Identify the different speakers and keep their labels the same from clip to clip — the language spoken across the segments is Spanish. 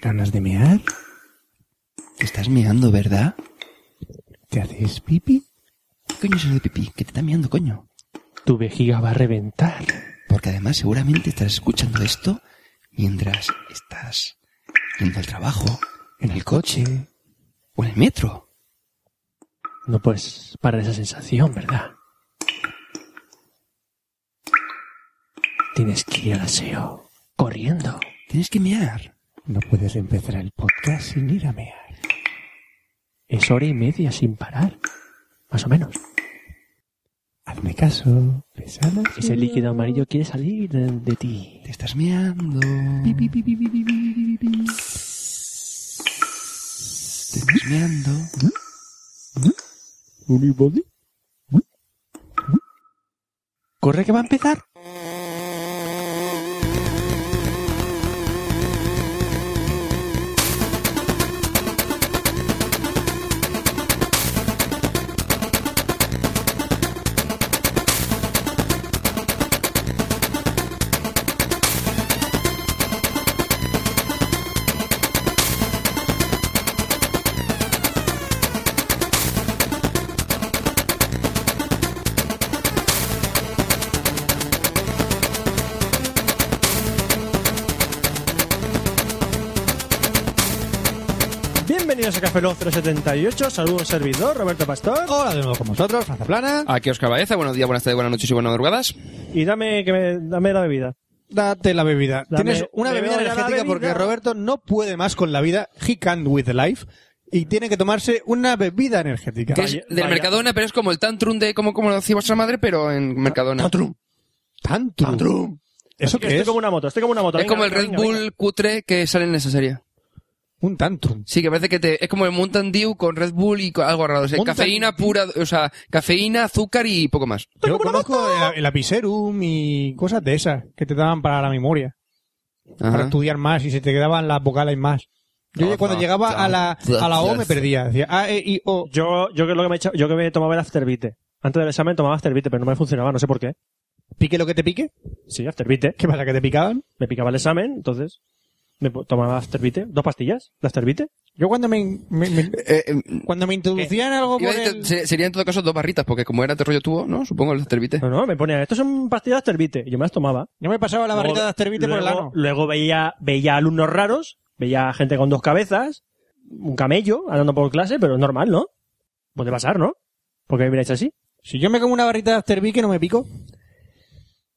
Speaker 1: ¿Ganas de mear?
Speaker 2: Te estás meando, ¿verdad?
Speaker 1: ¿Te haces pipi?
Speaker 2: ¿Qué coño es eso de pipí? Que te está meando, coño.
Speaker 1: Tu vejiga va a reventar.
Speaker 2: Porque además seguramente estás escuchando esto mientras estás yendo al trabajo, en el coche o en el metro.
Speaker 1: No puedes parar esa sensación, ¿verdad? Tienes que ir al aseo. Corriendo.
Speaker 2: Tienes que mear.
Speaker 1: No puedes empezar el podcast sin ir a mear. Es hora y media sin parar. Más o menos. Hazme caso. Pesada.
Speaker 3: Mm.
Speaker 1: Ese líquido amarillo quiere salir de, de ti.
Speaker 2: Te estás meando.
Speaker 1: Pi, pi, pi, pi, pi, pi, pi, pi, pi, pi.
Speaker 2: Te estás meando.
Speaker 1: Corre que va a empezar.
Speaker 3: Bienvenidos a Café Lock 078, saludos un servidor, Roberto Pastor.
Speaker 4: Hola de nuevo con vosotros, Franza Plana.
Speaker 2: Aquí Oscar Baeza, buenos días, buenas tardes, buenas noches y buenas madrugadas.
Speaker 3: Y dame, que me- dame la bebida.
Speaker 4: Date la bebida.
Speaker 3: Dame-
Speaker 4: Tienes Eh, una
Speaker 3: me
Speaker 4: bebida
Speaker 3: veo ya la
Speaker 4: energética porque
Speaker 3: bebida.
Speaker 4: Roberto no puede más con la vida. He can't with the life. Y tiene que tomarse una bebida energética.
Speaker 2: Que es
Speaker 3: Vaya-
Speaker 2: del
Speaker 3: vaya.
Speaker 2: Mercadona, pero es como el tantrum de, como, como lo decía vuestra madre, pero en Mercadona.
Speaker 4: Tantrum. Tantrum. ¿Eso qué
Speaker 3: estoy
Speaker 4: es?
Speaker 3: como una moto, estoy como una moto.
Speaker 2: Es
Speaker 3: venga,
Speaker 2: como el
Speaker 3: venga,
Speaker 2: Red
Speaker 3: venga,
Speaker 2: Bull
Speaker 3: venga.
Speaker 2: cutre que sale en esa serie.
Speaker 4: Un tantrum.
Speaker 2: Sí, que parece que te, es como el Mountain Dew con Red Bull y con algo raro. O sea,
Speaker 4: Mountain
Speaker 2: cafeína pura, o sea, cafeína, azúcar y poco más.
Speaker 4: Yo conozco el, el apiserum y cosas de esas que te daban para la memoria, para
Speaker 2: Ajá. Ah,
Speaker 4: estudiar más y se te quedaban las vocales más. Yo ya cuando
Speaker 2: Ajá.
Speaker 4: llegaba a la,
Speaker 2: ah,
Speaker 4: a la O me perdía. Decía A, E, I, O.
Speaker 3: Yo, yo, que lo que me he hecho- yo que me tomaba el afterbite. Antes del examen tomaba afterbite, pero no me funcionaba, no sé por qué.
Speaker 4: ¿Pique lo que te pique?
Speaker 3: Sí, afterbite.
Speaker 4: ¿Qué pasa, que te picaban?
Speaker 3: Me picaba el examen, entonces me po- tomaba afterbite. ¿Dos pastillas de afterbite?
Speaker 4: Yo cuando me, me- me-
Speaker 2: Eh, eh,
Speaker 4: cuando me introducían algo
Speaker 2: iba a
Speaker 4: por
Speaker 2: decir,
Speaker 4: el...
Speaker 2: se- Sería en todo caso dos barritas, porque como era de rollo tubo, ¿no? Supongo el tervite.
Speaker 3: No, no, me ponía, estos son pastillas de afterbite. Y yo me las tomaba.
Speaker 4: Yo me pasaba la barrita
Speaker 3: Luego-
Speaker 4: de Asterbite por el
Speaker 3: luego-
Speaker 4: ano.
Speaker 3: Luego veía, veía alumnos raros, veía gente con dos cabezas, un camello andando por clase, pero es normal, ¿no? Puede pasar, ¿no? Porque me miráis así.
Speaker 4: Si yo me como una barrita de Asterbite que no me pico,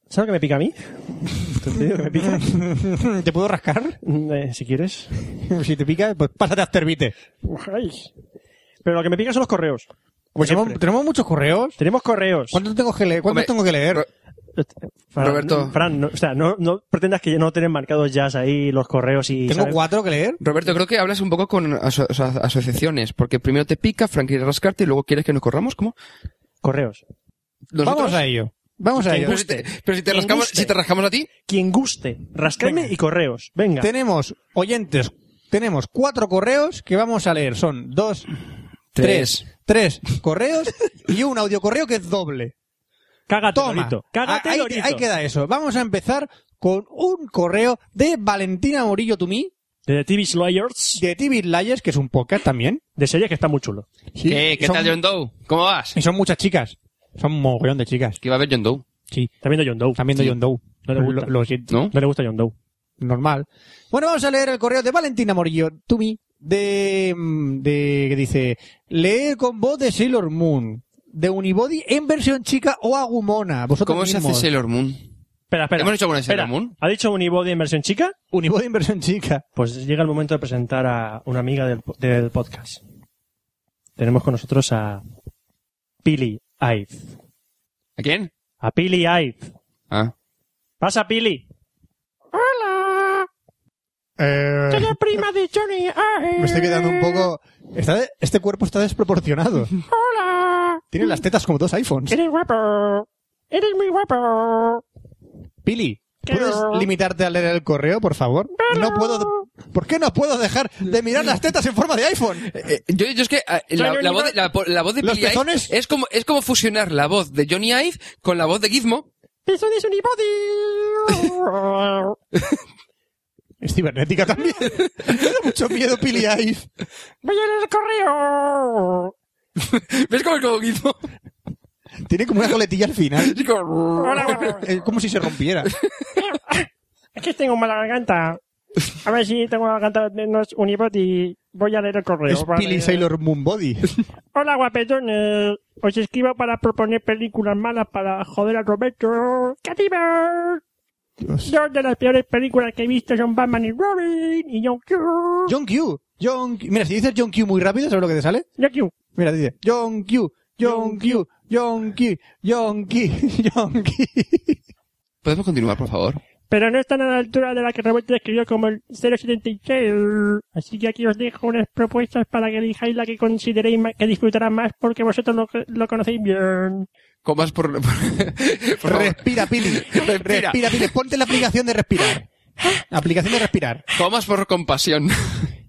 Speaker 3: ¿Sabes lo que me pica a mí? ¿Te digo que me pica?
Speaker 4: ¿te puedo rascar?
Speaker 3: Mm, eh, si quieres.
Speaker 4: si te pica, pues pásate Asterbite.
Speaker 3: Ay. Pero lo que me pica son los correos.
Speaker 4: Pues tenemos,
Speaker 3: Siempre.
Speaker 4: tenemos muchos correos.
Speaker 3: Tenemos correos.
Speaker 4: ¿Cuántos tengo que leer? ¿Cuántos
Speaker 2: Hombre, pues,
Speaker 4: tengo que leer?
Speaker 2: Ro-
Speaker 3: Fran,
Speaker 2: Roberto.
Speaker 3: Fran, no- o sea, no, no pretendas que no tienen marcados ya ahí los correos y...
Speaker 4: ¿Tengo
Speaker 3: ¿sabes?
Speaker 4: cuatro que leer?
Speaker 2: Roberto, creo que hablas un poco con aso- aso- asociaciones, porque primero te pica, Frank quiere rascarte y luego quieres que nos corramos, ¿cómo?
Speaker 3: Correos.
Speaker 2: Nosotros-
Speaker 4: Vamos a ello. Vamos a
Speaker 3: Que
Speaker 4: ello.
Speaker 2: Pero si te, pero si te
Speaker 3: Que
Speaker 2: rascamos,
Speaker 3: guste.
Speaker 2: si te rascamos a ti,
Speaker 3: Quien guste, rascarme
Speaker 4: Venga.
Speaker 3: y correos. Venga.
Speaker 4: Tenemos, oyentes, tenemos cuatro correos que vamos a leer. Son dos, tres, tres correos y un audiocorreo que es doble.
Speaker 3: Cágate,
Speaker 4: Toma.
Speaker 3: Lorito. Cágate,
Speaker 4: Ah, ahí,
Speaker 3: Lorito.
Speaker 4: ahí queda eso. Vamos a empezar con un correo de Valentina Morillo Tumí,
Speaker 3: De The TV Slayers.
Speaker 4: de TV Layers, que es un podcast también.
Speaker 3: De serie que está muy chulo.
Speaker 4: Sí,
Speaker 2: ¿Qué, ¿Qué
Speaker 4: son-
Speaker 2: tal John Doe? ¿Cómo vas?
Speaker 4: Y son muchas chicas. Son un mogollón de chicas.
Speaker 2: Que iba a ver John Doe,
Speaker 4: Sí.
Speaker 3: Está viendo John Doe.
Speaker 4: También de
Speaker 2: Sí.
Speaker 4: John Doe.
Speaker 3: No le gusta.
Speaker 4: Lo, lo siento.
Speaker 2: ¿no?
Speaker 3: No le gusta John Doe.
Speaker 4: Normal. Bueno, vamos a leer el correo de Valentina Morillo Tumí, de, mm, de, que dice, leer con voz de Sailor Moon, de Unibody en versión chica o agumona. Vosotros
Speaker 2: ¿Cómo se hace
Speaker 4: mismos.
Speaker 2: Sailor Moon?
Speaker 3: Espera, espera.
Speaker 2: ¿Hemos hecho alguna de
Speaker 3: Espera.
Speaker 2: Sailor Moon?
Speaker 3: ¿Ha dicho Unibody en versión chica?
Speaker 4: Unibody en versión chica.
Speaker 3: Pues llega el momento de presentar a una amiga del, po- del podcast. Tenemos con nosotros a Pili Ive.
Speaker 2: ¿A quién?
Speaker 3: A Pili Ive.
Speaker 2: Ah.
Speaker 3: Pasa, Pili.
Speaker 4: Eh...
Speaker 3: la prima de Johnny Ive.
Speaker 4: Me estoy quedando un poco. está de- Este cuerpo está desproporcionado. ¡Hola! Tiene las tetas como dos iPhones.
Speaker 3: Eres guapo. Eres muy guapo.
Speaker 4: Pili, ¿puedes
Speaker 3: Quiero-
Speaker 4: limitarte a leer el correo, por favor? No puedo. de- ¿Por qué no puedo dejar de mirar las tetas en forma de iPhone?
Speaker 2: Eh, yo, yo es que ah, la,
Speaker 3: Johnny
Speaker 2: la voz de,
Speaker 3: Ive.
Speaker 2: la, po- la voz de
Speaker 4: ¿Los
Speaker 2: Billie Ive
Speaker 4: pezones?
Speaker 2: es como es como fusionar la voz de Johnny Ive con la voz de Gizmo.
Speaker 3: Eso es Unibody.
Speaker 4: Es cibernética también. Me da mucho miedo Pili Ive.
Speaker 2: ¿Ves cómo es como guizo?
Speaker 4: Tiene como una coletilla al final.
Speaker 2: Así como-
Speaker 4: Es como si se rompiera.
Speaker 3: Es que tengo mala garganta. A ver si tengo la garganta de unos Unibot y voy a leer el correo.
Speaker 4: Es
Speaker 3: para-
Speaker 4: Pili
Speaker 2: eh,
Speaker 4: Sailor Moon Body.
Speaker 3: Hola, guapetones. Os escribo para proponer películas malas para joder a Roberto. ¡Cativer!
Speaker 4: Dios.
Speaker 3: Dos de las peores películas que he visto son Batman y Robin y John Q.
Speaker 4: John Q. John Q. Mira, si dices John Q muy rápido, ¿sabes lo que te sale?
Speaker 3: John Q.
Speaker 4: Mira, dice John Q. John Q. John Q. John Q. John Q.
Speaker 2: ¿Podemos continuar, por favor?
Speaker 3: Pero no están a la altura de la que Roberto escribió como el 076. Así que aquí os dejo unas propuestas para que elijáis la que consideréis ma- que disfrutará más porque vosotros lo, lo conocéis bien.
Speaker 2: Comas por... por favor.
Speaker 4: Respira, Pili.
Speaker 2: Respira.
Speaker 4: Respira, Pili. Ponte la aplicación de respirar. Aplicación de respirar.
Speaker 2: Comas por compasión.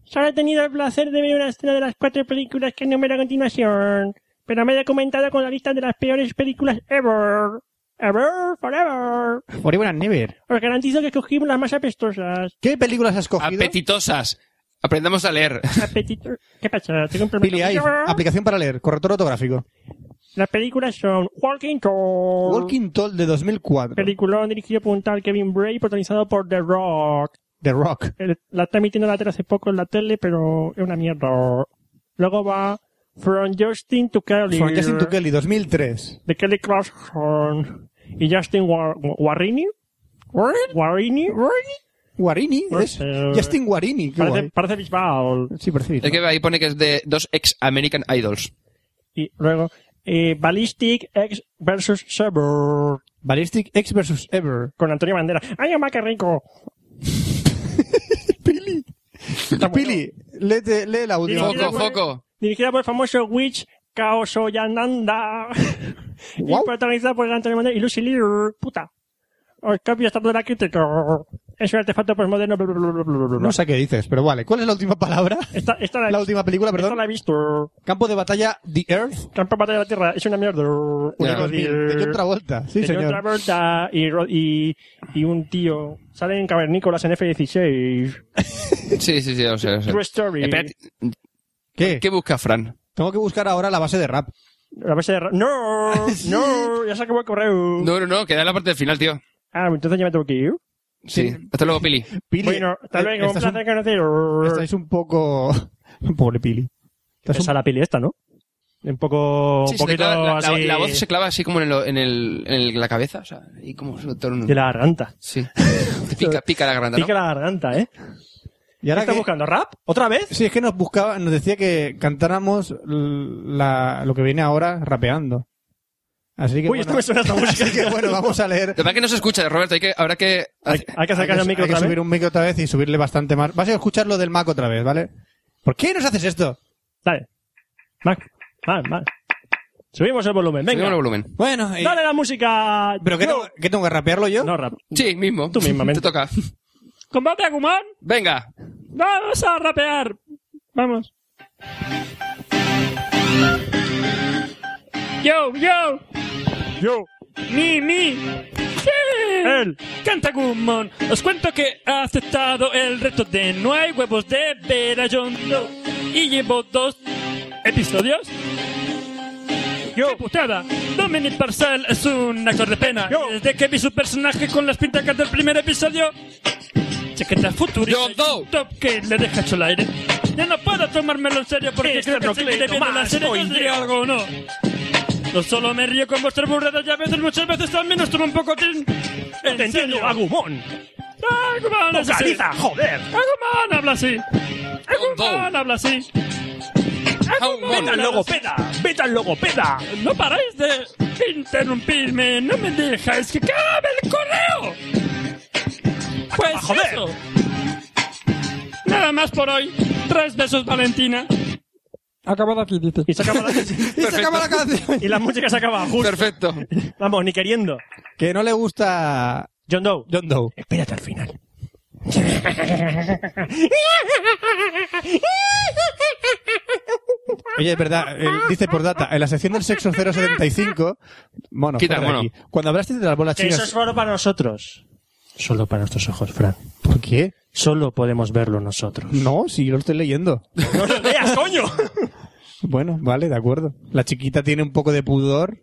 Speaker 3: Solo he tenido el placer de ver una escena de las cuatro películas que número a continuación, pero me he documentado con la lista de las peores películas ever. Ever, forever.
Speaker 4: Por buenas Never.
Speaker 3: Os garantizo que escogimos las más apestosas.
Speaker 4: ¿Qué películas has cogido?
Speaker 2: Apetitosas. Aprendamos a leer.
Speaker 3: Apetito. ¿Qué pasa? Tengo un
Speaker 4: Pili
Speaker 3: problema.
Speaker 4: Ive. Aplicación para leer. Corrector ortográfico.
Speaker 3: Las películas son Walking Tall.
Speaker 2: Oh.
Speaker 4: Walking Tall de 2004.
Speaker 3: Peliculón dirigido por un tal Kevin Bray, protagonizado por The Rock.
Speaker 4: The Rock.
Speaker 3: El- la está emitiendo la tele hace poco en la tele, pero es una mierda. Luego va From Justin to Kelly.
Speaker 4: From Justin to Kelly, 2003.
Speaker 3: De Kelly Clarkson y Justin War- Warrini. Warrini.
Speaker 4: Guarini. es
Speaker 3: Eh,
Speaker 4: Justin Guarini. Qué
Speaker 3: Parece,
Speaker 4: guay.
Speaker 3: parece Bisbal.
Speaker 4: Sí, parece
Speaker 2: Es
Speaker 4: bien.
Speaker 2: que ahí pone que es de dos ex American Idols.
Speaker 3: Y luego eh, Ballistic X versus Saber.
Speaker 4: Ballistic X vs. Ever.
Speaker 3: Con Antonio Bandera. ¡Ay, mamá, qué rico!
Speaker 4: Pili.
Speaker 3: Está muy
Speaker 4: Pili, léete- lee el audio.
Speaker 3: Dirigida
Speaker 2: Foco,
Speaker 3: por-
Speaker 2: foco.
Speaker 3: Dirigida por el famoso Witch Kaosoyananda.
Speaker 4: Wow.
Speaker 3: Y protagonizada por Antonio Mandel y Lucy Liu. Puta. Os copio esta de la crítica. Es un artefacto postmoderno. bla, bla, bla, bla, bla, bla, bla.
Speaker 4: No sé qué dices, pero vale. ¿Cuál es la última palabra?
Speaker 3: Esta, esta la,
Speaker 4: La última película,
Speaker 3: esta
Speaker 4: perdón.
Speaker 3: la he visto.
Speaker 4: Campo de batalla The Earth.
Speaker 3: Campo de batalla de la Tierra. Es una mierda.
Speaker 2: Ya.
Speaker 3: Unidos
Speaker 4: De John
Speaker 3: de-
Speaker 4: Travolta. Sí,
Speaker 3: de John
Speaker 4: señor.
Speaker 3: Travolta y, Ro- y, y un tío. Salen en cavernícolas en F-16.
Speaker 2: Sí, sí, sí, lo sé, lo sé.
Speaker 3: True Story.
Speaker 2: Espérate,
Speaker 4: ¿Qué?
Speaker 2: ¿Qué busca Fran?
Speaker 4: Tengo que buscar ahora la base de rap.
Speaker 3: La base de ra- ¡No! ¡No! Ya se acabó el correo.
Speaker 2: No, no, no, queda la parte del final, tío.
Speaker 3: Ah, entonces ya me tengo que ir.
Speaker 2: Sí. Hasta luego, Pili.
Speaker 4: Pili.
Speaker 3: Bueno, hasta
Speaker 4: eh,
Speaker 3: luego. Un
Speaker 4: estás un-
Speaker 3: placer conoceros.
Speaker 4: Estáis un poco... Pobre Pili. Estás
Speaker 3: Esa
Speaker 4: un-
Speaker 3: la peli esta, ¿no? Un poco,
Speaker 2: Sí,
Speaker 3: un
Speaker 2: se te
Speaker 3: poquito
Speaker 2: clava- la, la-
Speaker 3: así
Speaker 2: la voz se clava así como en, el, en, el, en el- la cabeza, o sea, y como se torna un-
Speaker 3: de la garganta.
Speaker 2: Sí. Te pica, pica la garganta, ¿no?
Speaker 3: Pica la garganta, ¿eh?
Speaker 4: ¿Y
Speaker 3: ¿Qué
Speaker 4: ahora
Speaker 3: estás
Speaker 4: que-
Speaker 3: buscando? ¿Rap? ¿Otra vez?
Speaker 4: Sí, es que nos buscaba, nos decía que cantáramos la, lo que viene ahora rapeando. Así que,
Speaker 3: Uy, esto
Speaker 4: bueno,
Speaker 3: me suena a esta música.
Speaker 4: así que bueno, vamos a leer.
Speaker 2: La verdad que no se escucha, Roberto, hay que, habrá que...
Speaker 3: Hay, hay que acercar
Speaker 4: Hay
Speaker 3: el
Speaker 4: que-
Speaker 3: micro
Speaker 4: hay que
Speaker 3: otra vez.
Speaker 4: subir un micro otra vez y subirle bastante más. Vas a escuchar lo del Mac otra vez, ¿vale? ¿Por qué nos haces esto?
Speaker 3: Dale. Más, más, más. Subimos el volumen, venga.
Speaker 2: Subimos el volumen.
Speaker 4: Bueno, eh,
Speaker 3: Dale la música.
Speaker 4: ¿pero qué
Speaker 3: Yo-
Speaker 4: tengo, qué tengo que rapearlo yo?
Speaker 3: No, rap.
Speaker 2: Sí, mismo.
Speaker 3: Tú mismamente.
Speaker 2: Te toca.
Speaker 3: Combate a Gumán.
Speaker 2: Venga.
Speaker 3: Vamos a rapear. Vamos. Yo, yo. Yo. Mi, mi. Él.
Speaker 5: Canta Gummon, os cuento que ha aceptado el reto de No hay huevos de Vera John Doe y llevo dos episodios. Yo, putada, Dominic Parcel es un actor de pena.
Speaker 3: Yo.
Speaker 5: Desde que vi su personaje con las pintacas del primer episodio, chaqueta futurista,
Speaker 2: John
Speaker 5: y un
Speaker 2: Doe.
Speaker 5: top que le deja hecho el aire. Ya no puedo tomármelo en serio porque
Speaker 3: Este
Speaker 5: creo que
Speaker 3: proclino
Speaker 5: seguiré viendo la
Speaker 3: más
Speaker 5: serie y os
Speaker 3: coño.
Speaker 5: diré algo o no. No solo me río con vuestras burradas y a veces, muchas veces también os tomo un poco de...
Speaker 3: Te entiendo, Agumón.
Speaker 5: Agumon es así.
Speaker 3: Vocaliza, joder.
Speaker 5: Agumon habla así. Agumon habla así.
Speaker 2: Ah,
Speaker 3: Vete al
Speaker 2: Agumon.
Speaker 3: logopeda. Vete al logopeda.
Speaker 5: No paráis de interrumpirme. No me dejáis que acabe el correo. Pues
Speaker 3: joder.
Speaker 5: eso. Nada más por hoy. Tres besos, Valentina.
Speaker 3: Acabado aquí, dice. Y se acaba la,
Speaker 4: Y se acaba la canción.
Speaker 3: y la música se acaba justo.
Speaker 2: Perfecto.
Speaker 3: Vamos, ni queriendo.
Speaker 4: que no le gusta
Speaker 3: John Doe.
Speaker 4: John Doe.
Speaker 3: Espérate al final.
Speaker 4: Oye, es verdad, eh, dices por data, en la sección del sexo 075, mono,
Speaker 2: Quita,
Speaker 4: fuera de
Speaker 2: mono.
Speaker 4: aquí. cuando hablaste de las bolas
Speaker 3: Que eso
Speaker 4: chinas,
Speaker 3: es solo para nosotros.
Speaker 6: Solo para nuestros ojos, Fran.
Speaker 4: ¿Por qué?
Speaker 6: Solo podemos verlo nosotros.
Speaker 4: No, si yo lo estoy leyendo.
Speaker 5: ¡No lo veas, coño!
Speaker 4: Bueno, vale, de acuerdo. La chiquita tiene un poco de pudor.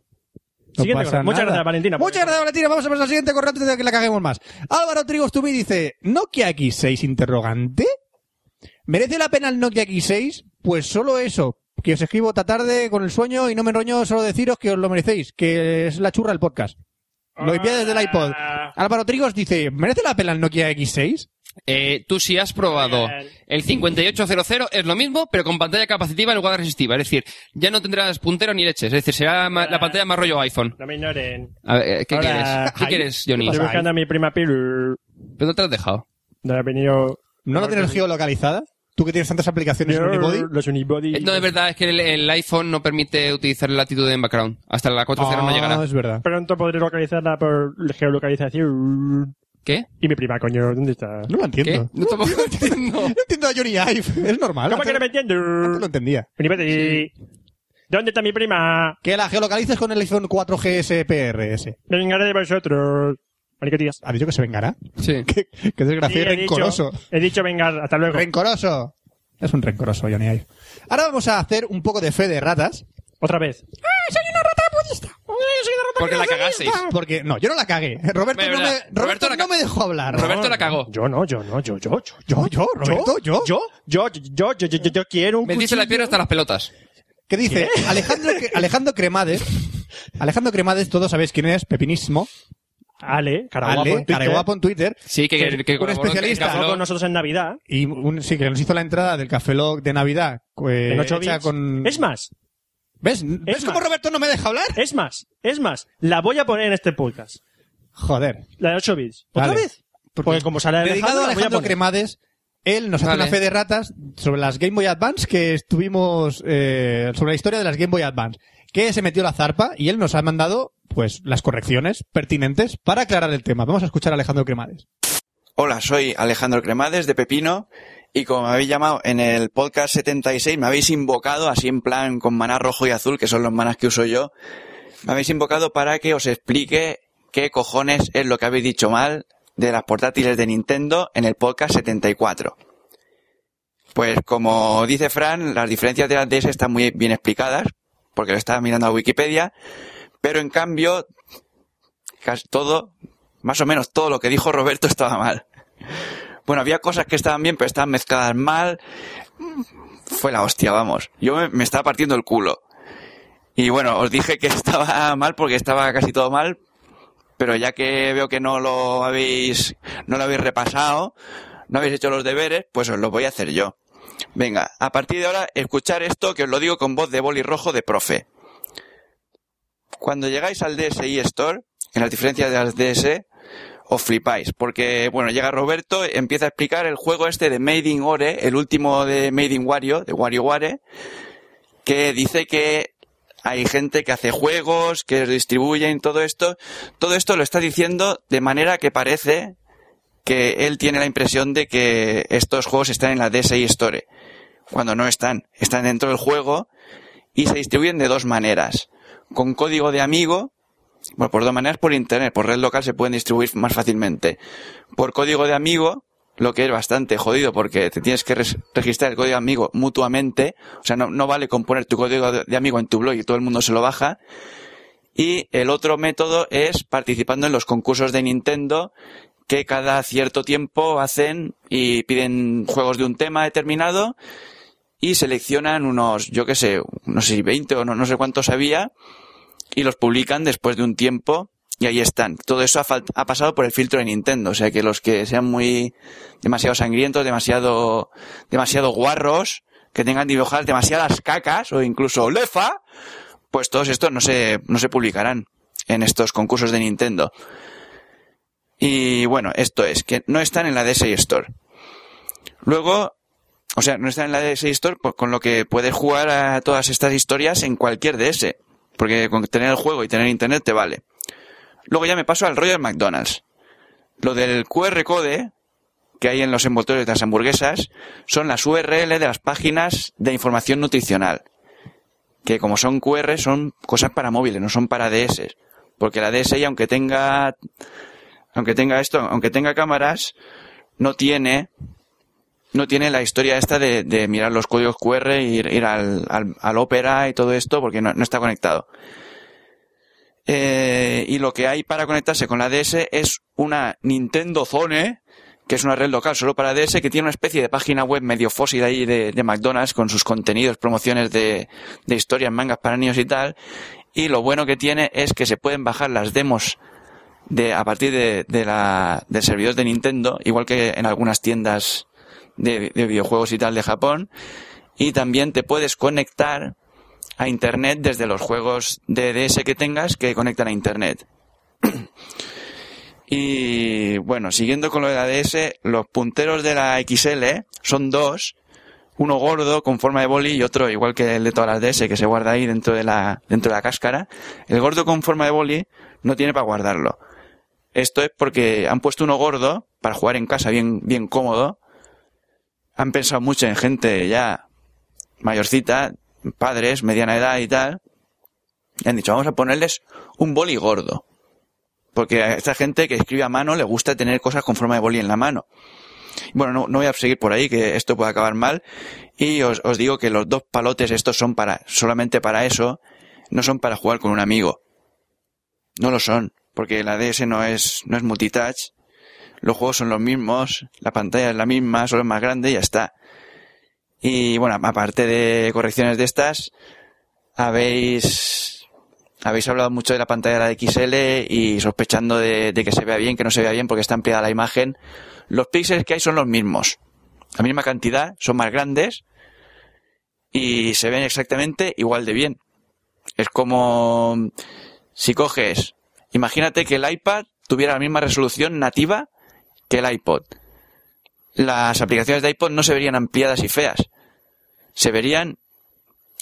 Speaker 4: No
Speaker 5: Siguiente
Speaker 4: pasa
Speaker 5: correo. Muchas
Speaker 4: nada.
Speaker 5: gracias, Valentina. por
Speaker 4: Muchas gracias, Valentina. Vamos a pasar al siguiente correo antes de que la caguemos más. Álvaro Trigos Tubí dice, ¿Nokia X6 interrogante? ¿Merece la pena el Nokia X6? Pues solo eso, que os escribo esta tarde con el sueño y no me enroño solo deciros que os lo merecéis, que es la churra el podcast. Lo envía desde el iPod.
Speaker 5: Ah.
Speaker 4: Álvaro Trigos dice, ¿merece la pena el Nokia X6?
Speaker 2: Eh, tú si has probado el 5800 es lo mismo, pero con pantalla capacitiva en lugar de resistiva. Es decir, ya no tendrás puntero ni leches. Es decir, será ma- la pantalla más rollo iPhone.
Speaker 5: No me ignoren.
Speaker 2: A ver, eh, ¿qué
Speaker 5: Hola.
Speaker 2: quieres? ¿Qué
Speaker 4: Ay,
Speaker 2: quieres, Johnny?
Speaker 5: Estoy
Speaker 4: pasa?
Speaker 5: buscando a mi prima Piru.
Speaker 2: ¿Pero no te lo has dejado?
Speaker 5: No ha venido...
Speaker 4: ¿No la tienes geolocalizada? ¿Tú que tienes tantas aplicaciones en Unibody?
Speaker 5: Los Unibody.
Speaker 2: Eh, No, es verdad, es que el, el iPhone no permite utilizar la latitud en background. Hasta la 4.0 no
Speaker 4: Ah,
Speaker 2: llegará.
Speaker 4: es verdad.
Speaker 5: Pronto podré localizarla por geolocalización.
Speaker 2: ¿Qué?
Speaker 5: ¿Y mi prima, coño? ¿Dónde está?
Speaker 4: No lo
Speaker 2: ¿Qué?
Speaker 4: entiendo.
Speaker 2: No tampoco lo entiendo.
Speaker 4: No entiendo a Johnny Ive. Es normal.
Speaker 5: ¿Cómo
Speaker 4: antes-
Speaker 5: que no me entiendo?
Speaker 4: antes lo entendía.
Speaker 5: Unibody. ¿Dónde está mi prima?
Speaker 4: Que la geolocalices con el iPhone 4G SPRS.
Speaker 5: Me vengaré de vosotros. Marico, tías.
Speaker 4: ¿Ha dicho que se vengará?
Speaker 2: Sí.
Speaker 4: Qué, qué
Speaker 5: Sí,
Speaker 4: desgraciado y
Speaker 5: he
Speaker 4: rencoroso.
Speaker 5: dicho, he dicho vengar. Hasta luego.
Speaker 4: ¡Rencoroso! Es un rencoroso, Johnny Ive. Ahora vamos a hacer un poco de fe de ratas.
Speaker 5: Otra vez.
Speaker 2: Porque la cagaseis.
Speaker 4: Porque, no, yo no la cagué. Roberto,
Speaker 2: Bueno,
Speaker 4: no me,
Speaker 2: verdad.
Speaker 4: Roberto
Speaker 2: Roberto la
Speaker 4: no
Speaker 2: ca-
Speaker 4: me dejó hablar.
Speaker 2: Roberto la cagó.
Speaker 5: Yo no, yo no, yo, yo, yo.
Speaker 4: ¿Yo? ¿Yo? ¿Roberto? ¿Yo?
Speaker 5: Yo, yo, yo, yo, yo, yo, yo quiero un
Speaker 2: Me dice la
Speaker 5: cuchillo.
Speaker 2: piedra hasta las pelotas.
Speaker 4: ¿Qué dice? Alejandro, Alejandro Cremades. Alejandro Cremades, todos sabéis quién es, Pepinismo.
Speaker 5: Ale, caraguapo. en
Speaker 4: Ale,
Speaker 5: Twitter.
Speaker 4: Careguapo en Twitter.
Speaker 2: Sí, que, que, que
Speaker 4: Un
Speaker 2: colaboró en
Speaker 4: especialista.
Speaker 2: Café
Speaker 5: Colaboró
Speaker 2: Lock.
Speaker 5: con nosotros en Navidad.
Speaker 4: Y un- sí, que nos hizo la entrada del Café Lock de Navidad. eh,
Speaker 5: en 8
Speaker 4: hecha
Speaker 5: bits.
Speaker 4: con...
Speaker 5: Es más,
Speaker 4: ¿Ves? ¿Ves cómo
Speaker 5: más.
Speaker 4: Roberto no me deja hablar?
Speaker 5: es más, es más. La voy a poner en este podcast.
Speaker 4: Joder.
Speaker 5: La de 8 bits. ¿Otra
Speaker 4: Vale.
Speaker 5: vez? Porque
Speaker 3: Pues
Speaker 5: como sale
Speaker 4: Dedicado
Speaker 5: Alejandro,
Speaker 4: a
Speaker 5: la voy a
Speaker 4: Alejandro
Speaker 5: poner.
Speaker 4: Cremades, él nos hace
Speaker 2: Vale.
Speaker 4: una fe de ratas sobre las Game Boy Advance que estuvimos, eh, sobre la historia de las Game Boy Advance, que se metió la zarpa y él nos ha mandado, pues, las correcciones pertinentes para aclarar el tema. Vamos a escuchar a Alejandro Cremades.
Speaker 7: Hola, soy Alejandro Cremades de Pepino y como me habéis llamado en el podcast 76, me habéis invocado así en plan con maná rojo y azul, que son los manás que uso yo, me habéis invocado para que os explique qué cojones es lo que habéis dicho mal de las portátiles de Nintendo en el podcast 74. Pues como dice Fran, las diferencias de las DS están muy bien explicadas, porque lo estaba mirando a Wikipedia, pero en cambio, casi todo, más o menos todo lo que dijo Roberto estaba mal. Bueno, había cosas que estaban bien, pero estaban mezcladas mal. Fue la hostia, vamos. Yo me, me estaba partiendo el culo. Y bueno, os dije que estaba mal porque estaba casi todo mal, pero ya que veo que no lo habéis, no lo habéis repasado, no habéis hecho los deberes, pues os los voy a hacer yo. Venga, a partir de ahora, escuchar esto que os lo digo con voz de boli rojo de profe. Cuando llegáis al DSI Store, en las diferencias de las DS, os flipáis, porque bueno, llega Roberto, empieza a explicar el juego este de Made in Ore, el último de Made in Wario, de WarioWare, que dice que hay gente que hace juegos, que distribuyen todo esto. Todo esto lo está diciendo de manera que parece que él tiene la impresión de que estos juegos están en la DSI Store, cuando no están, están dentro del juego y se distribuyen de dos maneras, con código de amigo, bueno, por dos maneras por internet, por red local se pueden distribuir más fácilmente. Por código de amigo, lo que es bastante jodido porque te tienes que res- registrar el código de amigo mutuamente, o sea, no, no vale con poner tu código de de amigo en tu blog y todo el mundo se lo baja. Y el otro método es participando en los concursos de Nintendo que cada cierto tiempo hacen y piden juegos de un tema determinado y seleccionan unos, yo qué sé, no sé si 20 o no, no sé cuántos había, y los publican después de un tiempo y ahí están. Todo eso ha, fal- ha pasado por el filtro de Nintendo, o sea que los que sean muy demasiado sangrientos, demasiado demasiado guarros, que tengan dibujadas demasiadas cacas o incluso lefa, pues todos estos no se no se publicarán en estos concursos de Nintendo. Y bueno, esto es que no están en la DSi Store. Luego o sea, no está en la DS Store, pues, con lo que puedes jugar a todas estas historias en cualquier DS. Porque con tener el juego y tener internet te vale. Luego ya me paso al rollo del McDonald's. Lo del QR code que hay en los envoltorios de las hamburguesas son las URL de las páginas de información nutricional. Que como son QR son cosas para móviles, no son para DS. Porque la DSi, aunque tenga aunque tenga esto, aunque tenga cámaras, no tiene, no tiene la historia esta de, de mirar los códigos QR y ir, ir al, al, al Opera y todo esto porque no, no está conectado. Eh, y lo que hay para conectarse con la DS es una Nintendo Zone, que es una red local solo para DS, que tiene una especie de página web medio fósil ahí de, de McDonald's con sus contenidos, promociones de, de historias, mangas para niños y tal. Y lo bueno que tiene es que se pueden bajar las demos de, a partir de, de la, del servidor de Nintendo, igual que en algunas tiendas de, de videojuegos y tal de Japón. Y también te puedes conectar a internet desde los juegos de DS que tengas que conectan a internet. y bueno, siguiendo con lo de la DS, los punteros de la XL son dos. Uno gordo con forma de boli y otro igual que el de todas las DS que se guarda ahí dentro de la, dentro de la cáscara. El gordo con forma de boli no tiene para guardarlo. Esto es porque han puesto uno gordo para jugar en casa bien, bien cómodo. Han pensado mucho en gente ya mayorcita, padres, mediana edad y tal, y han dicho, vamos a ponerles un boli gordo. Porque a esta gente que escribe a mano le gusta tener cosas con forma de boli en la mano. Bueno, no, no voy a seguir por ahí, que esto puede acabar mal. Y os, os, digo que los dos palotes estos son para, solamente para eso, no son para jugar con un amigo. No lo son, porque la DS no es, no es multitouch. Los juegos son los mismos, la pantalla es la misma, solo es más grande y ya está. Y bueno, aparte de correcciones de estas, habéis, habéis hablado mucho de la pantalla de la XL y sospechando de, de, que se vea bien, que no se vea bien porque está ampliada la imagen. Los píxeles que hay son los mismos. La misma cantidad, son más grandes y se ven exactamente igual de bien. Es como si coges, imagínate que el iPad tuviera la misma resolución nativa que el iPod. Las aplicaciones de iPod no se verían ampliadas y feas se verían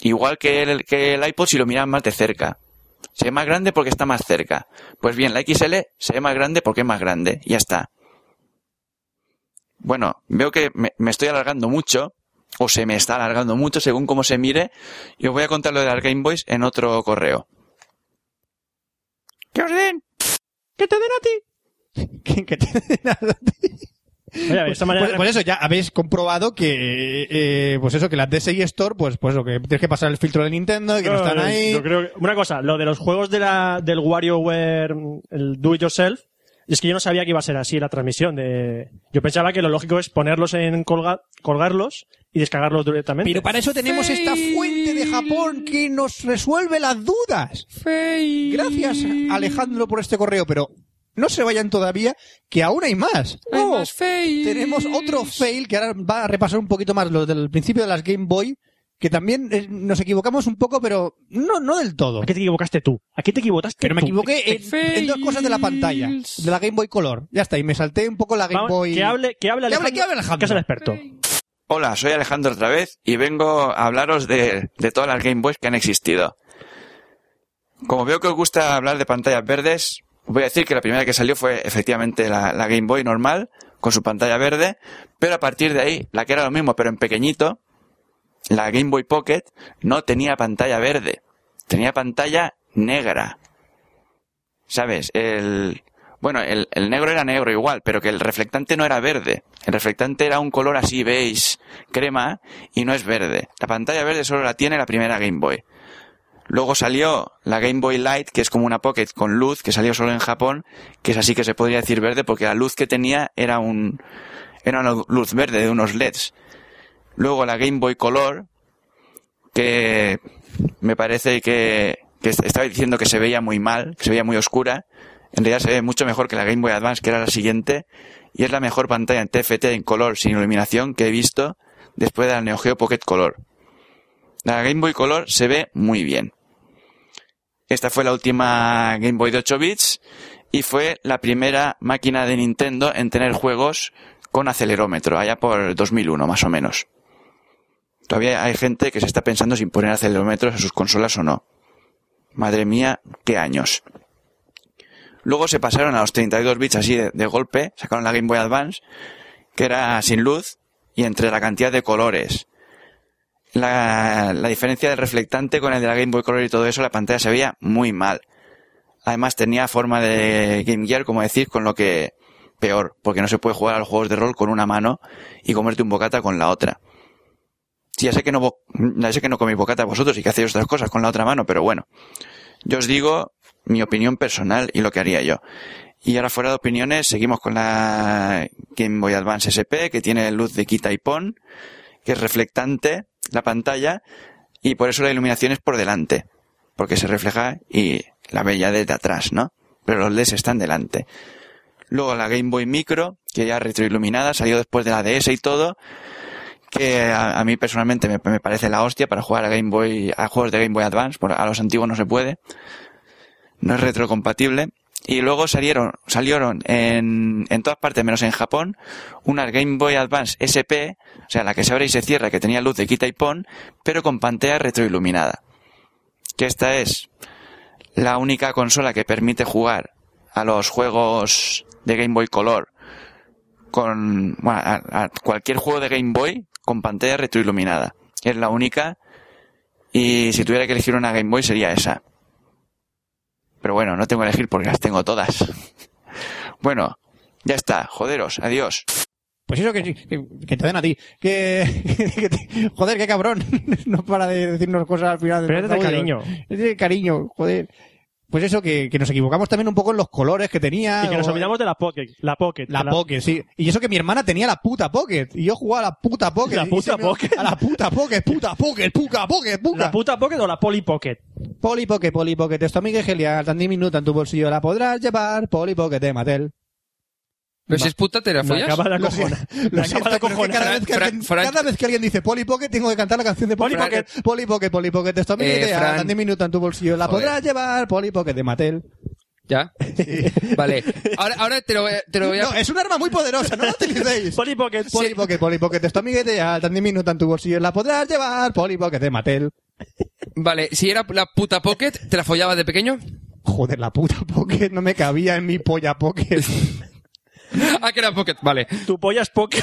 Speaker 7: igual que el, que el iPod si lo miran más de cerca. Se ve más grande porque está más cerca. Pues bien, la XL se ve más grande porque es más grande. Ya está. Bueno, veo que me, me estoy alargando mucho, o se me está alargando mucho según cómo se mire, y os voy a contar lo de las Game Boys en otro correo.
Speaker 4: ¡Que os den! ¡Que te den a ti! ¿Que, que te den a ti?
Speaker 5: Oye, a ver, esta manera
Speaker 4: pues, pues, eso, ya habéis comprobado que, eh, pues eso, que las DSI Store, pues, pues lo que tienes que pasar el filtro de Nintendo, que no, no están
Speaker 3: no,
Speaker 4: ahí.
Speaker 3: Yo creo que, una cosa, lo de los juegos de la, del WarioWare, el Do It Yourself, es que yo no sabía que iba a ser así la transmisión de, yo pensaba que lo lógico es ponerlos en colga, colgarlos y descargarlos directamente.
Speaker 4: Pero para eso tenemos Fail. esta fuente de Japón que nos resuelve las dudas.
Speaker 5: Fail.
Speaker 4: Gracias Alejandro por este correo, pero no se vayan todavía, que aún hay más.
Speaker 5: Hay
Speaker 4: oh,
Speaker 5: más fails.
Speaker 4: Tenemos otro fail que ahora va a repasar un poquito más lo del principio de las Game Boy, que también eh, nos equivocamos un poco, pero no, no del todo.
Speaker 3: ¿A qué te equivocaste tú? ¿A qué te equivocaste
Speaker 4: Pero me
Speaker 3: tú?
Speaker 4: equivoqué en, en, dos cosas de la pantalla, de la Game Boy Color. Ya está, y me salté un poco la Game
Speaker 3: Vamos,
Speaker 4: Boy.
Speaker 3: Que hable, que hable Alejandro,
Speaker 4: que hable, Alejandro.
Speaker 3: Que es el experto.
Speaker 7: Hola, soy Alejandro otra vez y vengo a hablaros de, de todas las Game Boys que han existido. Como veo que os gusta hablar de pantallas verdes, voy a decir que la primera que salió fue efectivamente la, la, Game Boy normal, con su pantalla verde, pero a partir de ahí, la que era lo mismo, pero en pequeñito, la Game Boy Pocket no tenía pantalla verde, tenía pantalla negra. ¿Sabes? El, bueno, el, el negro era negro igual, pero que el reflectante no era verde. El reflectante era un color así beige, crema, y no es verde. La pantalla verde solo la tiene la primera Game Boy. Luego salió la Game Boy Light, que es como una Pocket con luz, que salió solo en Japón, que es así que se podría decir verde, porque la luz que tenía era un, era una luz verde de unos LEDs. Luego la Game Boy Color, que me parece que, que estaba diciendo que se veía muy mal, que se veía muy oscura. En realidad se ve mucho mejor que la Game Boy Advance, que era la siguiente, y es la mejor pantalla en TFT en color sin iluminación que he visto después de la Neo Geo Pocket Color. La Game Boy Color se ve muy bien. Esta fue la última Game Boy de 8 bits y fue la primera máquina de Nintendo en tener juegos con acelerómetro, allá por 2001 más o menos. Todavía hay gente que se está pensando si poner acelerómetros a sus consolas o no. Madre mía, qué años. Luego se pasaron a los 32 bits así de, de golpe, sacaron la Game Boy Advance, que era sin luz y entre la cantidad de colores la, la, diferencia del reflectante con el de la Game Boy Color y todo eso, la pantalla se veía muy mal. Además tenía forma de Game Gear, como decís, con lo que peor, porque no se puede jugar a los juegos de rol con una mano y comerte un bocata con la otra. Sí, ya sé que no, vo- ya sé que no coméis bocata vosotros y que hacéis otras cosas con la otra mano, pero bueno. Yo os digo mi opinión personal y lo que haría yo. Y ahora fuera de opiniones, seguimos con la Game Boy Advance SP, que tiene luz de quita y pon, que es reflectante la pantalla, y por eso la iluminación es por delante, porque se refleja y la ve ya desde atrás, ¿no? Pero los LEDs están delante. Luego la Game Boy Micro, que ya retroiluminada, salió después de la DS y todo, que a, a mí personalmente me, me parece la hostia para jugar a Game Boy, a juegos de Game Boy Advance, por- a los antiguos no se puede, no es retrocompatible. Y luego salieron, salieron en, en todas partes, menos en Japón, unas Game Boy Advance SP, o sea, la que se abre y se cierra, que tenía luz de quita y pon, pero con pantalla retroiluminada. Que esta es la única consola que permite jugar a los juegos de Game Boy Color con bueno, a, a cualquier juego de Game Boy con pantalla retroiluminada. Es la única. Y si tuviera que elegir una Game Boy sería esa. Pero bueno, no tengo que elegir porque las tengo todas. bueno, ya está. Joderos, adiós.
Speaker 4: Pues eso que, que, que te den a ti. Que, que te- joder, qué cabrón. No para de decirnos cosas al final. de
Speaker 3: Pero es
Speaker 4: los
Speaker 3: de
Speaker 4: audios.
Speaker 3: cariño.
Speaker 4: Es de cariño, joder. Pues eso, que, que nos equivocamos también un poco en los colores que tenía.
Speaker 3: Y que nos
Speaker 4: o-
Speaker 3: olvidamos de la Pocket. La Pocket.
Speaker 4: eh. La Pocket, sí. Y eso que mi hermana tenía la puta Pocket. Y yo jugaba a la puta Pocket.
Speaker 3: La
Speaker 4: Y
Speaker 3: puta
Speaker 4: se me-
Speaker 3: Pocket.
Speaker 4: A la puta Pocket, puta Pocket, puta Pocket, puta.
Speaker 3: ¿La puta Pocket o la Poli Pocket?
Speaker 4: Poli Pocket, Poli Pocket, esto a mí que es genial. Tan diminuta en tu bolsillo la podrás llevar. Poli Pocket de Mattel.
Speaker 2: Pero si es puta, te la
Speaker 3: Me
Speaker 2: follas.
Speaker 3: acaba de
Speaker 4: Lo
Speaker 3: acojonar.
Speaker 4: siento,
Speaker 3: Me
Speaker 4: lo
Speaker 3: acaba
Speaker 4: siento,
Speaker 3: de
Speaker 4: pero es que cada
Speaker 3: acojonar.
Speaker 4: vez que
Speaker 2: Fra-
Speaker 4: alguien-
Speaker 2: Fra-
Speaker 4: Cada vez que alguien dice Poli Pocket, tengo que cantar la canción de Poli
Speaker 3: Poli
Speaker 4: Pocket. Poli Pocket, Poli Pocket, esto a mí
Speaker 2: Eh,
Speaker 4: que te
Speaker 2: Fran.
Speaker 4: tan diminuta en tu bolsillo la
Speaker 2: Joder.
Speaker 4: podrás llevar. Poli Pocket de Mattel.
Speaker 2: ¿Ya? Vale. Ahora, ahora te, lo, voy a- te lo voy a...
Speaker 4: No, eh. es un arma muy poderosa, no la utilicéis.
Speaker 3: Poli Pocket.
Speaker 4: Poli Pocket, Poli Pocket, esto amiguete ya, tan diminuta en tu bolsillo, la podrás llevar, Poli Pocket de Mattel.
Speaker 2: Vale, si era la puta Pocket, ¿te la follabas de pequeño?
Speaker 4: Joder, la puta Pocket no me cabía en mi polla Pocket.
Speaker 2: Ah, que era Pocket, vale.
Speaker 3: Tu polla es Pocket.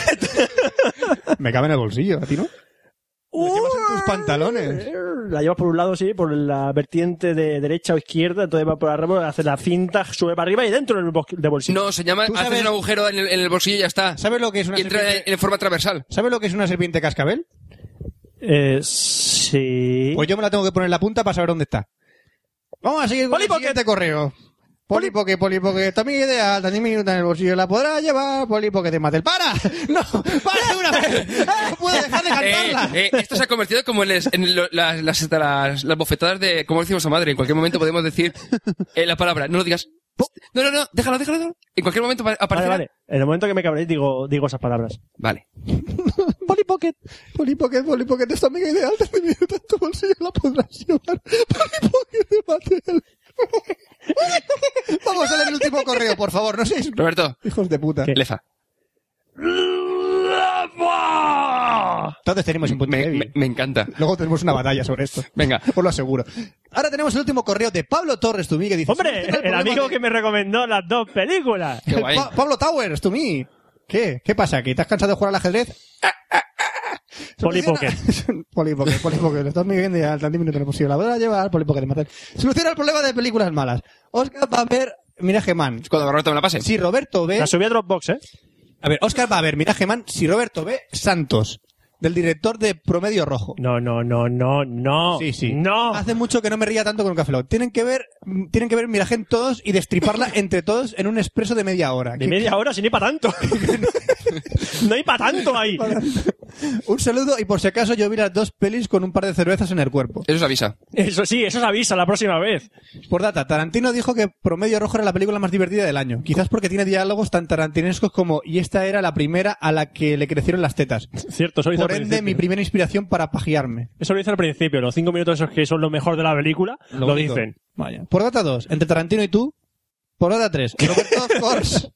Speaker 4: Me cabe en el bolsillo, ¿a ti no? Lo llevas en tus pantalones.
Speaker 3: La llevas por un lado, sí, por la vertiente de derecha o izquierda, entonces va por arriba, hace la cinta, sube para arriba y dentro del bos- de bolsillo.
Speaker 2: No, se llama...
Speaker 4: ¿Tú
Speaker 2: Haces
Speaker 4: sabes-
Speaker 2: un agujero en el, en el bolsillo y ya está.
Speaker 4: ¿Sabes lo que es una
Speaker 2: Y entra en,
Speaker 4: serpiente?
Speaker 2: en forma transversal.
Speaker 4: ¿Sabes lo que es una serpiente cascabel?
Speaker 3: Eh, sí.
Speaker 4: Pues yo me la tengo que poner en la punta para saber dónde está. Vamos a seguir con el
Speaker 3: Polipocket.
Speaker 4: siguiente correo. Polipoque, polipoque, esto a mí ideal, tan diminuta en el bolsillo, la podrás llevar, polipoque de Mattel. ¡Para! ¡No! ¡Para de una vez! ¡Eh, ¡No puedo dejar de
Speaker 2: Eh,
Speaker 4: cantarla!
Speaker 2: eh, esto se ha convertido como en, les- en lo- las, las, las- las bofetadas de... Como decimos a madre, en cualquier momento podemos decir eh, la palabra. No lo digas. No, no, no, déjalo, déjalo. déjalo. En cualquier momento pa-
Speaker 3: Vale,
Speaker 2: aparecerá.
Speaker 3: vale. En el momento que me cabréis digo, digo esas palabras.
Speaker 2: Vale.
Speaker 4: Polipocket, polipocket, polipocket, esto a mí ideal, tan diminuta en tu bolsillo, la podrás llevar, polipocket de Mattel. Vamos a leer el último correo, por favor, no seáis
Speaker 2: Roberto,
Speaker 4: hijos de puta.
Speaker 2: lefa.
Speaker 4: Entonces tenemos un punto
Speaker 2: Me,
Speaker 4: débil.
Speaker 2: me- me encanta.
Speaker 4: Luego tenemos una batalla sobre esto.
Speaker 2: Venga.
Speaker 4: Os lo aseguro. Ahora tenemos el último correo de Pablo Torres Tumí que dice...
Speaker 3: Hombre,
Speaker 4: "Soluciona
Speaker 3: el
Speaker 4: problema
Speaker 3: amigo
Speaker 4: de-
Speaker 3: que me recomendó las dos películas.
Speaker 2: Qué
Speaker 4: el
Speaker 2: guay.
Speaker 4: Pa- Pablo Towers Tumí. ¿Qué? ¿Qué pasa? ¿Que te has cansado de jugar al ajedrez?
Speaker 3: Poli Pocket.
Speaker 4: Polipocket, polipocket. Lo estás midiendo y al tantísimo minuto no posible. La voy a llevar, polipocket de matar. Soluciona el problema de películas malas. Oscar va a ver... Mira Gemán.
Speaker 2: Cuando Roberto me la pase.
Speaker 4: Si Roberto ve...
Speaker 3: La subí a Dropbox, ¿eh?
Speaker 4: A ver, Oscar va a ver, mira Gemán, si Roberto ve Santos, del director de Promedio Rojo.
Speaker 3: No, no, no, no, no.
Speaker 4: Sí, sí.
Speaker 3: No.
Speaker 4: Hace mucho que no me ría tanto con el Café Lock. Tienen que ver, tienen que ver Miragen todos y destriparla entre todos en un expreso de media hora.
Speaker 3: De
Speaker 4: Que-
Speaker 3: media hora, si no hay para tanto. no hay para tanto ahí.
Speaker 4: Un saludo y por si acaso yo vi las dos pelis con un par de cervezas en el cuerpo.
Speaker 2: Eso se avisa.
Speaker 3: Eso sí, eso se avisa la próxima vez.
Speaker 4: Por data, Tarantino dijo que Promedio Rojo era la película más divertida del año. Quizás porque tiene diálogos tan tarantinescos como y esta era la primera a la que le crecieron las tetas.
Speaker 3: Cierto, eso lo hice
Speaker 4: Por
Speaker 3: al
Speaker 4: ende,
Speaker 3: principio.
Speaker 4: mi primera inspiración para pajearme.
Speaker 3: Eso lo hice al principio. Los cinco minutos esos que son lo mejor de la película, lo,
Speaker 4: único.
Speaker 3: dicen.
Speaker 4: Vaya. Por data 2, entre Tarantino y tú. Por data 3, Roberto Kors.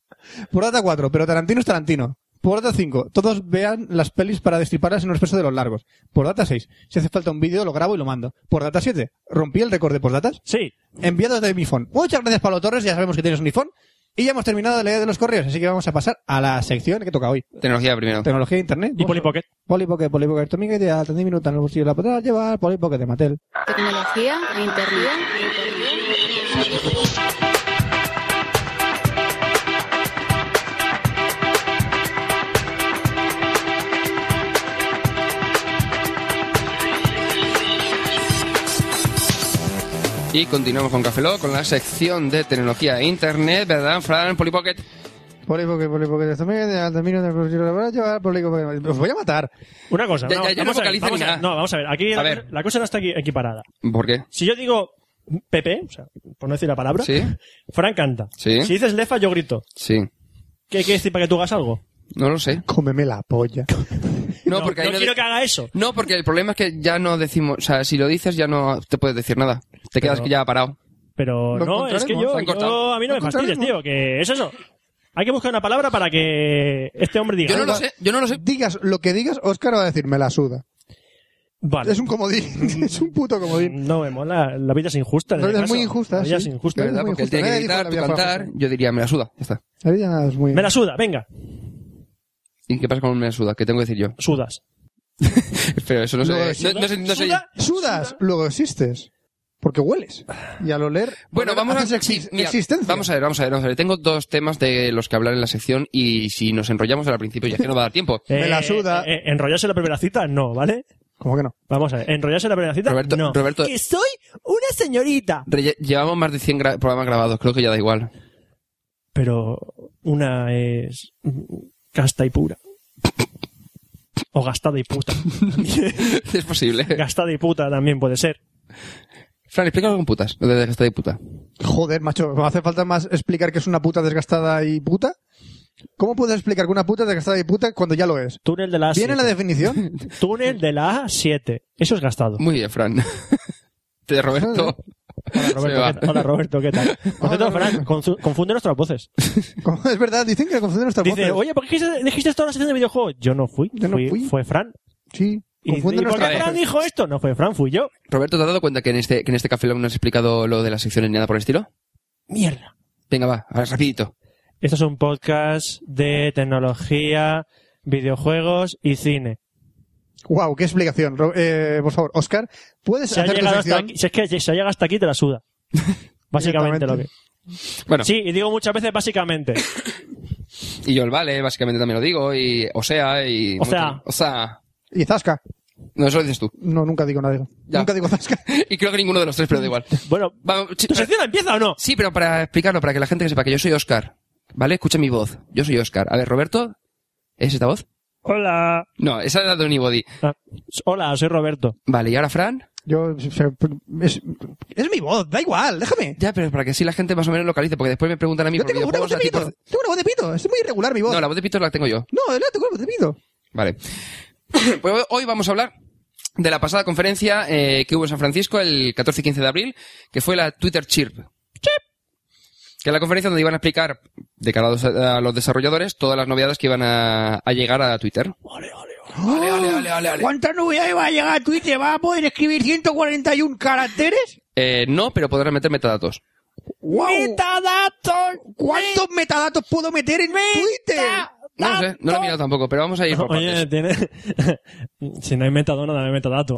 Speaker 4: Por data 4, pero Tarantino es Tarantino. Por data 5, todos vean las pelis para destriparlas en un expreso de los largos. Por data 6, si hace falta un vídeo lo grabo y lo mando. Por data 7, rompí el récord de postdatas.
Speaker 3: Sí.
Speaker 4: Enviados de mi phone. Muchas gracias Pablo Torres, ya sabemos que tienes un iPhone. Y ya hemos terminado de leer de los correos, así que vamos a pasar a la sección que toca hoy.
Speaker 2: Tecnología primero.
Speaker 4: Tecnología e Internet.
Speaker 3: Y Polly Pocket.
Speaker 4: Polipocket, Polipocket, tu amiga ideal, tan diminuta en el bolsillo, la podrás llevar, Polipocket de Mattel.
Speaker 1: Tecnología e internet.
Speaker 2: Y continuamos con Café Lock, con la sección de tecnología e internet, ¿verdad, Fran? Polipocket.
Speaker 4: Polipo que polipo que esto me Altamiro de la verdad llevar polipo que os voy a matar.
Speaker 3: Una cosa,
Speaker 2: Ya-
Speaker 3: no,
Speaker 2: ya- ya no
Speaker 3: vamos a ver,
Speaker 2: vocalice ni
Speaker 3: vamos a-
Speaker 2: nada.
Speaker 3: no, vamos a ver, aquí
Speaker 2: A
Speaker 3: la,
Speaker 2: ver.
Speaker 3: la cosa no está aquí equiparada.
Speaker 2: ¿Por qué?
Speaker 3: Si yo digo Pepe, o sea, por no decir la palabra,
Speaker 2: Sí.
Speaker 3: Fran canta.
Speaker 2: Sí.
Speaker 3: Si dices Lefa, yo grito.
Speaker 2: Sí.
Speaker 3: ¿Qué hay que decir para que tú hagas algo?
Speaker 2: No lo sé.
Speaker 4: Cómeme la polla.
Speaker 2: No, porque ahí no
Speaker 3: quiero
Speaker 2: de-
Speaker 3: que haga eso.
Speaker 2: No, porque el problema es que ya no decimos, o sea, si lo dices ya no te puedes decir nada. Te quedas
Speaker 3: Pero-
Speaker 2: que ya parado.
Speaker 3: Pero
Speaker 2: Lo
Speaker 3: no, es que
Speaker 2: encontraremos,
Speaker 3: yo,
Speaker 2: lo han cortado.
Speaker 3: yo- a mí no
Speaker 2: Lo
Speaker 3: me fastidies, tío,
Speaker 2: encontraremos.
Speaker 3: que es eso. Hay que buscar una palabra para que este hombre diga.
Speaker 2: Yo no lo
Speaker 3: "Ah,
Speaker 2: sé, yo no lo sé.
Speaker 4: Digas lo que digas, Oscar va a decir me la suda.
Speaker 3: Vale.
Speaker 4: Es un comodín, es un puto comodín.
Speaker 3: No me mola, la vida es injusta. en
Speaker 4: La
Speaker 3: este
Speaker 4: vida es muy
Speaker 3: caso.
Speaker 4: injusta,
Speaker 3: La vida
Speaker 4: sí.
Speaker 3: es injusta.
Speaker 4: Muy
Speaker 2: ¿Verdad? Porque él
Speaker 4: injusto.
Speaker 2: tiene que
Speaker 4: Nadie dijo
Speaker 2: gritar,
Speaker 4: la
Speaker 2: tú
Speaker 4: vida fácil.
Speaker 2: cantar, yo diría me la suda, ya está.
Speaker 4: La vida es muy
Speaker 3: Me la suda, venga,
Speaker 2: ¿Y qué pasa con me la suda? ¿Qué tengo que decir yo?
Speaker 3: sudas.
Speaker 2: Pero eso no
Speaker 4: Luego
Speaker 2: sé.
Speaker 4: de
Speaker 2: No, no sé, no sé-
Speaker 3: Suda,
Speaker 4: Sudas, luego existes. Porque hueles. Y al oler.
Speaker 2: Bueno,
Speaker 4: al oler
Speaker 2: vamos a,
Speaker 4: haces exi-
Speaker 2: sí, mira,
Speaker 4: existencia.
Speaker 2: vamos a ver, vamos a ver, vamos a ver. Tengo dos temas de los que hablar en la sección y si nos enrollamos al principio ya que no va a dar tiempo.
Speaker 4: Me la suda.
Speaker 3: eh, eh, enrollarse en la primera cita, no, ¿vale?
Speaker 4: ¿Cómo que no?
Speaker 3: Vamos a ver, enrollarse en la primera cita,
Speaker 2: Roberto-
Speaker 3: no.
Speaker 2: Roberto-
Speaker 3: Que soy una señorita.
Speaker 2: Re- llevamos más de 100 gra- programas grabados, creo que ya da igual.
Speaker 3: Pero una es mm, casta y pura. O gastada y puta.
Speaker 2: es posible.
Speaker 3: gastada y puta también puede ser.
Speaker 2: Fran, explícanos con putas, lo de desgastar de puta.
Speaker 4: Joder, macho, ¿hace falta más explicar que es una puta desgastada y puta? ¿Cómo puedes explicar que una puta es desgastada y puta cuando ya lo es?
Speaker 3: Túnel de la A7.
Speaker 4: ¿Viene la definición?
Speaker 3: Túnel de la A7. Eso es gastado.
Speaker 2: Muy bien, Fran. Te Roberto.
Speaker 3: Hola
Speaker 2: Se va.
Speaker 3: Roberto, ¿qué, hola, Roberto, ¿qué tal? Por cierto, Fran, consu- confunde nuestras voces.
Speaker 4: ¿Cómo? Es verdad, dicen que confunden nuestras
Speaker 3: Dice,
Speaker 4: voces.
Speaker 3: oye, ¿por qué dijiste- dijiste toda la sección de videojuegos? Yo no fui,
Speaker 4: Yo no fui.
Speaker 3: fue Fran.
Speaker 4: Sí,
Speaker 3: ¿Y,
Speaker 4: confunden
Speaker 3: ¿y por qué
Speaker 4: nuestras
Speaker 2: voces.
Speaker 3: Fran dijo esto? No fue Fran, fui yo.
Speaker 2: Roberto, ¿te has dado cuenta que en este, que en este café Lock no has explicado lo de las secciones ni nada por el estilo?
Speaker 3: Mierda.
Speaker 2: Venga, va, ahora rapidito.
Speaker 3: Esto es un podcast de tecnología, videojuegos y cine.
Speaker 4: Wow, qué explicación. Ro- eh, por favor, Oscar, ¿puedes
Speaker 3: Se ha
Speaker 4: hacer tu
Speaker 3: llegado hasta
Speaker 4: sección?
Speaker 3: aquí, si es que se llega hasta aquí te la suda. Básicamente lo que.
Speaker 2: Bueno,
Speaker 3: Sí, y digo muchas veces básicamente.
Speaker 2: y yo el vale, básicamente también lo digo, y o sea, y...
Speaker 3: O sea.
Speaker 2: O sea...
Speaker 4: Y Zasca.
Speaker 2: No, eso lo dices tú.
Speaker 4: No, nunca digo nada.
Speaker 2: Ya.
Speaker 4: Nunca digo Zasca.
Speaker 2: Y creo que ninguno de los tres, pero da igual.
Speaker 3: Bueno,
Speaker 2: Vamos, sí,
Speaker 3: ¿tu
Speaker 2: pero-
Speaker 3: sección empieza o no?
Speaker 2: sí, pero para explicarlo, para que la gente que sepa que yo soy Oscar, ¿vale? Escucha mi voz. Yo soy Oscar. A ver, Roberto, ¿es esta voz?
Speaker 5: Hola.
Speaker 2: No, esa es la de Unibody.
Speaker 3: Ah, Hola, soy Roberto.
Speaker 2: Vale, ¿y ahora Fran?
Speaker 4: Yo, se- se- es, es mi voz, da igual, déjame.
Speaker 2: Ya, pero para que así la gente más o menos localice, porque después me preguntan a mí
Speaker 4: Yo
Speaker 2: por
Speaker 4: tengo una voz
Speaker 2: videojuegos
Speaker 4: de
Speaker 2: a ti
Speaker 4: pito.
Speaker 2: por-
Speaker 4: Tengo una voz de pito. Es muy irregular mi voz.
Speaker 2: No, la voz de Pito la tengo yo.
Speaker 4: No, no, tengo una voz de pito.
Speaker 2: Vale. Pues hoy vamos a hablar de la pasada conferencia eh, que hubo en San Francisco el 14 y 15 de abril, que fue la Twitter Chirp. Que es la conferencia donde iban a explicar, de cara a los, a los desarrolladores, todas las novedades que iban a, a llegar a Twitter. Ole, ole, ole, ole, ole.
Speaker 4: ¿Cuántas novedades va a llegar a Twitter? ¿Va a poder escribir 141 caracteres?
Speaker 2: Eh, no, pero podrán meter metadatos.
Speaker 4: ¡Wow! ¡Metadatos! ¿Cuántos metadatos puedo meter en Twitter?
Speaker 2: No lo sé, no lo he mirado tampoco, pero vamos a ir por
Speaker 3: Oye,
Speaker 2: partes.
Speaker 3: tiene... si no hay metadona, dame metadato.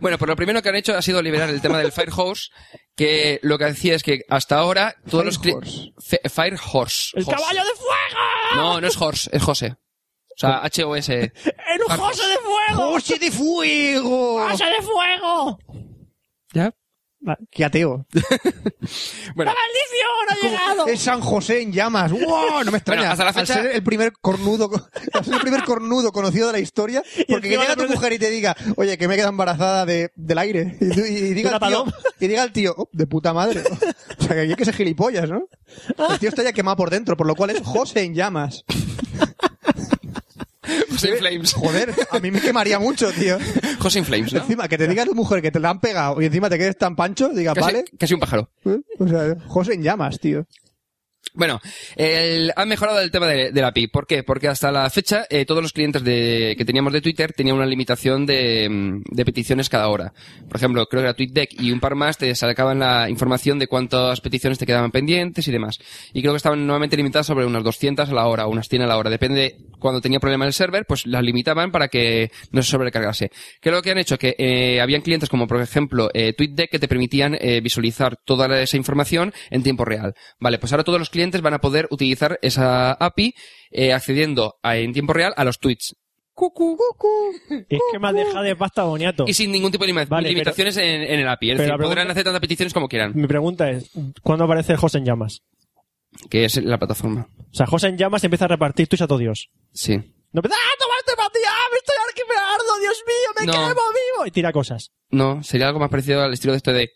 Speaker 2: Bueno, pues lo primero que han hecho ha sido liberar el tema del Firehorse, que lo que hacía es que hasta ahora todos los... cli-
Speaker 4: Firehorse.
Speaker 2: Fe- Firehorse.
Speaker 3: ¡El
Speaker 2: Horse.
Speaker 3: caballo de fuego!
Speaker 2: No, no es Horse, es José. O E. sea, H-O-S.
Speaker 3: ¡El un
Speaker 2: Carlos.
Speaker 3: José de fuego!
Speaker 4: ¡José de fuego!
Speaker 3: ¡José de fuego!
Speaker 2: ¿Ya?
Speaker 4: ¡Qué ateo!
Speaker 2: Bueno,
Speaker 3: ¡Maldición, ha llegado!
Speaker 4: Es San José en llamas. ¡Wow! No me extraña.
Speaker 2: Bueno, hasta la fecha-
Speaker 4: Al ser el primer cornudo, al ser el primer cornudo conocido de la historia, porque que
Speaker 3: encima
Speaker 4: llega
Speaker 3: le
Speaker 4: tu
Speaker 3: pregunta-
Speaker 4: mujer y te diga, oye, que me he quedado embarazada de, del aire. Y, tú- y- y diga
Speaker 3: una
Speaker 4: al tío,
Speaker 3: paloma.
Speaker 4: y diga al tío, "Oh, de puta madre. O sea, que hay que ser gilipollas, ¿no? El tío está ya quemado por dentro, por lo cual es José en llamas.
Speaker 2: José in Flames.
Speaker 4: Joder, a mí me quemaría mucho, tío.
Speaker 2: José in Flames, ¿no?
Speaker 4: Encima, que te diga a tu mujer que te la han pegado y encima te quedes tan pancho, diga,
Speaker 2: Casi,
Speaker 1: ¿eh?
Speaker 4: vale.
Speaker 2: casi un pájaro.
Speaker 4: O sea, José en llamas, tío.
Speaker 2: Bueno, el- han mejorado el tema de, de la API. ¿Por qué? Porque hasta la fecha eh, todos los clientes de- que teníamos de Twitter tenían una limitación de, mm, de peticiones cada hora. Por ejemplo, creo que era TweetDeck y un par más te sacaban la información de cuántas peticiones te quedaban pendientes y demás. Y creo que estaban nuevamente limitadas sobre unas 200 a la hora, unas 100 a la hora. Depende, cuando tenía problema el server, pues las limitaban para que no se sobrecargase. Creo que han hecho que eh, habían clientes como, por ejemplo, eh, TweetDeck que te permitían eh, visualizar toda esa información en tiempo real. Vale, pues ahora todos los clientes van a poder utilizar esa API eh, accediendo a- en tiempo real a los tweets.
Speaker 3: Es que me deja de pasta boniato.
Speaker 2: Y sin ningún tipo de lima-
Speaker 3: Vale, pero-
Speaker 2: limitaciones en, en el API. Es
Speaker 3: pero
Speaker 2: decir,
Speaker 3: la pregunta-
Speaker 2: podrán hacer tantas peticiones como quieran,
Speaker 3: Mi pregunta es, ¿cuándo aparece José en llamas?
Speaker 2: que es la plataforma.
Speaker 3: O sea, José en llamas empieza a repartir tus a todo Dios.
Speaker 2: Sí.
Speaker 3: No empieza, ¡ah, tomarte pastilla! ¡Ah, me estoy aquí, me ardo! ¡Dios mío, me
Speaker 2: No.
Speaker 3: quemo vivo! Y tira cosas.
Speaker 2: No, sería algo más parecido al estilo de esto de...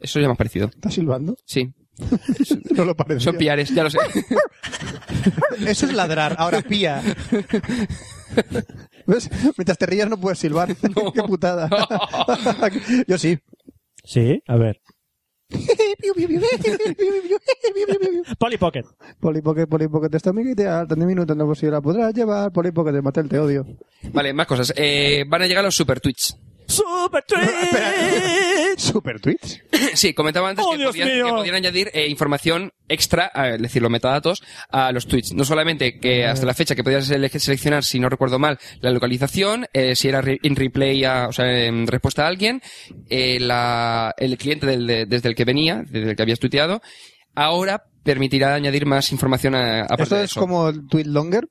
Speaker 2: Eso ya más parecido.
Speaker 1: ¿Estás silbando?
Speaker 2: Sí.
Speaker 1: No lo parece.
Speaker 2: Son piares, ya lo sé.
Speaker 1: Eso es ladrar. Ahora pía. ¿Ves? Mientras te rías no puedes silbar. Qué putada. Yo sí.
Speaker 3: Sí, a ver. Polly Pocket.
Speaker 1: Polipocket, polipocket, esta amiguita, al tantos minutos no si la podrás llevar. Polipocket, de Mattel, te odio.
Speaker 2: Vale, más cosas. Eh, van a llegar los super tweets.
Speaker 3: ¡Super Tweet!
Speaker 1: Super tweets.
Speaker 2: Sí, comentaba antes
Speaker 3: ¡Oh,
Speaker 2: que,
Speaker 3: Dios
Speaker 2: podían,
Speaker 3: mío!
Speaker 2: que podían añadir eh, información extra, a- es decir, los metadatos, a los tweets. No solamente que hasta la fecha que podías sele- seleccionar, si no recuerdo mal, la localización, eh, si era re- en replay, a- o sea, en respuesta a alguien, eh, la- el cliente del- de- desde el que venía, desde el que habías tuiteado, ahora permitirá añadir más información a, aparte
Speaker 1: Esto
Speaker 2: de
Speaker 1: es como el tweet longer.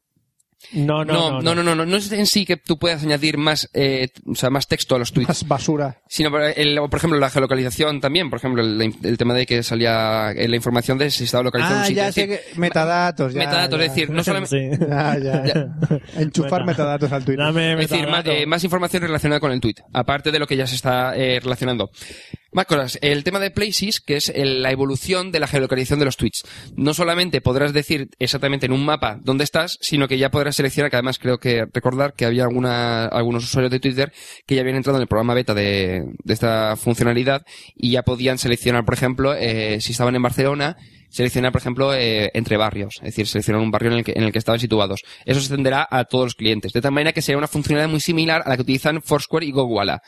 Speaker 3: No,
Speaker 2: No, no, no, no, no, no es en sí que tú puedas añadir más, eh, t- o sea, más texto a los tweets.
Speaker 1: Más basura.
Speaker 2: Sino, por, el- por ejemplo, la geolocalización también. Por ejemplo, el, el tema de que salía eh, la información de si estaba localizado en un
Speaker 1: Ah,
Speaker 2: sitio.
Speaker 1: ya
Speaker 2: Es decir,
Speaker 1: sé que... Metadatos, ya.
Speaker 2: metadatos,
Speaker 1: ya.
Speaker 2: es decir, no solamente...
Speaker 3: Sí.
Speaker 1: Ah, ya, ya. Enchufar
Speaker 3: Meta-
Speaker 1: metadatos al tweet.
Speaker 3: Dame
Speaker 2: Es decir, ma-
Speaker 3: metadato.
Speaker 2: eh, más información relacionada con el tweet, aparte de lo que ya se está eh, relacionando. Más cosas, el tema de Places, que es el- la evolución de la geolocalización de los tweets. No solamente podrás decir exactamente en un mapa dónde estás, sino que ya podrás seleccionar, que además creo que recordar que había alguna, algunos usuarios de Twitter que ya habían entrado en el programa beta de, de esta funcionalidad y ya podían seleccionar, por ejemplo, eh, si estaban en Barcelona, seleccionar, por ejemplo, eh, entre barrios, es decir, seleccionar un barrio en el, que, en el que estaban situados. Eso se extenderá a todos los clientes, de tal manera que será una funcionalidad muy similar a la que utilizan Foursquare y Gowala.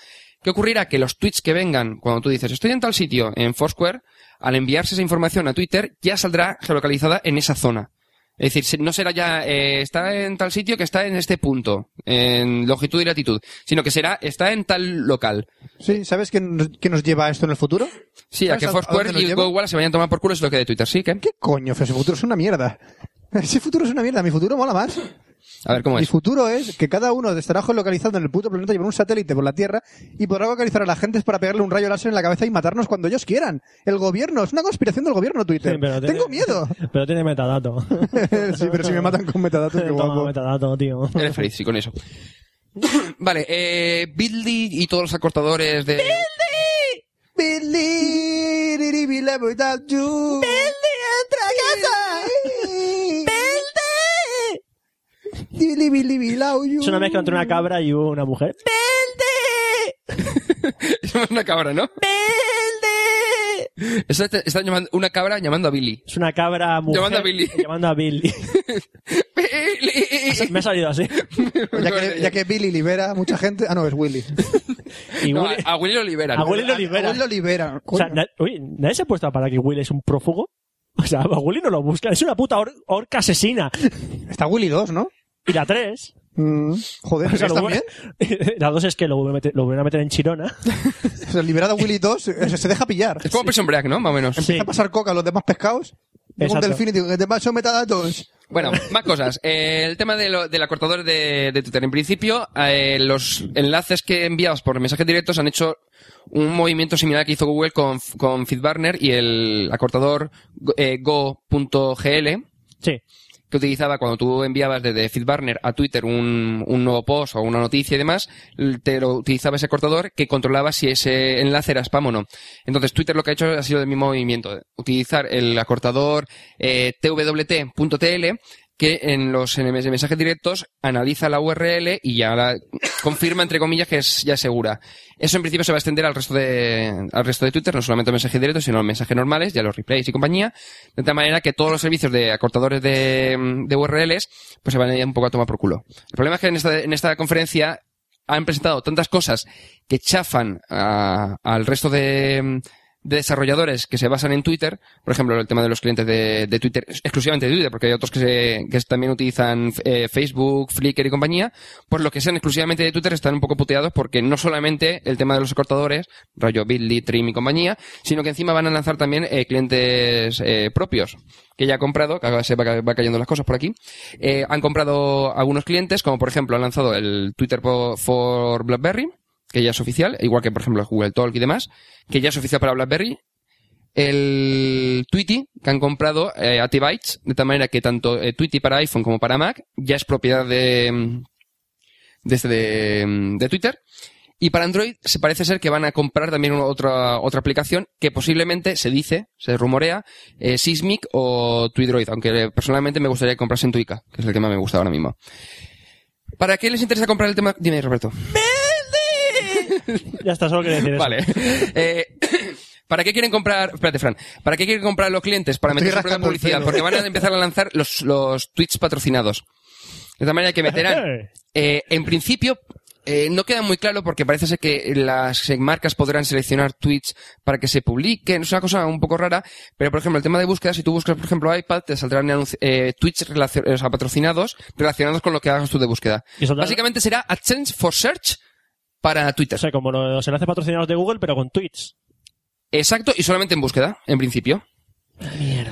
Speaker 2: ¿Qué ocurrirá? Que los tweets que vengan cuando tú dices estoy en tal sitio en Foursquare, al enviarse esa información a Twitter ya saldrá geolocalizada en esa zona. Es decir, se- no será ya eh, está en tal sitio que está en este punto, en longitud y latitud, sino que será está en tal local.
Speaker 1: Sí, ¿sabes qué nos, qué nos lleva a esto en el futuro?
Speaker 2: Sí, a
Speaker 1: ¿Sabes
Speaker 2: que
Speaker 1: a- a
Speaker 2: Foursquare
Speaker 1: dónde nos
Speaker 2: y
Speaker 1: lleva?
Speaker 2: Gowala se vayan a tomar por culo es lo que de Twitter, sí, que
Speaker 1: ¿Qué coño? Ese futuro es una mierda. Ese futuro es una mierda. Mi futuro mola más.
Speaker 2: a ver cómo
Speaker 3: Pues.
Speaker 1: Mi
Speaker 2: es.
Speaker 1: futuro es que cada uno estará localizado en el puto planeta, llevar un satélite por la Tierra y podrá localizar a la gente para pegarle un rayo láser en la cabeza y matarnos cuando ellos quieran. El gobierno, es una conspiración del gobierno Twitter.
Speaker 3: Sí, pero tiene-
Speaker 1: Tengo miedo.
Speaker 3: Pero tiene metadato.
Speaker 1: sí, pero si me matan con metadatos, qué
Speaker 3: Toma
Speaker 1: guapo.
Speaker 3: metadato, tío.
Speaker 2: Eres feliz, sí, con eso. vale, eh, Bitly y todos los acortadores de...
Speaker 1: Billy, diddy, be love without you. Billy, entra a casa. Billy. Billy, Billy, be love you.
Speaker 3: Es una mezcla entre una cabra y una mujer.
Speaker 2: Llaman una cabra, ¿no? ¡Billy! Están llamando, una cabra llamando a Billy.
Speaker 3: Es una cabra mujer.
Speaker 2: Llamando a Billy.
Speaker 3: Llamando a Billy.
Speaker 2: ¡Billy!
Speaker 3: Me ha salido así.
Speaker 1: Ya que, ya que Billy libera a mucha gente. Ah, no, es Willy.
Speaker 3: Y
Speaker 2: No, a,
Speaker 3: Willy-
Speaker 2: a Willy lo liberan.
Speaker 3: A Willy lo libera.
Speaker 1: A Will lo libera.
Speaker 3: O sea,
Speaker 1: coño.
Speaker 3: na- oye, ¿nadie se ha puesto a parar que Will es un prófugo? O sea, a Willy no lo busca. Es una puta hor- orca asesina.
Speaker 1: Está Willy 2, ¿no?
Speaker 3: Y la tres...
Speaker 1: Mm, joder,
Speaker 3: O sea,
Speaker 1: ¿es
Speaker 3: lo
Speaker 1: también?
Speaker 3: bueno- la dos es que lo vuelven a meter, lo vuelven a meter en Chirona.
Speaker 1: O sea, liberado Willy 2, se, se deja pillar.
Speaker 2: Es como Prison Break, ¿no? Más o menos.
Speaker 3: Sí.
Speaker 1: Empieza a pasar coca a los demás pescados. Llega un
Speaker 3: Exacto.
Speaker 1: delfín y digo, "Eh, que te paso metadatos.
Speaker 2: Bueno, más cosas. Eh, el tema de lo- del acortador de, de Twitter. En principio, eh, los enlaces que enviabas por mensajes directos han hecho un movimiento similar que hizo Google con, con FeedBurner y el acortador eh, go.gl.
Speaker 3: Sí.
Speaker 2: que utilizaba cuando tú enviabas desde FeedBurner a Twitter un, un nuevo post o una noticia y demás, l- te lo utilizaba ese cortador que controlaba si ese enlace era spam o no. Entonces Twitter lo que ha hecho eh, ha sido el mismo movimiento, utilizar el acortador eh, twt.tl que en los en los mensajes directos analiza la URL y ya la confirma, entre comillas, que es ya es segura. Eso en principio se va a extender al resto de, al resto de Twitter, no solamente a mensajes directos, sino a mensajes normales, ya los replays y compañía, de tal manera que todos los servicios de acortadores de, de URLs, pues se van a ir un poco a tomar por culo. El problema es que en esta, en esta conferencia han presentado tantas cosas que chafan a- al resto de, de desarrolladores que se basan en Twitter, por ejemplo, el tema de los clientes de, de Twitter, exclusivamente de Twitter, porque hay otros que, se- que también utilizan eh, Facebook, Flickr y compañía, pues los que sean exclusivamente de Twitter están un poco puteados porque no solamente el tema de los acortadores, rollo Bitly, Trim y compañía, sino que encima van a lanzar también eh, clientes eh, propios que ya ha comprado, que ahora se va, ca- va cayendo las cosas por aquí. Eh, han comprado algunos clientes, como por ejemplo han lanzado el Twitter po- for BlackBerry, que ya es oficial, igual que por ejemplo el Google Talk y demás, que ya es oficial para BlackBerry. El Tweety, que han comprado eh, a T-Bytes, de tal manera que tanto eh, Tweety para iPhone como para Mac ya es propiedad de, mm, de, este de, mm, de Twitter. Y para Android se parece ser que van a comprar también una- otra, otra aplicación que posiblemente se dice, se rumorea, eh, Sismic o Tweedroid, aunque eh, personalmente me gustaría que comprasen Tuica, que es el que más me gusta ahora mismo. ¿Para qué les interesa comprar el tema? Dime, Roberto.
Speaker 3: Ya está, solo quería decir eso.
Speaker 2: Vale. Eh, ¿Para qué quieren comprar? Espérate, Fran. ¿Para qué quieren comprar los clientes? Para meter
Speaker 1: Estoy
Speaker 2: su propia
Speaker 1: rascando el
Speaker 2: publicidad.
Speaker 1: pelo.
Speaker 2: Porque van a empezar a lanzar los, los tweets patrocinados. De tal manera que meterán. eh, en principio, eh, no queda muy claro porque parece ser que las marcas podrán seleccionar tweets para que se publiquen. Es una cosa un poco rara. Pero, por ejemplo, el tema de búsqueda, si tú buscas, por ejemplo, iPad, te saldrán anunci- eh, tweets relacion- eh, o sea, patrocinados relacionados con lo que hagas tú de búsqueda.
Speaker 3: Y eso da-
Speaker 2: Básicamente será AdSense for Search para Twitter.
Speaker 3: O sea, como los enlaces patrocinados de Google, pero con tweets.
Speaker 2: Exacto, y solamente en búsqueda, en principio.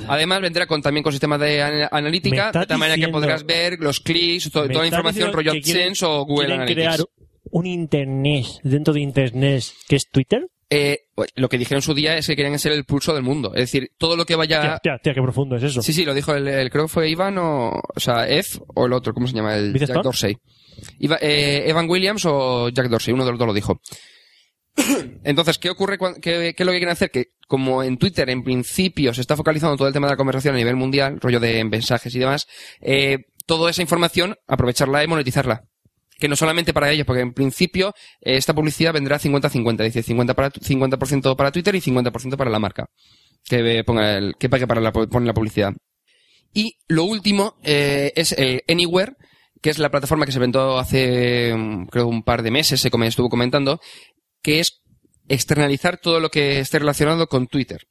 Speaker 2: Además, vendrá con, también con sistema de ana-
Speaker 3: Me
Speaker 2: analítica,
Speaker 3: está
Speaker 2: de tal manera que
Speaker 3: diciendo-
Speaker 2: podrás ver los clics, to-
Speaker 3: Me
Speaker 2: toda la
Speaker 3: está
Speaker 2: información
Speaker 3: diciendo
Speaker 2: rollo
Speaker 3: que quieren-
Speaker 2: AdSense o Google
Speaker 3: quieren
Speaker 2: Analytics.
Speaker 3: crear un internet dentro de internet que es Twitter.
Speaker 2: Eh, bueno, lo que dijeron en su día es que querían ser el pulso del mundo. Es decir, todo lo que
Speaker 3: Tía,
Speaker 2: vaya...
Speaker 3: tía, tía, qué profundo es eso.
Speaker 2: Ah. Sí, sí, lo dijo el, el- creo que fue Ivan o... O sea, F o el otro, ¿cómo se llama? El
Speaker 3: ¿Victor?
Speaker 2: Jack Dorsey. Iva- eh, Evan Williams o Jack Dorsey, uno de los dos lo dijo. Entonces, ¿qué ocurre? cuan- ¿Qué, qué es lo que quieren hacer? Que como en Twitter, en principio, se está focalizando todo el tema de la conversación a nivel mundial, rollo de mensajes y demás, eh, toda esa información, aprovecharla y monetizarla. Que no solamente para ellos, porque en principio eh, esta publicidad vendrá 50-50, dice 50%, para, tu- 50 para Twitter y 50% para la marca, que, eh, ponga el, que pague para la, pu- pone la publicidad. Y lo último eh, es el Anywhere, que es la plataforma que se inventó hace, mm, creo, un par de meses, se come- estuvo comentando, que es externalizar todo lo que esté relacionado con Twitter.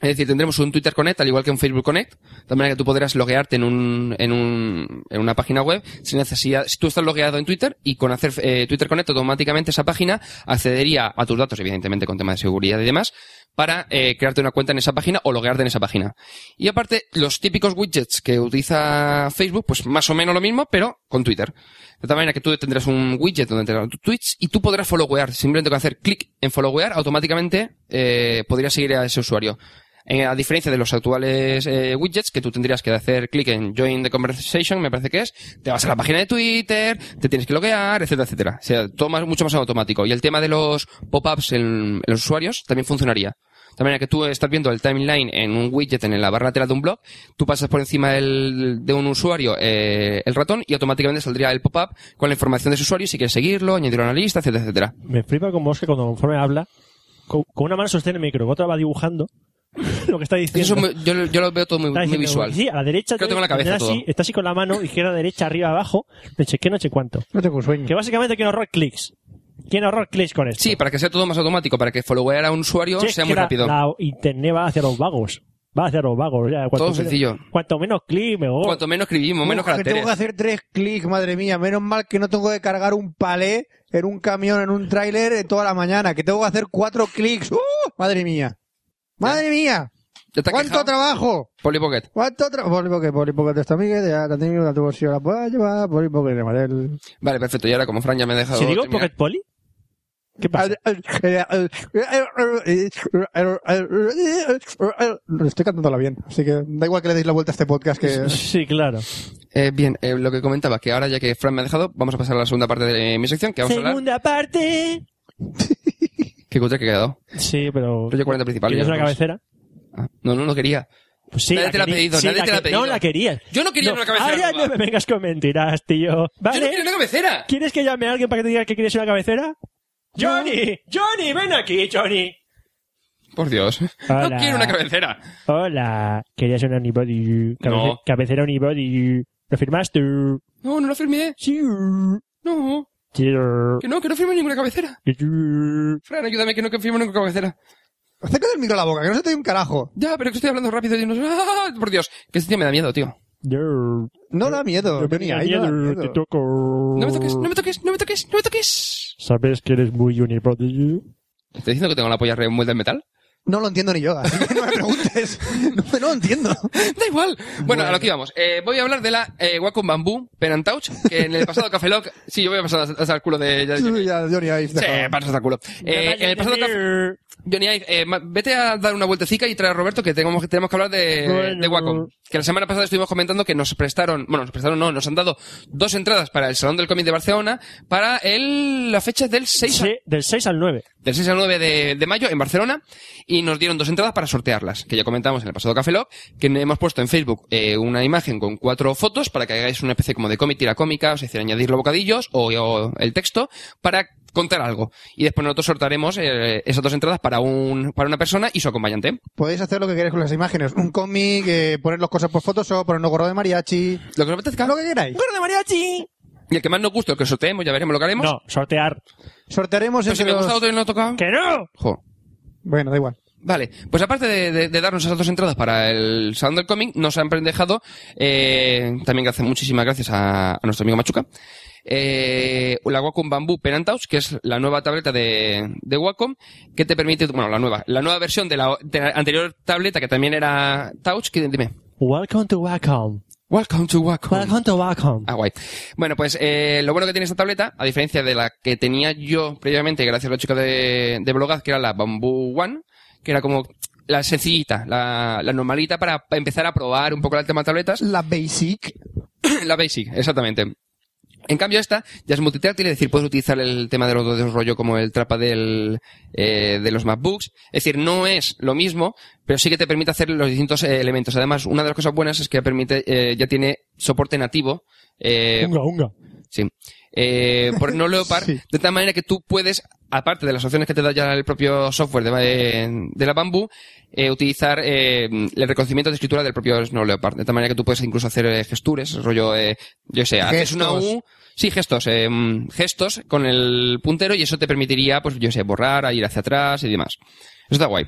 Speaker 2: Es decir, tendremos un Twitter Connect, al igual que un Facebook Connect, de manera que tú podrás loguearte en, un, en, un, en una página web sin necesidad. Si tú estás logueado en Twitter y con hacer eh, Twitter Connect, automáticamente esa página accedería a tus datos, evidentemente con temas de seguridad y demás, para eh, crearte una cuenta en esa página o loguearte en esa página. Y aparte, los típicos widgets que utiliza Facebook, pues más o menos lo mismo, pero con Twitter. De tal manera que tú tendrás un widget donde tendrás tus tweets y tú podrás followear. Simplemente con hacer clic en followear, automáticamente eh, podrías seguir a ese usuario. Eh, a diferencia de los actuales eh, widgets, que tú tendrías que hacer clic en Join the Conversation, me parece que es, te vas a la página de Twitter, te tienes que loguear, etcétera, etcétera. O sea, todo más- mucho más automático. Y el tema de los pop-ups en, en los usuarios también funcionaría. De manera que tú estás viendo el timeline en un widget en la barra lateral de un blog, tú pasas por encima del- de un usuario eh, el ratón y automáticamente saldría el pop-up con la información de ese usuario, si quieres seguirlo, añadirlo a una lista, etcétera, etcétera.
Speaker 3: Me flipa como Oscar cuando conforme habla, con, con una mano sostiene el micro, con otra va dibujando lo que está diciendo.
Speaker 2: Eso es muy- yo, lo- yo lo veo todo muy,
Speaker 3: pues, Está
Speaker 2: muy
Speaker 3: diciendo,
Speaker 2: visual.
Speaker 3: Sí, a la derecha.
Speaker 2: Es que lo tengo en la
Speaker 3: te- te
Speaker 2: cabeza
Speaker 3: da así,
Speaker 2: todo.
Speaker 3: está así con la mano, izquierda, derecha, arriba, abajo. No sé qué, no sé cuánto.
Speaker 1: No tengo sueño.
Speaker 3: Que básicamente quieren ahorrar clics. Quieren ahorrar clics con esto.
Speaker 2: Sí, para que sea todo más automático, para que followear a un usuario
Speaker 3: Si es
Speaker 2: sea
Speaker 3: que
Speaker 2: muy
Speaker 3: la-
Speaker 2: rápido.
Speaker 3: La internet va hacia los vagos. Va hacia los vagos. ya, cuanto
Speaker 2: Todo
Speaker 3: menos-
Speaker 2: sencillo.
Speaker 3: Cuanto menos clics, mejor.
Speaker 2: Cuanto menos escribimos,
Speaker 1: Uf,
Speaker 2: menos
Speaker 1: que Tengo que
Speaker 2: caracteres.
Speaker 1: hacer tres clics, madre mía. Menos mal que no tengo que cargar un palé en un camión, en un tráiler eh, toda la mañana. Que tengo que hacer cuatro clics. ¡Uh! Madre mía. Madre mía.
Speaker 2: ¿Ya te has
Speaker 1: ¿Cuánto
Speaker 2: quejado?
Speaker 1: trabajo?
Speaker 2: Poli Pocket.
Speaker 1: ¿Cuánto trabajo? Polipoque, polipoque, esta amiga, ya la tengo, la tengo, si la puedo llevar, polipoque, de Marel.
Speaker 2: Vale, perfecto. Y ahora, como Fran ya me ha dejado.
Speaker 3: Si digo
Speaker 2: terminar-
Speaker 3: Pocket Poly, ¿qué pasa?
Speaker 1: Eh, Estoy cantándola bien, así que da igual que le deis la vuelta a este podcast que...
Speaker 3: Sí, claro.
Speaker 2: Eh, bien, eh, lo que comentaba, que ahora ya que Fran me ha dejado, vamos a pasar a la segunda parte de mi sección, que vamos a hablar.
Speaker 3: Segunda parte.
Speaker 2: Qué cutre que ha quedado.
Speaker 3: Sí, pero.
Speaker 2: Rollo 40 principal.
Speaker 3: ¿Quieres
Speaker 2: ya
Speaker 3: una
Speaker 2: nos vamos.
Speaker 3: cabecera?
Speaker 2: Ah, No, no, no quería.
Speaker 3: Pues sí,
Speaker 2: Nadie te la ha
Speaker 3: querí-
Speaker 2: pedido,
Speaker 3: sí,
Speaker 2: nadie te la ha
Speaker 3: que-
Speaker 2: pedido.
Speaker 3: No la querías.
Speaker 2: Yo no quería una cabecera
Speaker 3: Ahora
Speaker 2: nueva.
Speaker 3: no me vengas con mentiras, tío. ¿Vale?
Speaker 2: Yo no quiero una cabecera.
Speaker 3: ¿Quieres que llame a alguien para que te diga que quieres una cabecera? ¡Johnny! ¡Johnny! ¡Ven aquí, Johnny!
Speaker 2: Por Dios.
Speaker 3: Hola.
Speaker 2: No quiero una cabecera.
Speaker 3: Hola, querías un Unibody. Cabe-
Speaker 2: No.
Speaker 3: Cabecera Unibody. ¿Lo firmaste?
Speaker 2: No, no lo firmé.
Speaker 3: Sí.
Speaker 2: No,
Speaker 3: Sí.
Speaker 2: que no, que no firme ninguna cabecera. Fran, ayúdame, que no que firme ninguna cabecera.
Speaker 1: Acerca del micro a la boca, que no se te oye un carajo.
Speaker 2: Ya, pero que estoy hablando rápido y no... ¡Ah! Por Dios, que este tío me da miedo, tío.
Speaker 1: No da miedo, Johnny, ahí no da miedo.
Speaker 3: Te toco.
Speaker 2: No me toques, no me toques, no me toques, no me toques.
Speaker 3: ¿Sabes que eres muy Unibody?
Speaker 2: ¿Te ¿Estás diciendo que tengo la polla revuelta en metal?
Speaker 1: No lo entiendo ni yo, así que no me preguntes. No, no lo entiendo.
Speaker 2: Da igual. Bueno, a lo que íbamos. Eh, voy a hablar de la eh, Wacom Bamboo Penantouch, que en el pasado Café Lock... Sí, yo voy a pasar hasta- hasta el culo de... ya-
Speaker 1: Sí, ya, Johnny, ahí
Speaker 2: Sí,
Speaker 1: está.
Speaker 2: pasas hasta el culo. Eh, en el pasado Café... Johnny Ive, eh, ma- vete a dar una vueltecica y trae a Roberto que tenemos, que tenemos que hablar de,
Speaker 3: Bueno.
Speaker 2: de Wacom. Que la semana pasada estuvimos comentando que nos prestaron, bueno, nos prestaron no, nos han dado dos entradas para el Salón del Cómic de Barcelona para el, la fecha del 6, a-
Speaker 3: Sí, del 6 al 9.
Speaker 2: del 6 al 9 de, de mayo en Barcelona y nos dieron dos entradas para sortearlas, que ya comentamos en el pasado Café Lock, que hemos puesto en Facebook eh, una imagen con cuatro fotos para que hagáis una especie como de cómic, tira cómica, os decir, añadir los bocadillos o, o el texto para contar algo. Y después nosotros sortaremos eh, esas dos entradas para, un, para una persona y su acompañante.
Speaker 1: Podéis hacer lo que queráis con las imágenes. Un cómic, eh, poner las cosas por Photoshop, poner un gorro de mariachi.
Speaker 2: Lo que os apetezca.
Speaker 1: Lo que queráis.
Speaker 3: ¡Gordo mariachi!
Speaker 2: Y el que más nos guste, el que sorteemos, ya veremos, lo que haremos.
Speaker 3: No, sortear.
Speaker 1: Sortearemos
Speaker 2: Pero si
Speaker 1: entre
Speaker 2: me
Speaker 1: los...
Speaker 2: gusta otro y no ha tocado.
Speaker 3: ¡Que no!
Speaker 2: Jo.
Speaker 1: Bueno, da igual.
Speaker 2: Vale, pues aparte de, de- de darnos esas dos entradas para el Salón del Cómic, nos han dejado, eh, también gracias, muchísimas gracias a, a nuestro amigo Machuca, eh, la Wacom Bamboo Penantouch, que es la nueva tableta de, de Wacom, que te permite, bueno, la nueva, la nueva versión de la, de la anterior tableta que también era Touch, que dime,
Speaker 3: Welcome to Wacom.
Speaker 2: Welcome to Wacom.
Speaker 3: Welcome to Wacom.
Speaker 2: Ah, guay. Bueno, pues eh, lo bueno que tiene esta tableta, a diferencia de la que tenía yo previamente, gracias a la chica de, de Blogaz, que era la Bamboo One, que era como la sencillita, la, la normalita para empezar a probar un poco el tema de tabletas,
Speaker 1: La basic.
Speaker 2: la Basic, exactamente. En cambio esta ya es multitáctil, es decir, puedes utilizar el tema de los dedos rollo como el trapa del, eh, de los MacBooks. Es decir, no es lo mismo, pero sí que te permite hacer los distintos eh, elementos. Además, una de las cosas buenas es que permite, eh, ya tiene soporte nativo. Eh,
Speaker 3: Unga, unga.
Speaker 2: Sí. Eh, por no leopard,
Speaker 1: Sí.
Speaker 2: de tal manera que tú puedes, aparte de las opciones que te da ya el propio software de, de la Bamboo, eh, utilizar eh, el reconocimiento de escritura del propio Snow Leopard. De tal manera que tú puedes incluso hacer eh, gestures, rollo, eh, yo sé, haces una
Speaker 1: Gestos.
Speaker 2: U, sí, gestos, eh, mm, gestos con el puntero y eso te permitiría, pues yo sé, borrar, ir hacia atrás y demás. Eso está guay.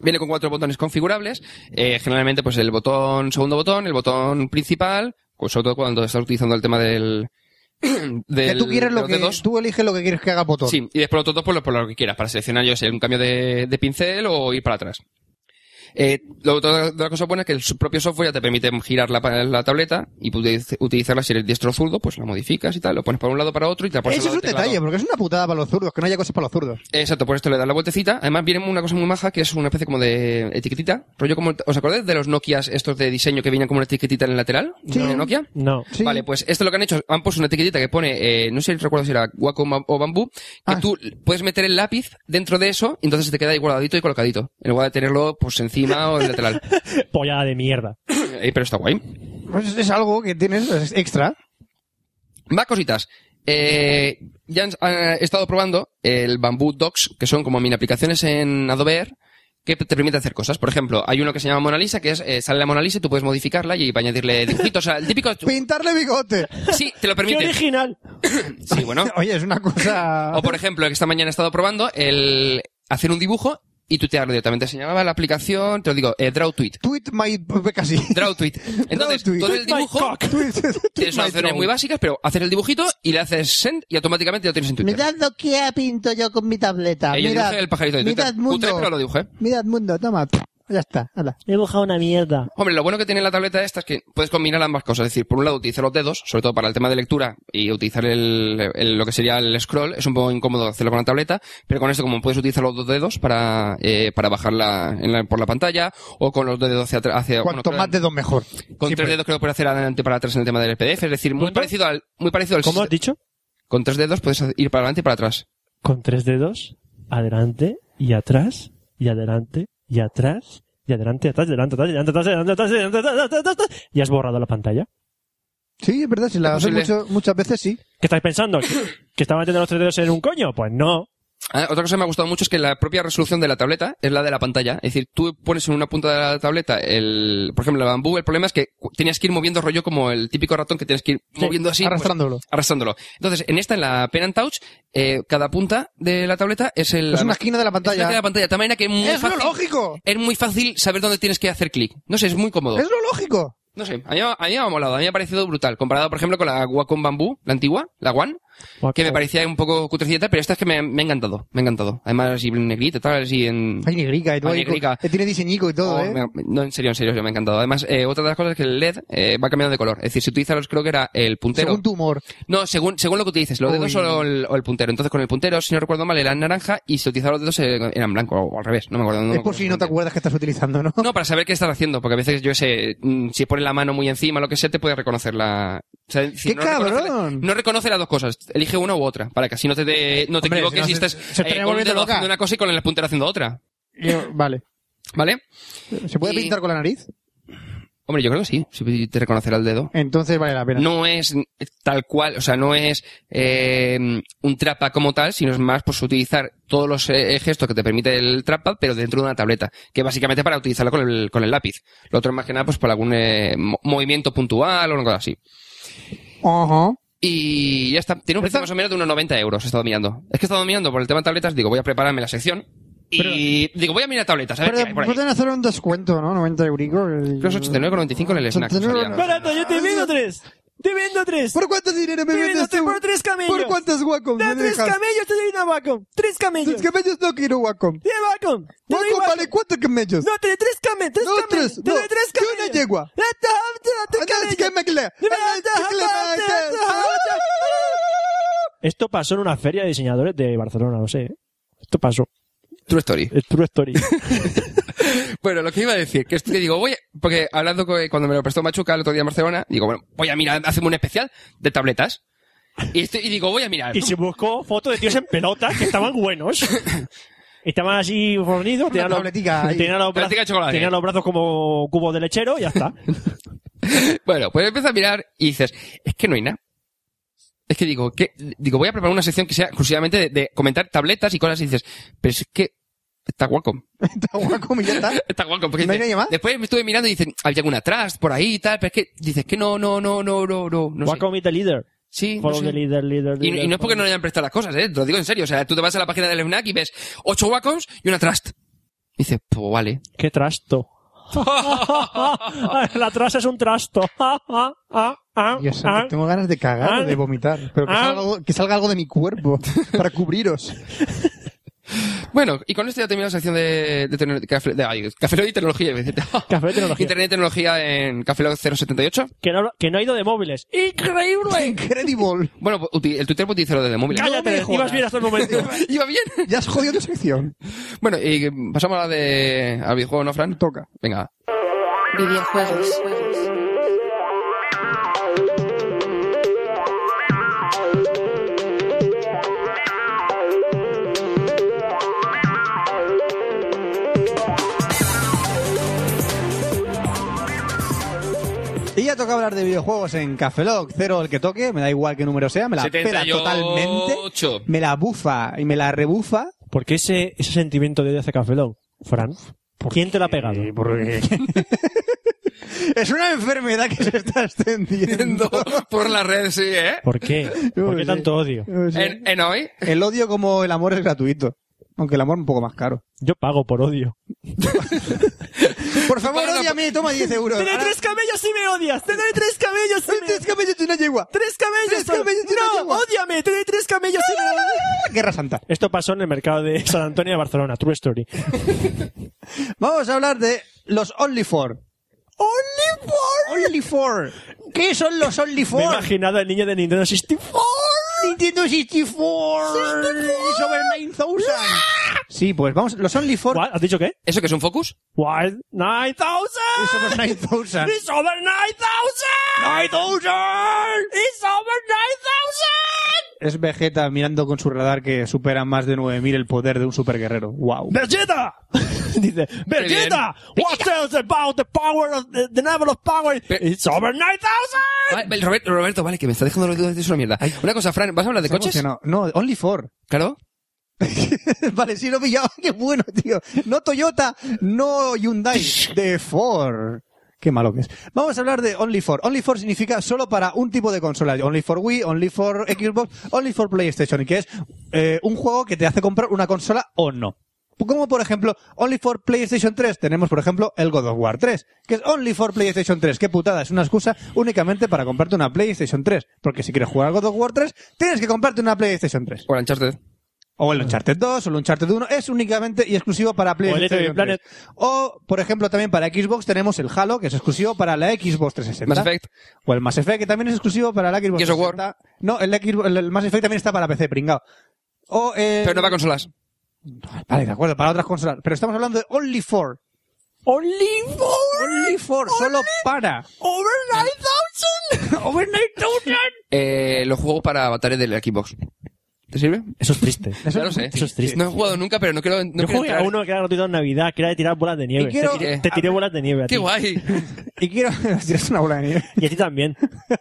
Speaker 2: Viene con cuatro botones configurables. Eh, generalmente, pues el botón, segundo botón, el botón principal, pues, sobre todo cuando estás utilizando el tema del.
Speaker 1: Que
Speaker 2: del
Speaker 1: tú quieres
Speaker 2: de
Speaker 1: lo
Speaker 2: los
Speaker 1: que...
Speaker 2: dedos.
Speaker 1: Tú eliges lo que quieres que haga el botón.
Speaker 2: Sí, y después los otros por lo, por lo que quieras, para seleccionar, yo sé, un cambio de, de pincel o ir para atrás. Eh, lo otra de las cosas buenas es que el su- propio software ya te permite girar la, pa- la tableta y puedes utilizarla si eres diestro o zurdo, pues la modificas y tal, lo pones para un lado para otro y te la pones
Speaker 1: Ese es
Speaker 2: al lado
Speaker 1: un
Speaker 2: del teclado.
Speaker 1: detalle, porque es una putada para los zurdos, que no haya cosas para los zurdos.
Speaker 2: Exacto, por esto le das la vueltecita. Además viene una cosa muy maja que es una especie como de etiquetita. Rollo como, ¿os acordáis de los Nokias estos de diseño que venían como una etiquetita en el lateral? De Nokia.
Speaker 3: No.
Speaker 1: Sí.
Speaker 2: Vale, pues esto lo que han hecho, han puesto una etiquetita que pone, eh, no sé si recuerdo si era Wacom o Bambú, que
Speaker 1: Ah.
Speaker 2: tú puedes meter el lápiz dentro de eso y entonces se te queda ahí guardadito y colocadito. En lugar de tenerlo pues encima o en el lateral.
Speaker 3: Pollada de mierda.
Speaker 2: Eh, pero está guay.
Speaker 1: Pues es algo que tienes es extra.
Speaker 2: Más cositas. Eh, ya han, han estado probando el Bamboo Docs, que son como mini aplicaciones en Adobe Air, que te permite hacer cosas. Por ejemplo, hay uno que se llama Mona Lisa, que es, eh, sale la Mona Lisa y tú puedes modificarla y añadirle dibujitos. O sea, el típico...
Speaker 1: Pintarle bigote.
Speaker 2: Sí, te lo
Speaker 3: ¡Qué
Speaker 2: permite.
Speaker 3: original!
Speaker 2: Sí, bueno.
Speaker 1: Oye, es una cosa...
Speaker 2: O por ejemplo, el que esta mañana he estado probando, el hacer un dibujo y tuitearlo directamente. Señalaba la aplicación, te lo digo, eh, Draw Tweet.
Speaker 1: Tweet my... pues, casi.
Speaker 2: Draw Tweet. Entonces,
Speaker 1: Draw tweet.
Speaker 2: tú haces el dibujo,
Speaker 1: Tweet- tweet
Speaker 2: tienes unas
Speaker 1: my
Speaker 2: opciones
Speaker 1: draw.
Speaker 2: muy básicas, pero haces el dibujito y le haces send y automáticamente lo tienes en Twitter.
Speaker 1: Mirad lo que pinto yo con mi tableta.
Speaker 2: Eh, yo
Speaker 1: Ah, mirad,
Speaker 2: dibujé el pajarito de Twitter.
Speaker 1: mirad
Speaker 2: Cutre,
Speaker 1: mundo.
Speaker 2: pero lo dibujé.
Speaker 1: Mirad mundo, toma. Ya está, hala.
Speaker 3: He dibujado una mierda.
Speaker 2: Hombre, lo bueno que tiene la tableta esta es que puedes combinar ambas cosas. Es decir, por un lado utilizar los dedos, sobre todo para el tema de lectura, y utilizar el, el- lo que sería el scroll. Es un poco incómodo hacerlo con la tableta, pero con esto como puedes utilizar los dos dedos para, eh, para bajarla en la- por la pantalla, o con los dedos hacia atrás. Hacia, bueno,
Speaker 1: Cuanto
Speaker 2: creo-
Speaker 1: más dedos mejor.
Speaker 2: con
Speaker 1: Siempre.
Speaker 2: tres dedos creo que puedes hacer adelante para atrás en el tema del PDF. Es decir, muy
Speaker 3: ¿Cuánto?
Speaker 2: parecido al... Muy parecido al
Speaker 3: ¿Cómo has
Speaker 2: sistema-
Speaker 3: dicho?
Speaker 2: Con tres dedos puedes ir para adelante y para atrás.
Speaker 3: Con tres dedos, adelante y atrás, y adelante y atrás, y adelante, atrás, adelante, atrás, adelante, atrás, adelante, atrás, adelante, atrás, adelante, atrás, atrás, y has borrado la pantalla.
Speaker 1: Sí, es verdad, si la
Speaker 2: Es
Speaker 1: haces
Speaker 2: posible.
Speaker 1: mucho- muchas veces sí.
Speaker 3: ¿Qué estáis pensando? ¿Que, que estaba metiendo los tres dedos en un coño? Pues no.
Speaker 2: Ah, otra cosa que me ha gustado mucho es que la propia resolución de la tableta es la de la pantalla. Es decir, tú pones en una punta de la tableta el, por ejemplo, el bambú, el problema es que cu- tenías que ir moviendo rollo como el típico ratón que tienes que ir moviendo así. pues,
Speaker 1: arrastrándolo.
Speaker 2: arrastrándolo. Entonces, en esta, en la Pen and Touch, eh, cada punta de la tableta es el...
Speaker 1: Es una esquina de la
Speaker 2: es una esquina de
Speaker 1: pantalla.
Speaker 2: la pantalla. De tal manera que es muy
Speaker 1: ¡Es lo
Speaker 2: fácil...
Speaker 1: lógico!
Speaker 2: Es muy fácil saber dónde tienes que hacer clic. No sé, es muy cómodo.
Speaker 1: ¡Es lo lógico!
Speaker 2: No sé, a mí, a mí me ha molado, a mí me ha parecido brutal. Comparado, por ejemplo, con la Wacom Bambú, la antigua, la One, que me parecía un poco cutrecita, pero esta es que me, me ha encantado, me ha encantado. Además, así en negrita, tal, así en...
Speaker 1: Hay negrica y todo.
Speaker 2: Hay
Speaker 1: y co-
Speaker 2: negrica.
Speaker 1: eh, Tiene diseñico y todo,
Speaker 2: Oh,
Speaker 1: ¿eh?
Speaker 2: me ha- no, en serio, en serio, me ha encantado. Además, eh, otra de las cosas es que el LED eh, va cambiando de color. Es decir, si utilizas, los- creo que era el puntero...
Speaker 1: Según tu humor.
Speaker 2: No, según, según lo que utilices, los dedos o el, o el puntero. Entonces, con el puntero, si no recuerdo mal, eran naranja y si utilizaba los dedos eh, eran blanco o al revés. No me acuerdo. me
Speaker 1: es por
Speaker 2: acuerdo
Speaker 1: si no te
Speaker 2: exactamente.
Speaker 1: acuerdas que estás utilizando, ¿no?
Speaker 2: No, para saber qué estás haciendo, porque a veces, yo sé, mm, si pones la mano muy encima, lo que sea, te puede reconocer la... o sea, si
Speaker 1: ¡Qué
Speaker 2: no reconoce la-
Speaker 1: cabrón!
Speaker 2: no reconoce las dos cosas, elige una u otra, para que así no te, de- no te
Speaker 1: Hombre,
Speaker 2: equivoques
Speaker 1: si no
Speaker 2: y
Speaker 1: se-
Speaker 2: estés
Speaker 1: se
Speaker 2: eh,
Speaker 1: te
Speaker 2: con el
Speaker 1: vuelve
Speaker 2: dedo
Speaker 1: loca.
Speaker 2: haciendo una cosa y con el puntero haciendo otra.
Speaker 1: Yo- vale.
Speaker 2: ¿Vale?
Speaker 1: ¿Se puede
Speaker 2: Y-
Speaker 1: pintar con la nariz?
Speaker 2: Hombre, yo creo que sí, si te reconocerá el dedo.
Speaker 1: Entonces vale la pena.
Speaker 2: No es tal cual, o sea, no es eh, un trapa como tal, sino es más pues utilizar todos los eh, gestos que te permite el trapa, pero dentro de una tableta, que básicamente es para utilizarlo con el, con el lápiz. Lo otro es más que nada pues para algún eh, mo- movimiento puntual o algo así.
Speaker 1: Ajá.
Speaker 2: Y ya está, tiene un precio más o menos de unos 90 euros, he estado mirando. Es que he estado mirando por el tema de tabletas, digo, voy a prepararme la sección y digo, voy a mirar tabletas, a ver
Speaker 1: Pero
Speaker 2: qué hay por ahí.
Speaker 1: pueden hacer un descuento, ¿no? 90 euricos.
Speaker 2: Creo que es 89,95 en el snack.
Speaker 1: 89,95.
Speaker 2: salía.
Speaker 3: Barato, yo te vendo tres. Te vendo tres.
Speaker 1: ¿Por cuánto dinero me
Speaker 3: Te
Speaker 1: vendes
Speaker 3: vendo tres
Speaker 1: tú?
Speaker 3: por tres camellos.
Speaker 1: ¿Por cuántos Wacom
Speaker 3: Da
Speaker 1: me
Speaker 3: tres
Speaker 1: dejas?
Speaker 3: camellos, te doy una Wacom. Tres camellos.
Speaker 1: Tres camellos no quiero Wacom.
Speaker 3: Diez Wacom. Te doy
Speaker 1: Wacom vale cuatro camellos.
Speaker 3: No, te doy tres camellos. Tres
Speaker 1: No,
Speaker 3: camellos.
Speaker 1: tres,
Speaker 3: te
Speaker 1: no.
Speaker 3: doy tres
Speaker 1: Y una
Speaker 3: camellos.
Speaker 1: yegua.
Speaker 3: Ah, te- ah, te- ah, tres
Speaker 1: Anda,
Speaker 3: camellos.
Speaker 1: chica, me clea.
Speaker 3: Dime,
Speaker 1: Anda,
Speaker 3: ah, te-
Speaker 1: chica,
Speaker 3: ah,
Speaker 1: me
Speaker 3: te- ah,
Speaker 1: clea.
Speaker 3: te- ah, te- Esto pasó en una feria de diseñadores de Barcelona, no sé. ¿eh? Esto pasó.
Speaker 2: True story.
Speaker 3: Es true story.
Speaker 2: Bueno, lo que iba a decir, que es que digo, voy, a- porque hablando con- cuando me lo prestó Machuca el otro día en Barcelona, digo, bueno, voy a mirar, hacemos un especial de tabletas. Y, estoy- y digo, voy a mirar.
Speaker 3: y se buscó fotos de tíos en pelota que estaban buenos. Estaban así fornidos, tenían los,
Speaker 1: tabletica ahí.
Speaker 3: tenían los
Speaker 2: Tabletica de
Speaker 3: brazos,
Speaker 2: chocolate.
Speaker 3: tenían los brazos como cubo de lechero y ya está.
Speaker 2: Bueno, pues empiezas a mirar y dices, es que no hay nada. Es que digo, que, digo, voy a preparar una sección que sea exclusivamente de, de comentar tabletas y cosas y dices, pero es que está Wacom.
Speaker 1: Está Wacom y ya está.
Speaker 2: Está Wacom. Porque
Speaker 1: ¿No hay
Speaker 2: dice-
Speaker 1: nadie más?
Speaker 2: Después me estuve mirando y dicen, había alguna trust por ahí y tal, pero es que dices que no, no, no, no, no, no. no sé.
Speaker 3: Wacom is the leader.
Speaker 2: Sí, no
Speaker 3: Follow
Speaker 2: sé.
Speaker 3: the leader, leader,
Speaker 2: Y,
Speaker 3: leader,
Speaker 2: y no es porque no le hayan prestado las cosas, ¿eh? Te lo digo en serio. O sea, tú te vas a la página del FNAC y ves ocho Wacoms y una Trust. Y dices, pues vale.
Speaker 3: ¡Qué trasto! la trasa es un trasto.
Speaker 1: Dios santo, tengo ganas de cagar o de vomitar. Pero que,
Speaker 3: Ah.
Speaker 1: salga algo, que salga algo de mi cuerpo para cubriros.
Speaker 2: Bueno, y con esto ya terminamos la sección de, de, tecno- de café, de, ay, Café Lock y tecnología. iba a decir.
Speaker 3: Café de tecnología.
Speaker 2: Internet y tecnología en Café Lock 078.
Speaker 3: que, no, que no ha ido de móviles. ¡Increíble!
Speaker 1: Incredible.
Speaker 2: Bueno, pues, uti- el Twitter puede utilizarlo desde el móvil.
Speaker 3: Cállate, ibas bien hasta el momento.
Speaker 2: Iba bien.
Speaker 1: Ya has jodido tu sección.
Speaker 2: Bueno, y mm, pasamos a la de, al videojuego, ¿no, Fran?
Speaker 1: Toca.
Speaker 2: Venga.
Speaker 8: Videojuegos.
Speaker 1: Y ya toca hablar de videojuegos en Café Lock. Cero el que toque, me da igual qué número sea, me la pela totalmente.
Speaker 2: 78.
Speaker 1: Me la bufa y me la rebufa.
Speaker 3: ¿Por qué ese, ese sentimiento de odio hacia Café Lock, Fran? ¿Quién te lo ha pegado?
Speaker 1: Es una enfermedad que se está extendiendo.
Speaker 2: Por la red, sí, ¿eh?
Speaker 3: ¿Por qué? ¿Por qué
Speaker 1: sí.
Speaker 3: tanto odio?
Speaker 2: En, en hoy.
Speaker 1: El odio como el amor es gratuito. Aunque el amor un poco más caro.
Speaker 3: Yo pago por odio.
Speaker 1: Por favor,
Speaker 2: Paga-
Speaker 1: odiame, toma 10 euros.
Speaker 3: ¡Te doy
Speaker 1: Ahora-
Speaker 3: tres camellos si me odias! ¡Te doy tres camellos si me
Speaker 1: ah. tres camellos y una yegua.
Speaker 3: ¡Tres camellos!
Speaker 1: Tres camellos y una
Speaker 3: ¡No!
Speaker 1: yegua.
Speaker 3: ¡Ódiame! ¡Te doy tres camellos si me odias!
Speaker 1: Guerra Santa.
Speaker 3: Esto pasó en el mercado de San Antonio de Barcelona. True story.
Speaker 1: Vamos a hablar de los Only Four. Only Four. Only Four. ¿Qué son los Only
Speaker 3: Me he
Speaker 1: Four?
Speaker 3: imaginado al niño de Nintendo 64.
Speaker 1: Nintendo 64. Sobre 9000. Sí, pues vamos. Los Only Four.
Speaker 3: ¿What? ¿Has dicho qué?
Speaker 2: ¿Eso que es un focus?
Speaker 3: Wild 9000!
Speaker 1: It's over 9000.
Speaker 3: It's over 9000! 9000! It's over 9000!
Speaker 4: Es Vegeta mirando con su radar que supera más de 9000 el poder de un superguerrero. ¡Wow!
Speaker 3: ¡Vegeta! Dice, ¡Vegeta! What tells about the power of the, the level of power?
Speaker 2: Pe-
Speaker 3: It's over 9000!
Speaker 2: Vale, Roberto, Roberto, vale, que me está dejando los dudas es una mierda. Una cosa, Fran, ¿vas a hablar de
Speaker 4: Se ha
Speaker 2: coches?
Speaker 4: emocionado. No, Only Four.
Speaker 2: Claro.
Speaker 4: vale, sí lo pillaba. ¡Qué bueno, tío! No Toyota, no Hyundai. De Ford. Qué malo que es. Vamos a hablar de Only for. Only for significa solo para un tipo de consola. Only for Wii, Only for Xbox, Only for PlayStation. Y que es eh, un juego que te hace comprar una consola o no. Como por ejemplo, Only for PlayStation 3 tenemos por ejemplo el God of War 3, que es Only for PlayStation 3. Qué putada, es una excusa únicamente para comprarte una PlayStation 3. Porque si quieres jugar al God of War 3, tienes que comprarte una PlayStation 3.
Speaker 2: O la Uncharted.
Speaker 4: O el Uncharted 2 o el Uncharted 1 es únicamente y exclusivo para PlayStation.
Speaker 3: Little Big
Speaker 4: 3.
Speaker 3: Planet.
Speaker 4: O, por ejemplo, también para Xbox tenemos el Halo, que es exclusivo para la Xbox 360.
Speaker 2: Mass
Speaker 3: Eh.
Speaker 2: Effect.
Speaker 4: O el Mass Effect, que también es exclusivo para la Xbox
Speaker 2: Gears of War.
Speaker 4: 360. No, el, Xbox- el- el Mass Effect también está para PC, pringao. O, eh,
Speaker 2: Pero no va a consolas.
Speaker 4: Vale, de acuerdo, para otras consolas. Pero estamos hablando de Only for. Only for. Only for, solo para. Over 9000. Over 9000.
Speaker 2: Eh, los juegos para avatares del Xbox. ¿Te sirve?
Speaker 3: Eso es triste.
Speaker 2: ya lo sé.
Speaker 3: Eso es triste.
Speaker 2: No he jugado nunca, pero no quiero, no
Speaker 3: Yo
Speaker 2: quiero
Speaker 3: jugué a
Speaker 2: entrar.
Speaker 3: uno que era gratuito en Navidad, que era de tirar bolas de nieve.
Speaker 4: Y quiero-
Speaker 3: te, tiré,
Speaker 2: eh,
Speaker 3: te tiré bolas de nieve a ti.
Speaker 2: ¡Qué guay!
Speaker 4: Y quiero. Tienes una bola de nieve.
Speaker 3: Y a ti también.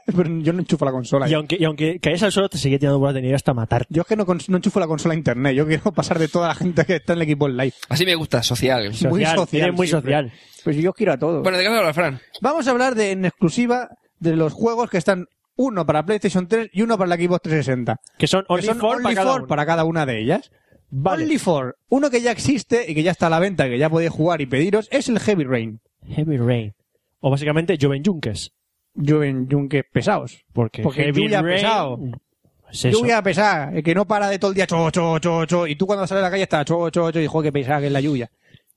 Speaker 4: Pero yo no enchufo la consola.
Speaker 3: Y aunque, y aunque caes al suelo, te seguía tirando bolas de nieve hasta matarte.
Speaker 4: Yo es que no, cons- no enchufo la consola a internet. Yo quiero pasar de toda la gente que está en el equipo en live.
Speaker 2: Así me gusta, social.
Speaker 4: Muy social,
Speaker 3: Eres muy
Speaker 4: siempre.
Speaker 3: social.
Speaker 4: Pues yo quiero a todos.
Speaker 2: Bueno, ¿de qué vas a hablar, Fran?
Speaker 4: vamos a hablar de, en exclusiva de los juegos que están uno para PlayStation 3 y uno para la Xbox 360.
Speaker 3: Que son
Speaker 4: Que
Speaker 3: only
Speaker 4: son
Speaker 3: for para
Speaker 4: only
Speaker 3: cada
Speaker 4: for
Speaker 3: uno.
Speaker 4: para cada una de ellas.
Speaker 3: Vale.
Speaker 4: Only for. Uno que ya existe y que ya está a la venta, que ya podéis jugar y pediros, es el Heavy Rain.
Speaker 3: Heavy Rain. O básicamente Joven Junkers.
Speaker 4: Yo en Yunque pesados.
Speaker 3: Porque,
Speaker 4: Porque
Speaker 3: Heavy
Speaker 4: lluvia
Speaker 3: Rain...
Speaker 4: pesado.
Speaker 3: Es eso.
Speaker 4: Yo voy a pesar, el que no para de todo el día, cho, cho, cho, cho, y tú cuando sales a la calle estás cho, cho, cho, y joder, que pesada que es la lluvia.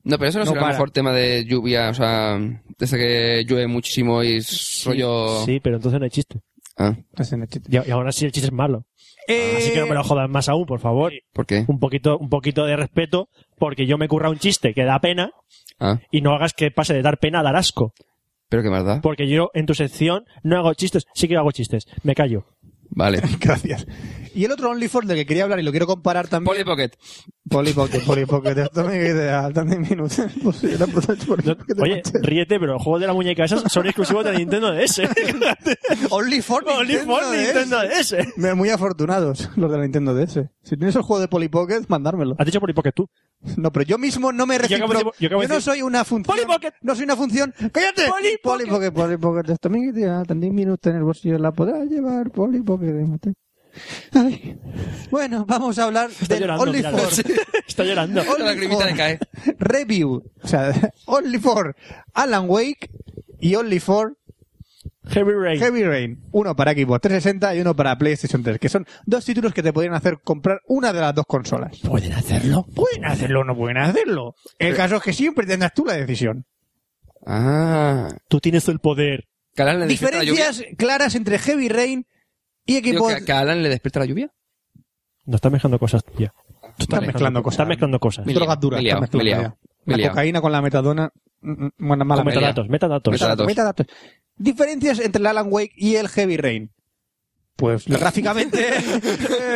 Speaker 2: No, pero eso no,
Speaker 4: No
Speaker 2: será el
Speaker 4: para.
Speaker 2: mejor tema de lluvia, o sea, desde que llueve muchísimo y soy yo...
Speaker 3: Sí, pero entonces no hay chiste.
Speaker 2: Ah,
Speaker 4: Hacen el chiste.
Speaker 3: Y, y aún así el chiste es malo.
Speaker 4: Eh,
Speaker 3: Así que no me lo jodan más aún, por favor.
Speaker 2: ¿por qué?
Speaker 3: Un poquito, un poquito de respeto, porque yo me curra un chiste que da pena
Speaker 2: Ah,
Speaker 3: y no hagas que pase de dar pena a dar asco.
Speaker 2: pero qué más da.
Speaker 3: Porque yo en tu sección no hago chistes, sí que hago chistes. Me callo.
Speaker 2: Vale.
Speaker 4: Gracias. Y el otro Only for del que quería hablar y lo quiero comparar también.
Speaker 2: Polly Pocket.
Speaker 4: Polly Pocket, Polly Pocket. Esto me queda tantos minutos. Pues sí, la puta de Polly
Speaker 3: No-
Speaker 4: Pocket,
Speaker 3: oye,
Speaker 4: macho.
Speaker 3: ríete, pero los juegos de la muñeca esas son exclusivos de Nintendo DS.
Speaker 4: Only for
Speaker 3: Only for
Speaker 4: DS.
Speaker 3: Nintendo DS.
Speaker 4: Me- Muy afortunados los de la Nintendo DS. Si tienes el juego de Polly Pocket, mandármelo.
Speaker 3: Has dicho por que tú.
Speaker 4: No, pero yo mismo no me
Speaker 3: acabo
Speaker 4: registro.
Speaker 3: de- yo acabo de
Speaker 4: no
Speaker 3: decir-
Speaker 4: soy una función.
Speaker 3: Polly Pocket.
Speaker 4: No soy una función. ¡Cállate!
Speaker 3: Polly
Speaker 4: Polly Pocket, Polly Pocket. Esto me queda tantos minutos en el bolsillo. La podrás llevar, Polly Pocket. Ay. Bueno, vamos a hablar
Speaker 3: Está
Speaker 4: del
Speaker 3: llorando.
Speaker 4: Only
Speaker 3: míralo.
Speaker 4: for.
Speaker 3: Está llorando.
Speaker 2: La lagrimita le cae.
Speaker 4: Review. O sea, Only for Alan Wake y Only for
Speaker 3: Heavy Rain.
Speaker 4: Heavy Rain. Uno para Xbox 360 y uno para PlayStation 3, que son dos títulos que te podrían hacer comprar una de las dos consolas.
Speaker 6: ¿Pueden hacerlo?
Speaker 4: Pueden hacerlo o no pueden hacerlo. El caso es que siempre tendrás tú la decisión.
Speaker 2: Ah.
Speaker 3: Tú tienes el poder.
Speaker 2: ¿Que a Alan le despierta la lluvia?
Speaker 4: Diferencias claras entre Heavy Rain y
Speaker 2: Digo,
Speaker 4: Xbox.
Speaker 2: ¿que, a- que a Alan le despierta la lluvia?
Speaker 3: No, estás mezclando cosas tuyas.
Speaker 4: Tú estás
Speaker 2: Vale.
Speaker 4: mezclando cosas.
Speaker 3: Estás mezclando cosas.
Speaker 2: Me he
Speaker 4: Drogas
Speaker 2: liado, me
Speaker 4: duras.
Speaker 2: he liado,
Speaker 4: estás mezclando
Speaker 2: me he
Speaker 4: ya.
Speaker 2: liado, me he
Speaker 4: La
Speaker 2: liado.
Speaker 4: cocaína con la metadona. mm, mm, Buena
Speaker 2: Con
Speaker 4: mala. mala.
Speaker 3: Metadatos, metadatos.
Speaker 2: Metadatos.
Speaker 4: Metadatos. Diferencias entre el Alan Wake y el Heavy Rain. Pues gráficamente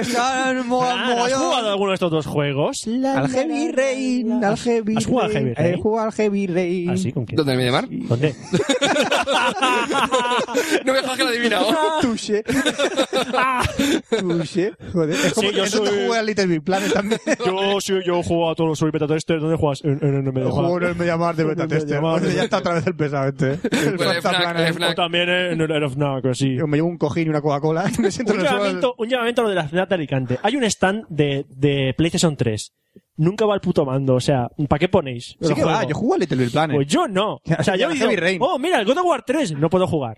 Speaker 4: están mo-
Speaker 3: Ah, ¿Has
Speaker 4: mogollón.
Speaker 3: jugado a alguno de estos dos juegos?
Speaker 4: Al Heavy Rain, al Heavy
Speaker 3: ¿Has jugado al Heavy
Speaker 4: Rain. Eh,
Speaker 3: Rain?
Speaker 4: He jugado al Heavy Rain.
Speaker 3: ¿Ah, sí? ¿Con quién?
Speaker 2: ¿Dónde me llamar?
Speaker 3: ¿Dónde?
Speaker 2: No me dejas que lo adivina. ¿o?
Speaker 3: Ah.
Speaker 4: Touché. Touché. Joder. Es como
Speaker 3: Sí, yo
Speaker 4: que tú
Speaker 3: soy-
Speaker 4: te jugué al Little Big Planet también.
Speaker 3: Yo, sí, yo he jugado a todos los soy beta tester. ¿Dónde juegas? En, en, en el medio.
Speaker 4: Yo juego en el Mediamar de Beta
Speaker 3: En el
Speaker 4: Tester.
Speaker 3: Mediamar de
Speaker 4: Hombre, Ya
Speaker 3: Beta
Speaker 4: está otra vez el pesado este. El
Speaker 2: Bueno,
Speaker 4: Fanta
Speaker 2: Fnac,
Speaker 4: Plana.
Speaker 2: eh, Fnac.
Speaker 3: O también en el Air of Nac, así.
Speaker 4: Yo Me llevo un cojín y una Coca-Cola y me siento
Speaker 3: Un
Speaker 4: en el suelo.
Speaker 3: llamamiento, un llamamiento a lo de la ciudad de Alicante. Hay un stand de, de PlayStation 3. Nunca va el puto mando. O sea, ¿para qué ponéis?
Speaker 4: Sí
Speaker 3: Lo
Speaker 4: que
Speaker 3: juego.
Speaker 4: va, yo juego al Little Big Planet.
Speaker 3: Pues yo no. O sea, yo he
Speaker 4: Heavy
Speaker 3: ido,
Speaker 4: Rain.
Speaker 3: oh, mira, el God of War 3. No puedo jugar.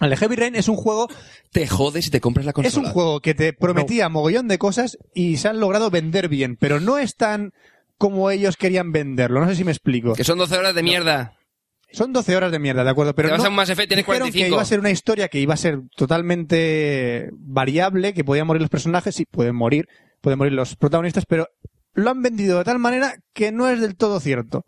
Speaker 4: El Heavy Rain es un juego,
Speaker 2: Te jodes y te compras la consola.
Speaker 4: es un juego que te prometía mogollón de cosas y se han logrado vender bien, pero no es tan como ellos querían venderlo. No sé si me explico.
Speaker 2: Que son 12 horas de mierda.
Speaker 4: Son 12 horas de mierda, de acuerdo, pero
Speaker 2: Te vas
Speaker 4: no-
Speaker 2: a un Mass Effect, tienes
Speaker 4: dijeron
Speaker 2: 45.
Speaker 4: que iba a ser una historia que iba a ser totalmente variable, que podían morir los personajes, sí, pueden morir, pueden morir los protagonistas, pero lo han vendido de tal manera que no es del todo cierto.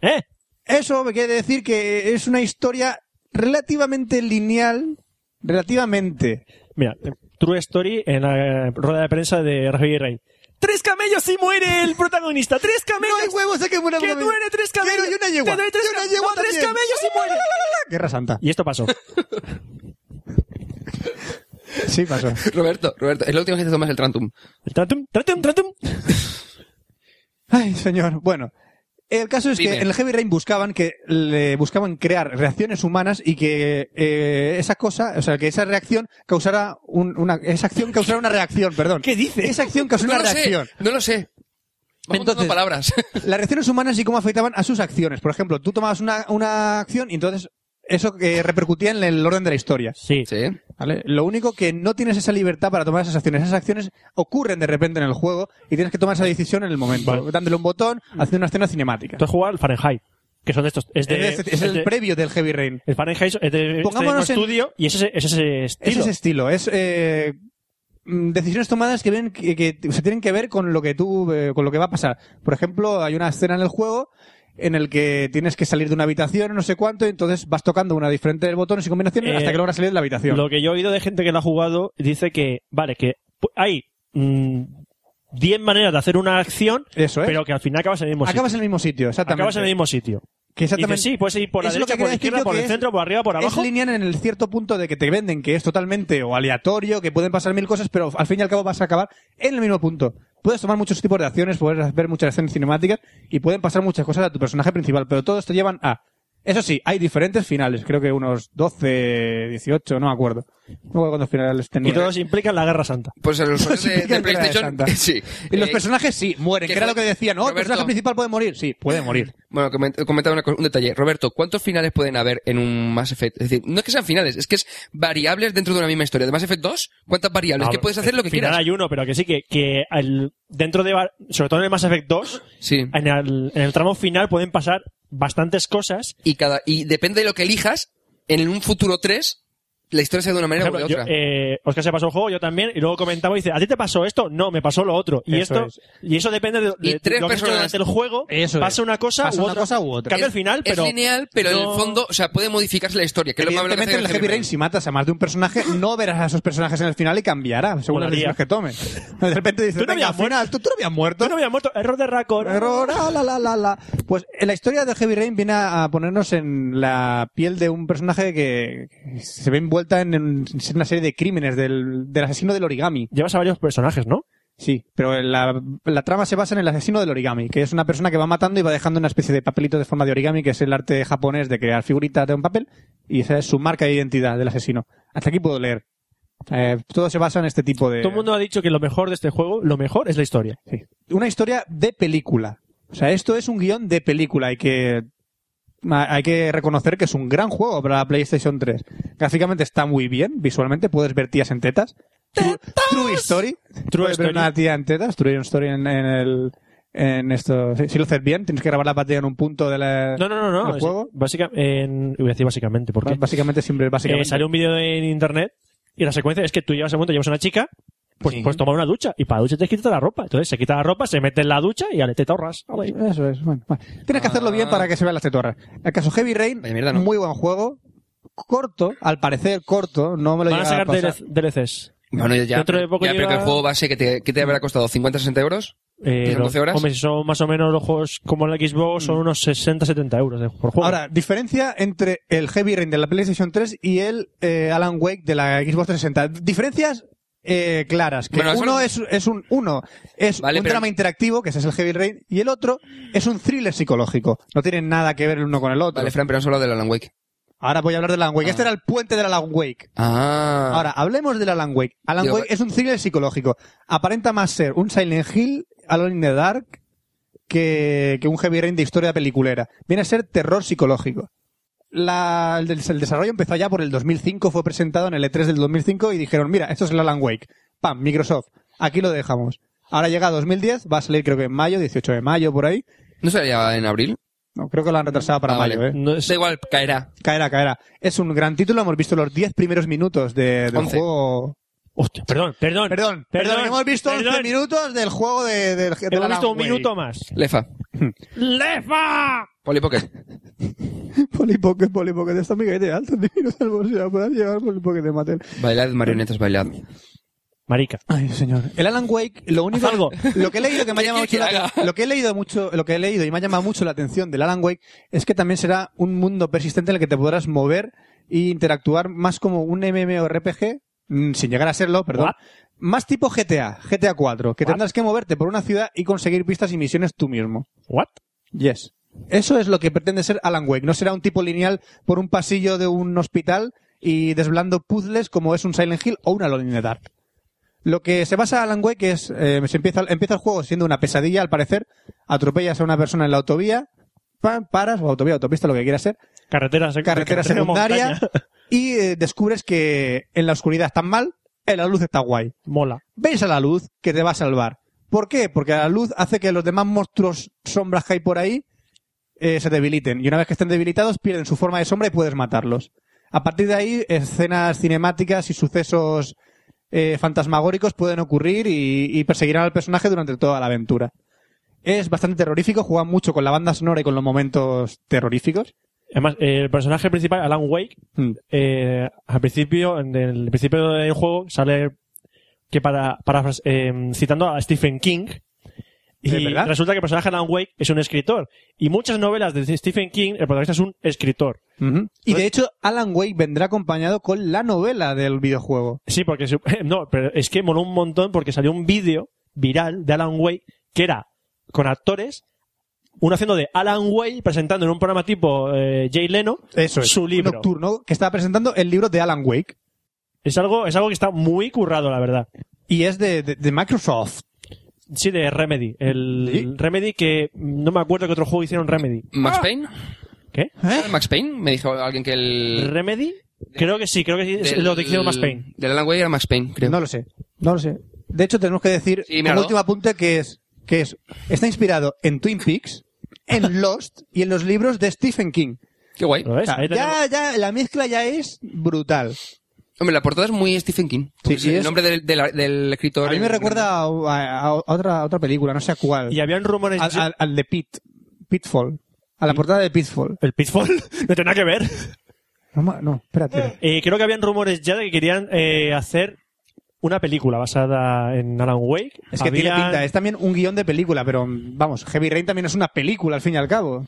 Speaker 3: ¿Eh?
Speaker 4: Eso me quiere decir que es una historia relativamente lineal, relativamente.
Speaker 3: Mira, eh, True Story en la eh, rueda de prensa de Rafael Rey. ¡Tres camellos y muere el protagonista! ¡Tres
Speaker 4: No
Speaker 3: camellos!
Speaker 4: hay huevos, sé que muere
Speaker 3: ¡Que muere tres camellos!
Speaker 4: Quiero y una yegua.
Speaker 3: ¡Te doy tres,
Speaker 4: Y una
Speaker 3: cam-
Speaker 4: yegua
Speaker 3: no, tres
Speaker 4: también.
Speaker 3: camellos y muere!
Speaker 4: Guerra Santa.
Speaker 3: Y esto pasó.
Speaker 4: Sí, pasó.
Speaker 2: Roberto, Roberto, es la última vez que te tomas el Trantum.
Speaker 3: El Tratum, tratum, tratum.
Speaker 4: Ay, señor. Bueno, el caso es
Speaker 2: Dime.
Speaker 4: que en el Heavy Rain buscaban que le buscaban crear reacciones humanas y que eh, esa cosa, o sea, que esa reacción causara un- una esa acción causara una reacción, perdón.
Speaker 3: ¿Qué dice?
Speaker 4: Esa acción causó
Speaker 2: No
Speaker 4: una
Speaker 2: lo
Speaker 4: reacción.
Speaker 2: sé, no lo sé. Vamos
Speaker 4: Entonces-
Speaker 2: juntando palabras.
Speaker 4: Las reacciones humanas y cómo afectaban a sus acciones. Por ejemplo, tú tomabas una, una acción y entonces eso eh, repercutía en el orden de la historia.
Speaker 3: Sí.
Speaker 2: sí.
Speaker 4: ¿vale? Lo único que no tienes esa libertad para tomar esas acciones. Esas acciones ocurren de repente en el juego y tienes que tomar esa decisión en el momento.
Speaker 3: Vale.
Speaker 4: Dándole un botón, haciendo una escena cinemática.
Speaker 3: Tú has jugado al Fahrenheit, que son de estos. Es, de,
Speaker 4: es, es el
Speaker 3: de-
Speaker 4: previo del Heavy Rain.
Speaker 3: el Fahrenheit es de este mismo
Speaker 4: Pongámonos en-
Speaker 3: eh, estudio y es ese, es ese
Speaker 4: Es
Speaker 3: estilo.
Speaker 4: ese estilo. Es eh, mm, decisiones tomadas que, ven, que, que se tienen que ver con lo que tú, eh, con lo que va a pasar. Por ejemplo, hay una escena en el juego en el que tienes que salir de una habitación, no sé cuánto, y entonces vas tocando una diferente de botones y combinaciones
Speaker 3: Eh,
Speaker 4: hasta que logras salir de la habitación.
Speaker 3: Lo que yo he oído de gente que lo ha jugado dice que, vale, que pu- hay mm, 10 maneras de hacer una acción,
Speaker 4: Eso es.
Speaker 3: pero que al final acabas en el mismo sitio.
Speaker 4: Acabas en el mismo sitio, exactamente.
Speaker 3: Acabas en el mismo sitio.
Speaker 4: Que
Speaker 3: Y
Speaker 4: exactamente
Speaker 3: dices, sí, puedes ir por la
Speaker 4: Es lo
Speaker 3: derecha,
Speaker 4: que
Speaker 3: por la
Speaker 4: quería decir
Speaker 3: izquierda,
Speaker 4: yo,
Speaker 3: por
Speaker 4: que
Speaker 3: el
Speaker 4: es-
Speaker 3: centro, por arriba, por abajo.
Speaker 4: Es lineal en el cierto punto de que te venden que es totalmente o aleatorio, que pueden pasar mil cosas, pero al fin y al cabo vas a acabar en el mismo punto. Puedes tomar muchos tipos de acciones, puedes ver muchas escenas cinemáticas y pueden pasar muchas cosas a tu personaje principal, pero todos te llevan a... Eso sí, hay diferentes finales, creo que unos 12, 18, no me acuerdo. No me acuerdo cuántos finales tenía.
Speaker 3: Y todos implican la Guerra Santa.
Speaker 2: Pues a los usuarios de,
Speaker 4: Significa
Speaker 2: de
Speaker 4: el Día de
Speaker 2: PlayStation.
Speaker 4: Santa.
Speaker 2: sí.
Speaker 4: Y los
Speaker 2: Eh,
Speaker 4: personajes sí, mueren,
Speaker 2: que
Speaker 4: que era
Speaker 2: fue-
Speaker 4: lo que decían. No, el
Speaker 2: Roberto-
Speaker 4: personaje principal puede morir. Sí, puede morir.
Speaker 2: Bueno, coment- comentaba una co- un detalle. Roberto, ¿cuántos finales pueden haber en un Mass Effect? Es decir, no es que sean finales, es que es variables dentro de una misma historia. De Mass Effect 2, ¿cuántas variables? que puedes hacer lo que
Speaker 3: Al Ah, final
Speaker 2: quieras.
Speaker 3: hay uno, pero que sí, que, que al- dentro de... va- Sobre todo en el Mass Effect 2,
Speaker 2: Sí.
Speaker 3: en el, en el tramo final pueden pasar bastantes cosas.
Speaker 2: Y, cada, y depende de lo que elijas, en un futuro 3, la historia sea de una manera
Speaker 3: Por
Speaker 2: o de
Speaker 3: ejemplo,
Speaker 2: otra.
Speaker 3: yo, eh, Oscar se pasó el juego, yo también, y luego comentaba y dice, ¿a ti te pasó esto? No, me pasó lo otro. Y
Speaker 4: Eso
Speaker 3: esto,
Speaker 4: es.
Speaker 3: y eso depende de,
Speaker 2: Y
Speaker 3: de
Speaker 2: tres
Speaker 3: lo que has hecho
Speaker 2: personas.
Speaker 3: durante el juego.
Speaker 4: Eso
Speaker 3: pasa
Speaker 4: es.
Speaker 3: una cosa
Speaker 4: Pasa
Speaker 3: u
Speaker 4: una
Speaker 3: otra.
Speaker 4: cosa u otra.
Speaker 3: Cambia
Speaker 2: es,
Speaker 3: el final, pero...
Speaker 2: es lineal, pero en
Speaker 3: no-
Speaker 2: el fondo, o sea, puede modificarse la historia, que es lo más
Speaker 4: Evidentemente en el Heavy Rain, si matas a más de un personaje, no verás a esos personajes en el final y cambiará, según las
Speaker 3: Molaría.
Speaker 4: decisiones que tomes. De repente dices,
Speaker 3: Tú no
Speaker 4: "Venga,
Speaker 3: habías
Speaker 4: final, ¿tú, tú no habías muerto.
Speaker 3: Tú no habías muerto. Error de Raccord.
Speaker 4: Error, ah, la, la, la, la. Pues eh, la historia de Heavy Rain viene a, a ponernos en la piel de un personaje que que se ve envuelta en, en una serie de crímenes del, del asesino del origami.
Speaker 3: Llevas a varios personajes, ¿no?
Speaker 4: Sí, pero la, la trama se basa en el asesino del origami, que es una persona que va matando y va dejando una especie de papelito de forma de origami, que es el arte japonés de crear figuritas de un papel, y esa es su marca de identidad del asesino. Hasta aquí puedo leer. Eh, todo se basa en este tipo de...
Speaker 3: Todo el mundo ha dicho que lo mejor de este juego, lo mejor es la historia.
Speaker 4: Sí. Una historia de película. O sea, esto es un guión de película y que... ma- Hay que reconocer que es un gran juego para la PlayStation 3. Gráficamente está muy bien, visualmente puedes ver tías en tetas. True- True Story.
Speaker 3: True
Speaker 4: Puedes ver
Speaker 3: Story.
Speaker 4: una tía en tetas, True Story en, en el en esto. Si, si lo haces bien, tienes que grabar la batalla en un punto de la,
Speaker 3: No, no, no, no.
Speaker 4: del
Speaker 3: es-
Speaker 4: juego.
Speaker 3: básica- en- voy a decir básicamente, porque
Speaker 4: Básicamente siempre
Speaker 3: eh,
Speaker 4: básicamente.
Speaker 3: salió un vídeo en internet y la secuencia es que tú llevas al momento, llevas a una chica, pues,
Speaker 2: Sí.
Speaker 3: pues toma una ducha y para la ducha te quitas la ropa. Entonces se quita la ropa, se mete en la ducha y ale, te ahorras. Ale.
Speaker 4: Eso es, bueno, bueno. Tienes que hacerlo bien
Speaker 2: Ah.
Speaker 4: para que se vean las tetorras. El caso Heavy Rain,
Speaker 2: Vaya mierda, ¿no?
Speaker 4: muy buen juego. Corto, al parecer corto, no me lo
Speaker 3: Van a
Speaker 4: llega
Speaker 3: sacar
Speaker 4: a pasar.
Speaker 3: DLC DLCs.
Speaker 2: Bueno, ya,
Speaker 3: Dentro de poco
Speaker 2: ya, pero que el
Speaker 3: llega-
Speaker 2: juego base que te, que te habrá costado 50-60 euros.
Speaker 3: Eh,
Speaker 2: ¿Son 12 horas?
Speaker 3: Hombre, si son más o menos los juegos como en la Xbox, son unos 60-70 euros de- por juego.
Speaker 4: Ahora, diferencia entre el Heavy Rain de la PlayStation 3 y el eh, Alan Wake de la Xbox 360. Diferencias eh, claras. Que
Speaker 2: Bueno, eso
Speaker 4: uno
Speaker 2: no-
Speaker 4: es, es un uno es
Speaker 2: Vale,
Speaker 4: un
Speaker 2: pero-
Speaker 4: drama interactivo, que ese es el Heavy Rain, y el otro es un thriller psicológico. No tienen nada que ver el uno con el otro.
Speaker 2: Vale, Fran, pero has hablado del Alan Wake.
Speaker 4: Ahora voy a hablar del Alan Wake.
Speaker 2: Ah.
Speaker 4: Este era el puente del Alan Wake.
Speaker 2: Ah.
Speaker 4: Ahora, hablemos del Alan Wake. Alan
Speaker 2: Digo,
Speaker 4: Wake es un thriller psicológico. Aparenta más ser un Silent Hill, Alone in the Dark, que, que un Heavy Rain de historia peliculera. Viene a ser terror psicológico. La- el, des- el desarrollo empezó ya por el 2005, fue presentado en el E3 del 2005 y dijeron, mira, esto es el Alan Wake. Pam, Microsoft. Aquí lo dejamos. Ahora llega 2010, va a salir creo que en mayo, 18 de mayo, por ahí.
Speaker 2: ¿No salía en abril?
Speaker 4: No, creo que lo han retrasado para
Speaker 2: Ah,
Speaker 4: mayo,
Speaker 2: vale.
Speaker 4: ¿eh?
Speaker 3: No es-
Speaker 2: Da igual, caerá.
Speaker 4: Caerá, caerá. Es un gran título, hemos visto los 10 primeros minutos de, del
Speaker 2: Once.
Speaker 4: juego
Speaker 3: Hostia, perdón, perdón.
Speaker 4: Perdón, perdón, hemos visto 11 minutos del juego de, del del
Speaker 3: Hemos
Speaker 4: Alan
Speaker 3: visto un
Speaker 4: Wake.
Speaker 3: minuto más.
Speaker 2: Lefa.
Speaker 9: ¡Lefa!
Speaker 2: Polipocket.
Speaker 4: Polipocket, polipocket, esta amiga de alto, de minutos al bolsillo, la podrás llevar polipocket de Mattel.
Speaker 2: Bailad, marionetas, bailad.
Speaker 3: Marica.
Speaker 4: Ay, señor. El Alan Wake, lo único,
Speaker 3: Haz algo.
Speaker 4: lo que he leído que me ha
Speaker 2: ¿Qué
Speaker 4: llamado mucho
Speaker 2: quieres
Speaker 4: la
Speaker 2: que
Speaker 4: atención, lo que he leído mucho, lo que he leído y me ha llamado mucho la atención del Alan Wake es que también será un mundo persistente en el que te podrás mover e interactuar más como un MMORPG, mm, sin llegar a serlo, perdón.
Speaker 3: What?
Speaker 4: Más tipo GTA, GTA 4, que tendrás que moverte por una ciudad y conseguir pistas y misiones tú mismo.
Speaker 3: What?
Speaker 4: Yes. Eso es lo que pretende ser Alan Wake. No será un tipo lineal por un pasillo de un hospital y desblando puzzles como es un Silent Hill o una Alone in the Dark. Lo que se basa Alan Wake es, eh, se empieza, empieza el juego siendo una pesadilla al parecer, atropellas a una persona en la autovía, pam, paras, o autovía, autopista, lo que quiera ser,
Speaker 3: eh, Carretera, sec-
Speaker 4: carretera
Speaker 3: de
Speaker 4: secundaria,
Speaker 3: montaña.
Speaker 4: y eh, descubres que en la oscuridad estás mal, en la luz está guay.
Speaker 3: Mola.
Speaker 4: Ves a la luz que te va a salvar. ¿Por qué? Porque la luz hace que los demás monstruos sombras que hay por ahí eh, se debiliten. Y una vez que estén debilitados, pierden su forma de sombra y puedes matarlos. A partir de ahí, escenas cinemáticas y sucesos eh, fantasmagóricos pueden ocurrir y, y perseguirán al personaje durante toda la aventura. Es bastante terrorífico, juega mucho con la banda sonora y con los momentos terroríficos.
Speaker 3: Además, eh, el personaje principal, Alan Wake,
Speaker 4: Mm.
Speaker 3: eh, al principio, en el principio del juego, sale que para, para eh, citando a Stephen King.
Speaker 4: ¿De
Speaker 3: Y
Speaker 4: verdad?
Speaker 3: resulta que el personaje Alan Wake es un escritor. Y muchas novelas de Stephen King, el protagonista es un escritor.
Speaker 4: Ujú. Y de hecho, Alan Wake vendrá acompañado con la novela del videojuego.
Speaker 3: Sí, porque su- no, pero es que moló un montón porque salió un vídeo viral de Alan Wake que era con actores, uno haciendo de Alan Wake presentando en un programa tipo eh, Jay Leno
Speaker 4: Eso es.
Speaker 3: su libro.
Speaker 4: Nocturno, que está presentando el libro de Alan Wake.
Speaker 3: Es algo, es algo que está muy currado, la verdad.
Speaker 4: Y es de, de- de Microsoft.
Speaker 3: Sí, de Remedy. El
Speaker 4: ¿Sí?
Speaker 3: Remedy que no me acuerdo que otro juego hicieron Remedy.
Speaker 2: ¿Max Payne?
Speaker 3: ¿Qué?
Speaker 2: ¿Max Payne? Me dijo alguien que el...
Speaker 3: ¿Remedy? Creo que sí, creo que sí. es
Speaker 2: del-
Speaker 3: lo que hicieron más Pain.
Speaker 2: Del Alan Wake era Max Payne, creo.
Speaker 4: No lo sé. No lo sé. De hecho, tenemos que decir
Speaker 2: Sí,
Speaker 4: como
Speaker 2: míralo.
Speaker 4: último apunte que es, que es, está inspirado en Twin Peaks, en Lost y en los libros de Stephen King.
Speaker 2: Qué guay.
Speaker 3: ¿Lo ves?
Speaker 4: O sea,
Speaker 3: Ahí tenemos-
Speaker 4: Ah, ya, ya, la mezcla ya es brutal.
Speaker 2: Hombre, la portada es muy Stephen King. porque
Speaker 4: Sí, y
Speaker 2: es
Speaker 4: es-
Speaker 2: el nombre del, del- del escritor.
Speaker 4: A mí me recuerda a, a- a otra, a otra película, no sé a cuál.
Speaker 3: Y habían rumores...
Speaker 4: Al, al- al de Pit, Pitfall. A la portada de Pitfall.
Speaker 3: ¿El Pitfall? no tiene nada que ver.
Speaker 4: No, ma- no espérate.
Speaker 3: Eh, creo que habían rumores ya de que querían eh, hacer una película basada en Alan Wake.
Speaker 4: Es que tiene
Speaker 3: Habían-
Speaker 4: pinta, es también un guión de película, pero mm, vamos, Heavy Rain también es una película al fin y al cabo.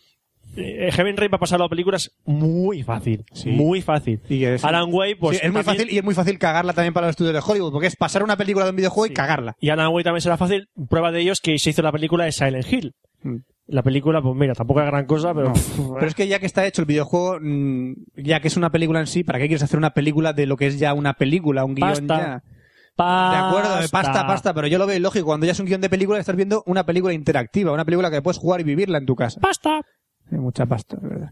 Speaker 3: Eh, Heaven Rain para pasarlo a películas muy fácil.
Speaker 4: Sí.
Speaker 3: Muy fácil.
Speaker 4: Y que es-
Speaker 3: Alan Wake, pues...
Speaker 4: Sí, es muy
Speaker 3: también-
Speaker 4: fácil y es muy fácil cagarla también para los estudios de Hollywood, porque es pasar una película de un videojuego y cagarla.
Speaker 3: Y Alan Wake también será fácil. Prueba de ello es que se hizo la película de Silent Hill.
Speaker 4: Mm.
Speaker 3: La película, pues mira, tampoco es gran cosa, pero...
Speaker 4: No. Pero es que ya que está hecho el videojuego, mm, ya que es una película en sí, ¿para qué quieres hacer una película de lo que es ya una película, un guión
Speaker 3: Pasta.
Speaker 4: ya? De
Speaker 3: Pasta.
Speaker 4: acuerdo, de pasta, pasta, pero yo lo veo lógico. Cuando ya es un guión de película, estás viendo una película interactiva, una película que puedes jugar y vivirla en tu casa.
Speaker 3: Pasta.
Speaker 4: Hay mucha pasta, de verdad.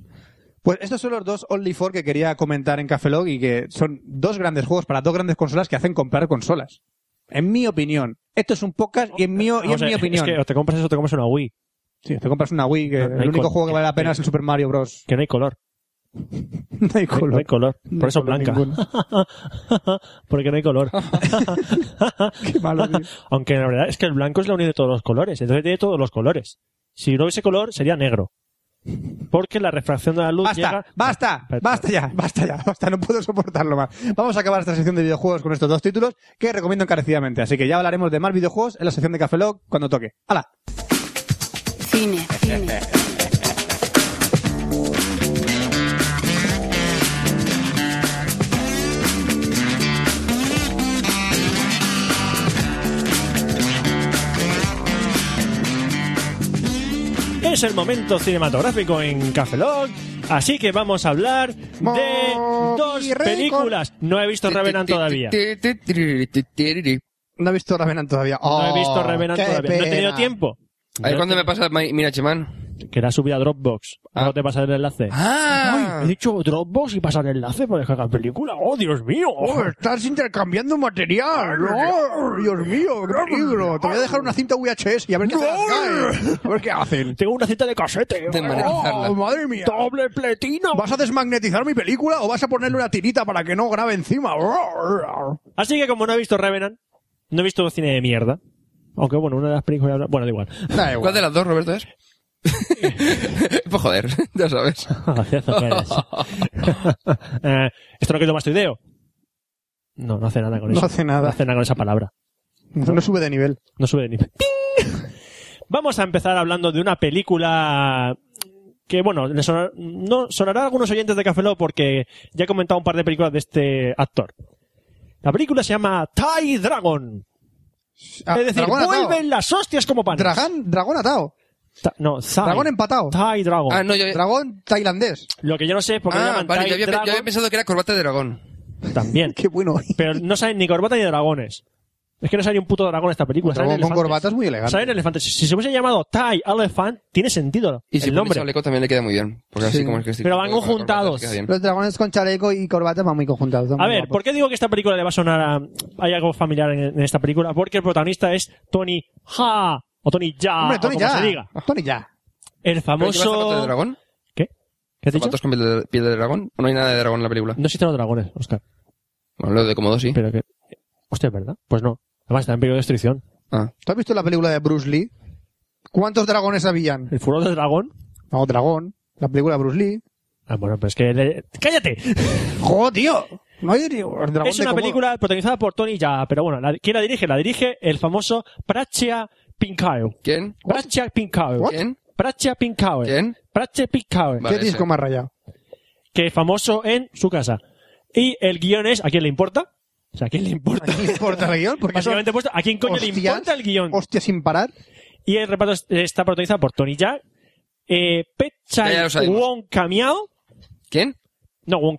Speaker 4: Pues estos son los dos Only Four que quería comentar en Café Log y que son dos grandes juegos para dos grandes consolas que hacen comprar consolas. En mi opinión. Esto es un podcast y en, mío, y
Speaker 3: Vamos
Speaker 4: en
Speaker 3: a
Speaker 4: mi
Speaker 3: ver,
Speaker 4: opinión.
Speaker 3: Es que o te compras eso o te compras una Wii,
Speaker 4: Sí, te compras una Wii, que
Speaker 3: No, no hay
Speaker 4: el único
Speaker 3: color.
Speaker 4: juego que vale la pena es el Super Mario Bros.
Speaker 3: que no hay color.
Speaker 4: No hay
Speaker 3: No hay- No hay
Speaker 4: color.
Speaker 3: color.
Speaker 4: No
Speaker 3: Por
Speaker 4: hay
Speaker 3: eso es
Speaker 4: color
Speaker 3: blanca. Porque no hay color.
Speaker 4: Qué malo, tío.
Speaker 3: Aunque la verdad es que el blanco es la unión de todos los colores. Entonces tiene todos los colores. Si no hubiese color, sería negro. Porque la refracción de la luz
Speaker 4: Basta,
Speaker 3: llega... Ah,
Speaker 4: basta,
Speaker 3: Espera.
Speaker 4: basta ya, basta ya, basta, no puedo soportarlo más. Vamos a acabar esta sección de videojuegos con estos dos títulos que recomiendo encarecidamente, así que ya hablaremos de más videojuegos en la sección de Café Lock cuando toque. ¡Hala!
Speaker 10: Cine, cine,
Speaker 3: Es el momento cinematográfico en Café Lock, así que vamos a hablar de
Speaker 4: Moby
Speaker 3: dos
Speaker 4: Record.
Speaker 3: películas. No he visto Revenant todavía.
Speaker 2: A
Speaker 4: No he visto Revenant todavía.
Speaker 3: No he visto
Speaker 4: Oh,
Speaker 3: Revenant
Speaker 4: qué
Speaker 3: todavía. No he tenido
Speaker 4: pena.
Speaker 3: tiempo.
Speaker 2: ver cuándo me pasa Mi- Mira Chemán.
Speaker 3: Que la subida a Dropbox.
Speaker 2: Ah.
Speaker 3: No te pasa el enlace.
Speaker 2: ¡Ah!
Speaker 3: Ay, he dicho Dropbox y pasa el enlace para descargar película. ¡Oh, Dios mío!
Speaker 4: Oh, estás intercambiando material. Oh, Dios mío, qué peligro. Te voy a dejar una cinta VHS y a ver qué, hacen. A ver qué hacen.
Speaker 3: Tengo una cinta de casete.
Speaker 2: De magnetizarla.
Speaker 4: Oh, madre mía.
Speaker 3: ¡Doble pletina!
Speaker 4: ¿Vas a desmagnetizar mi película o vas a ponerle una tirita para que no grabe encima?
Speaker 3: Así que como no he visto Revenant, no he visto cine de mierda. Aunque bueno, una de las películas... Bueno, da igual.
Speaker 4: Da igual.
Speaker 2: ¿Cuál de las dos, Roberto, es? pues joder, ya sabes.
Speaker 3: Gracias, Zacarías. Eh, ¿Esto no que es lo mastoideo? No, no hace nada con
Speaker 4: No
Speaker 3: eso.
Speaker 4: hace nada.
Speaker 3: No hace nada con esa palabra.
Speaker 1: No, no sube de nivel.
Speaker 3: No sube de nivel. ¡Ting! Vamos a empezar hablando de una película que, bueno, le sonar- no, sonará a algunos oyentes de Café Lock porque ya he comentado un par de películas de este actor. La película se llama Thai Dragon.
Speaker 1: Ah,
Speaker 3: es decir,
Speaker 1: dragón atado.
Speaker 3: vuelven las hostias como pan.
Speaker 1: Dragán- dragón atado.
Speaker 3: no, Thai.
Speaker 1: Dragón empatado.
Speaker 3: Thai Dragon.
Speaker 2: Ah, no, yo...
Speaker 1: Dragón tailandés.
Speaker 3: Lo que yo no sé es por qué le
Speaker 2: Ah,
Speaker 3: llaman
Speaker 2: vale,
Speaker 3: Thai
Speaker 2: yo había,
Speaker 3: Dragon
Speaker 2: yo había pensado que era corbata de dragón.
Speaker 3: también.
Speaker 1: Qué bueno.
Speaker 3: Pero no salen ni corbata ni dragones. Es que no sale ni un puto dragón en esta película. salen
Speaker 1: Dragón con
Speaker 3: elefantes.
Speaker 1: corbata es muy elegante.
Speaker 3: Salen elefantes. Si se hubiese llamado Thai Elephant, tiene sentido
Speaker 2: Y si
Speaker 3: el
Speaker 2: pones
Speaker 3: nombre.
Speaker 2: chaleco también le queda muy bien. Porque así
Speaker 1: Sí.
Speaker 2: como es que estoy-
Speaker 3: Pero van
Speaker 2: con la corbata
Speaker 3: conjuntados.
Speaker 2: queda bien.
Speaker 1: Los dragones con chaleco y corbata van muy conjuntados. son
Speaker 3: A
Speaker 1: muy
Speaker 3: ver,
Speaker 1: guapos.
Speaker 3: ¿por qué digo que esta película le va a sonar a... Hay algo familiar en, en esta película? Porque el protagonista es Tony Ha o Tony Ya
Speaker 1: Hombre,
Speaker 3: o
Speaker 1: Tony
Speaker 3: como
Speaker 1: ya.
Speaker 3: se diga.
Speaker 1: Tony ya.
Speaker 3: El
Speaker 2: ¿Pero lleva zapatos de
Speaker 3: famoso...
Speaker 2: dragón?
Speaker 3: ¿Qué has dicho?
Speaker 2: ¿Zapatos con piel de, piel de dragón? ¿O No hay nada de dragón en la película.
Speaker 3: No existen los dragones, Oscar.
Speaker 2: Bueno, lo de Comodo sí.
Speaker 3: Pero que... Hostia, ¿es ¿verdad? Pues no. Además está en peligro de destrucción.
Speaker 2: Ah.
Speaker 1: ¿Tú has visto la película de Bruce Lee? ¿Cuántos dragones habían?
Speaker 3: El furor del dragón...
Speaker 1: No, dragón. La película de Bruce Lee.
Speaker 3: Ah, bueno, pero es que... le- ¡Cállate!
Speaker 1: ¡Joder, tío! No hay el dragón
Speaker 3: Es
Speaker 1: de
Speaker 3: una
Speaker 1: Komodo.
Speaker 3: película protagonizada por Tony Ya, pero bueno, la- ¿quién la dirige? La dirige el famoso Prachia Pinkaeu.
Speaker 2: ¿Quién?
Speaker 3: Prachia Pinkaeu.
Speaker 2: ¿Quién?
Speaker 3: Prachia Pinkaeu.
Speaker 2: ¿Quién?
Speaker 3: Prachia Pinkaeu.
Speaker 1: ¿Qué
Speaker 2: Vale,
Speaker 1: disco
Speaker 2: sí.
Speaker 1: más rayado?
Speaker 3: Que es famoso en su casa. Y el guión es ¿A quién le importa? O sea, ¿a quién le importa?
Speaker 1: ¿A quién le importa el guión? Porque son
Speaker 3: Básicamente puesto, ¿a quién coño le
Speaker 1: hostias,
Speaker 3: importa el guión?
Speaker 1: hostias sin parar.
Speaker 3: Y el reparto es- está protagonizado por Tony Ya, eh, Pet
Speaker 2: Ya, ya
Speaker 3: Chai
Speaker 2: lo sabemos.
Speaker 3: Wong Kamiao.
Speaker 2: ¿Quién?
Speaker 3: No, Wong,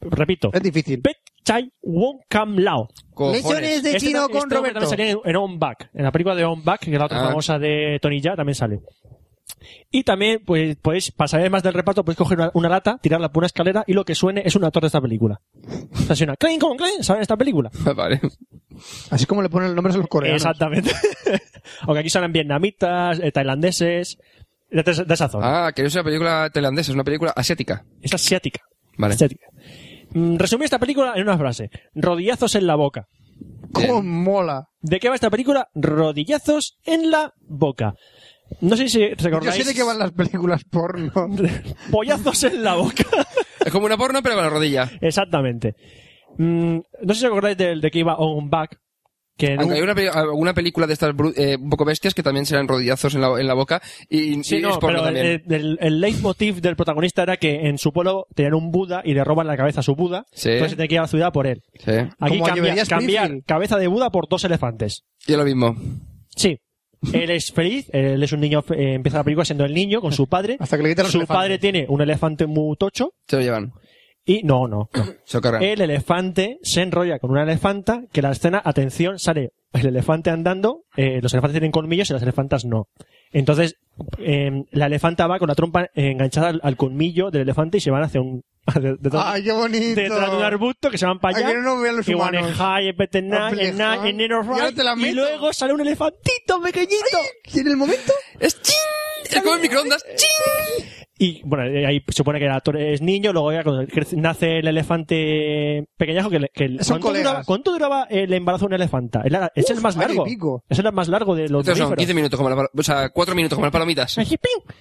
Speaker 3: repito.
Speaker 1: Es difícil.
Speaker 3: Pet Chai Wong Kam Lao.
Speaker 2: Cojones.
Speaker 1: Lecciones de
Speaker 3: Este
Speaker 1: chino
Speaker 3: tam-
Speaker 1: con
Speaker 3: este hombre
Speaker 1: Roberto.
Speaker 3: También salía en, en On Back, en la película de On Back, que es la otra
Speaker 2: Ah.
Speaker 3: famosa de Tony Ya, también sale. Y también, pues, podéis, para saber más del reparto, podéis coger una, una lata, tirarla por una escalera y lo que suene es un actor de esta película. O sea, si una clean con clean, sale en esta película.
Speaker 2: vale.
Speaker 1: Así como le ponen los nombres a los coreanos.
Speaker 3: Exactamente. Aunque aquí salen vietnamitas, eh, tailandeses, de, de- de esa zona.
Speaker 2: Ah, que no es una película tailandesa, es una película asiática.
Speaker 3: Es asiática.
Speaker 2: Vale.
Speaker 3: asiática. Mm, Resumir esta película en una frase. Rodillazos en la boca.
Speaker 1: ¡Cómo
Speaker 2: Bien.
Speaker 1: mola!
Speaker 3: ¿De qué va esta película? Rodillazos en la boca. No sé si
Speaker 1: Yo
Speaker 3: recordáis.
Speaker 1: sé de qué van las películas porno.
Speaker 3: Pollazos en la boca.
Speaker 2: Es como una porno, pero con la rodilla.
Speaker 3: Exactamente. Mm, no sé si recordáis del- de, que iba On Back. Que en
Speaker 2: Aunque
Speaker 3: un-
Speaker 2: hay una, peli- alguna película de estas bru- eh, un poco bestias que también serán rodillazos en la, en la boca y, y
Speaker 3: Sí, no,
Speaker 2: es porno
Speaker 3: pero eh, el,
Speaker 2: también.
Speaker 3: el- el- el leitmotiv del protagonista era que en su pueblo tenían un Buda y le roban la cabeza a su Buda.
Speaker 2: Sí.
Speaker 3: Entonces se tenía que ir a la ciudad por él.
Speaker 2: sí.
Speaker 3: Aquí
Speaker 1: Como
Speaker 3: cambia-
Speaker 1: llevaría
Speaker 3: cambiar
Speaker 1: Springfield.
Speaker 3: cabeza de Buda por dos elefantes.
Speaker 2: Y es lo mismo.
Speaker 3: Sí. Él es feliz, él es un niño, fe- eh, empieza la película siendo el niño con su padre.
Speaker 1: Hasta que le quitan los
Speaker 3: Su
Speaker 1: elefantes.
Speaker 3: padre tiene un elefante muy tocho
Speaker 2: Se lo llevan.
Speaker 3: y no, no,
Speaker 1: Ah,
Speaker 3: no.
Speaker 2: Se lo cargan.
Speaker 3: El elefante se enrolla con una elefanta que la escena, atención, sale el elefante andando, eh, los elefantes tienen colmillos y las elefantas no. Entonces, eh, la elefanta va con la trompa eh, enganchada al, al colmillo del elefante y se van hacia un... de- detrás-
Speaker 1: ¡Ay, qué bonito!
Speaker 3: detrás de un arbusto que se van para
Speaker 1: Ay,
Speaker 3: allá
Speaker 1: que no nos vean los
Speaker 3: y
Speaker 1: humanos.
Speaker 3: maneja, y petená,
Speaker 1: Hombre,
Speaker 3: y na, y nero,
Speaker 1: y ahora te la
Speaker 3: y
Speaker 1: meto.
Speaker 3: luego sale un elefantito pequeñito
Speaker 1: ¿Y en el momento?
Speaker 2: ¡Es ching! ¡Es como el microondas! ¡Ching!
Speaker 3: Y bueno, eh, ahí se supone que el actor es niño, luego ya cuando crece- nace el elefante pequeñajo que, le- que el-
Speaker 1: Son
Speaker 3: ¿cuánto,
Speaker 1: colegas.
Speaker 3: duraba, cuánto duraba el embarazo de una elefanta? El ara- es el
Speaker 1: Uf,
Speaker 3: más
Speaker 1: año y
Speaker 3: largo.
Speaker 1: pico.
Speaker 3: Es el más largo de los
Speaker 2: Entonces son
Speaker 3: mamíferos.
Speaker 2: 15 minutos como la, pal- o sea, 4 minutos como las palomitas.
Speaker 3: Ay, ping.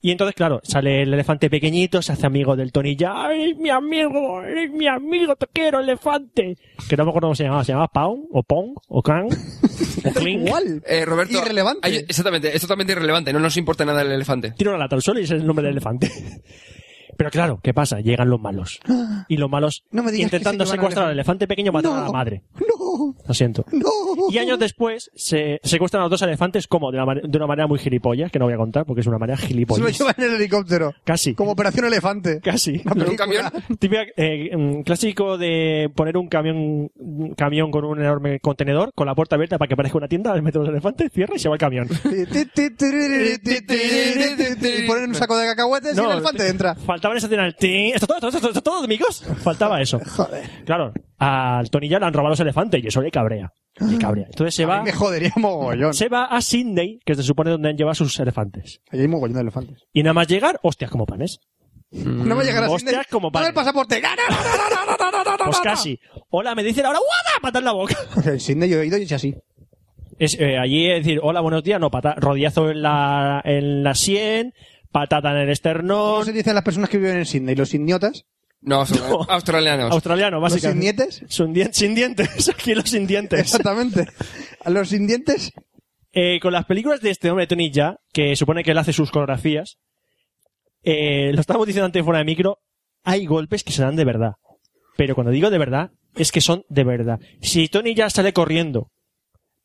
Speaker 3: Y entonces, claro, sale el elefante pequeñito, se hace amigo del Tony ya, eres mi amigo, eres mi amigo, te quiero, elefante. Que no me acuerdo cómo se llamaba, se llamaba Pong, o Pong, o Kang, o Kling.
Speaker 1: Igual.
Speaker 2: Eh, Roberto.
Speaker 1: Irrelevante.
Speaker 2: Ay, exactamente, es totalmente irrelevante. No nos importa nada el elefante.
Speaker 3: tira una lata al suelo y ese es el nombre del elefante. Pero claro, ¿qué pasa? Llegan los malos. Y los malos
Speaker 1: No me digas que
Speaker 3: intentando
Speaker 1: se llevan al
Speaker 3: secuestrar al elefante pequeño matan a la
Speaker 1: No.
Speaker 3: madre.
Speaker 1: ¡No!
Speaker 3: Lo siento.
Speaker 1: ¡No!
Speaker 3: Y años después se secuestran a los dos elefantes como de, la mane- de una manera muy gilipollas, que no voy a contar porque es una manera
Speaker 1: Se lo
Speaker 3: gilipollas.
Speaker 1: llevan en el helicóptero.
Speaker 3: Casi.
Speaker 1: Como Operación Elefante.
Speaker 3: Casi.
Speaker 2: ¿Pero un camión?
Speaker 3: Típica, eh, mm, clásico de poner un camión un camión con un enorme contenedor con la puerta abierta para que parezca una tienda, le metes los elefantes, cierra y se va el camión.
Speaker 1: Y ponen un saco de cacahuetes y el elefante
Speaker 3: te-
Speaker 1: entra.
Speaker 3: Faltaba en esa escena el ting. Esto todo, esto todo, esto todo, amigos. Faltaba eso. Claro, al Tony ya le han robado los elefantes y eso le cabrea. Le cabrea. Entonces se
Speaker 1: A
Speaker 3: va,
Speaker 1: mí me jodería mogollón.
Speaker 3: se va a Sydney, que se supone donde han llevado sus elefantes.
Speaker 1: Ahí hay mogollón de elefantes.
Speaker 3: Y nada más llegar, hostias como panes.
Speaker 1: No me llegará
Speaker 3: hostias,
Speaker 1: Sydney.
Speaker 3: como
Speaker 1: Dame
Speaker 3: vale.
Speaker 1: el pasaporte. ¡Na, na, na, na, na, na, na, na, na,
Speaker 3: Pues
Speaker 1: na!
Speaker 3: casi. Hola, me dicen ahora, ¡guada! Patar la boca.
Speaker 1: En Sydney yo he ido y es así.
Speaker 3: Es, eh, allí es decir, hola, buenos días, no, pata, rodillazo en la, en la sien, patata en el
Speaker 1: ¿Cómo
Speaker 3: esternón.
Speaker 1: se dicen las personas que viven en Sydney? ¿Los idiotas?
Speaker 2: No, australianos.
Speaker 3: No.
Speaker 2: australianos.
Speaker 3: Australiano,
Speaker 1: ¿Los
Speaker 3: básicamente.
Speaker 1: sin dientes?
Speaker 3: Sin, dien- sin dientes, aquí los sin dientes.
Speaker 1: Exactamente. ¿A los sin dientes?
Speaker 3: Eh, con las películas de este hombre, Tony Ya, que supone que él hace sus coreografías, eh, lo estábamos diciendo antes fuera de micro, hay golpes que se dan de verdad. Pero cuando digo de verdad, es que son de verdad. Si Tony Ya sale corriendo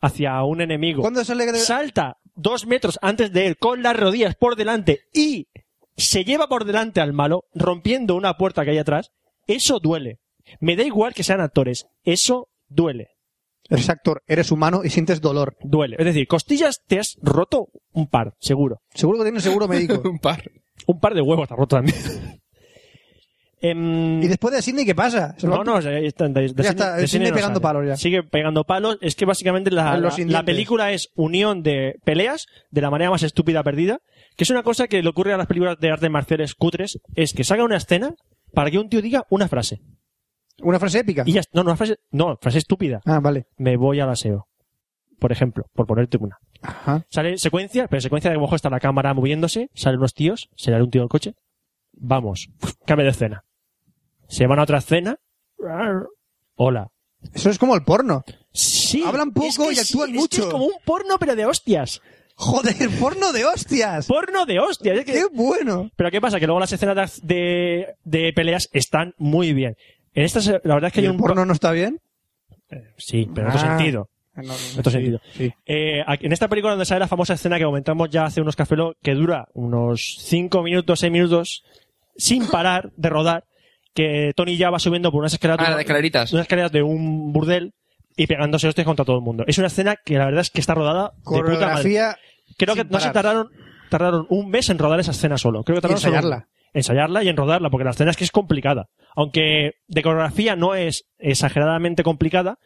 Speaker 3: hacia un enemigo,
Speaker 1: ¿Cuándo sale de...
Speaker 3: salta dos metros antes de él con las rodillas por delante y se lleva por delante al malo, rompiendo una puerta que hay atrás, eso duele. Me da igual que sean actores, eso duele
Speaker 1: Eres actor, eres humano y sientes dolor.
Speaker 3: duele. Es decir, costillas te has roto un par, seguro.
Speaker 1: Seguro que tienes seguro médico.
Speaker 2: Un par.
Speaker 3: Un par de huevos te has roto también. Em,
Speaker 1: y después de Sidney, ¿qué pasa? Se
Speaker 3: no,
Speaker 1: va-
Speaker 3: no, ya está. de- de
Speaker 1: Ya
Speaker 3: cine-
Speaker 1: está,
Speaker 3: de
Speaker 1: el
Speaker 3: cine
Speaker 1: cine
Speaker 3: no
Speaker 1: pegando
Speaker 3: sale.
Speaker 1: palos ya.
Speaker 3: Sigue pegando palos. Es que básicamente la,
Speaker 1: Los
Speaker 3: la-
Speaker 1: sin
Speaker 3: la
Speaker 1: dientes.
Speaker 3: película es unión de peleas de la manera más estúpida perdida, que es una cosa que le ocurre a las películas de artes marciales cutres, es que saca una escena para que un tío diga una frase.
Speaker 1: Una frase épica.
Speaker 3: Y ya, no, no, una frase, no, frase estúpida.
Speaker 1: Ah, vale.
Speaker 3: Me voy al aseo. Por ejemplo, por ponerte una.
Speaker 1: Ajá.
Speaker 3: Sale secuencia, pero secuencia de ojo está la cámara moviéndose, salen unos tíos, se le da un tío al coche. Vamos, cambia de escena. Se van a otra escena. Hola.
Speaker 1: Eso es como el porno.
Speaker 3: Sí.
Speaker 1: Hablan poco
Speaker 3: es que
Speaker 1: y actúan
Speaker 3: sí, es que
Speaker 1: mucho.
Speaker 3: es como un porno, pero de hostias.
Speaker 1: Joder, porno de hostias.
Speaker 3: Porno de hostias. es que-
Speaker 1: ¡Qué bueno!
Speaker 3: Pero ¿qué pasa? Que luego las escenas de, de peleas están muy bien. En estas, la verdad es que
Speaker 1: ¿Y
Speaker 3: hay
Speaker 1: el
Speaker 3: un.
Speaker 1: porno no está bien?
Speaker 3: Sí, pero en otro
Speaker 1: Ah.
Speaker 3: sentido. En otro sentido.
Speaker 1: sí.
Speaker 3: Eh, aquí- en esta película donde sale la famosa escena que comentamos ya hace unos cafeló, que dura unos 5 minutos, 6 minutos, sin parar de rodar, que Tony ya va subiendo por unas escaleras,
Speaker 2: Ah, la de escaleritas.
Speaker 3: unas escaleras de un burdel y pegándose hostias contra todo el mundo. Es una escena que la verdad es que está rodada de puta madre.
Speaker 1: Coreografía
Speaker 3: Creo que
Speaker 1: sin
Speaker 3: no se
Speaker 1: parar.
Speaker 3: tardaron, tardaron un mes en rodar esa escena solo. Creo que
Speaker 1: y
Speaker 3: tardaron solo un-
Speaker 1: ensayarla.
Speaker 3: ensayarla y en rodarla, porque la escena es que es complicada. Aunque de coreografía no es exageradamente complicada,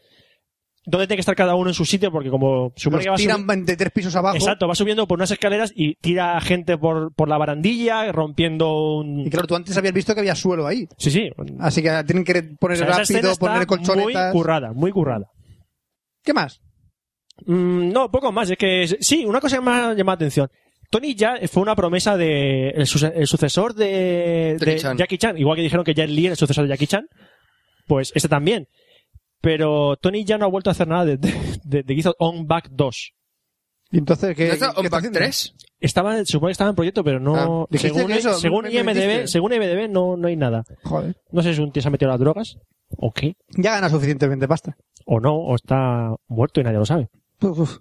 Speaker 3: donde tiene que estar cada uno en su sitio, porque como supone que va
Speaker 1: Los tiran
Speaker 3: subi-
Speaker 1: 23 pisos abajo
Speaker 3: Exacto, va subiendo por unas escaleras y tira gente por, por la barandilla, rompiendo un...
Speaker 1: y claro, tú antes habías visto que había suelo ahí.
Speaker 3: Sí, sí.
Speaker 1: Así que tienen que
Speaker 3: O
Speaker 1: poner
Speaker 3: sea, esa escena
Speaker 1: rápido,
Speaker 3: está
Speaker 1: poner colchonetas.
Speaker 3: Muy currada, muy currada.
Speaker 1: ¿Qué más?
Speaker 3: Mm, no, poco más. Es que sí, una cosa que me ha llamado la atención. Tony ya fue una promesa de el, suce- el sucesor de,
Speaker 2: Jackie
Speaker 3: de
Speaker 2: Chan.
Speaker 3: Jackie Chan. Igual que dijeron que Jet Li era el sucesor de Jackie Chan, pues este también. Pero Tony ya no ha vuelto a hacer nada desde de, que hizo On Back 2.
Speaker 1: Y entonces, ¿qué,
Speaker 2: ¿No está
Speaker 1: qué
Speaker 2: On
Speaker 1: está
Speaker 2: Back
Speaker 1: haciendo?
Speaker 2: 3?
Speaker 3: Estaba, se supone que estaba en proyecto, pero no.
Speaker 1: Ah, dijiste
Speaker 3: según
Speaker 1: que eso,
Speaker 3: según
Speaker 1: me
Speaker 3: IMDb,
Speaker 1: dijiste.
Speaker 3: según IMDb no, no hay nada.
Speaker 1: Joder.
Speaker 3: No sé si un tío se ha metido a las drogas, o qué,
Speaker 1: Ya gana suficientemente pasta.
Speaker 3: o no, o está muerto y nadie lo sabe.
Speaker 1: Uf, uf.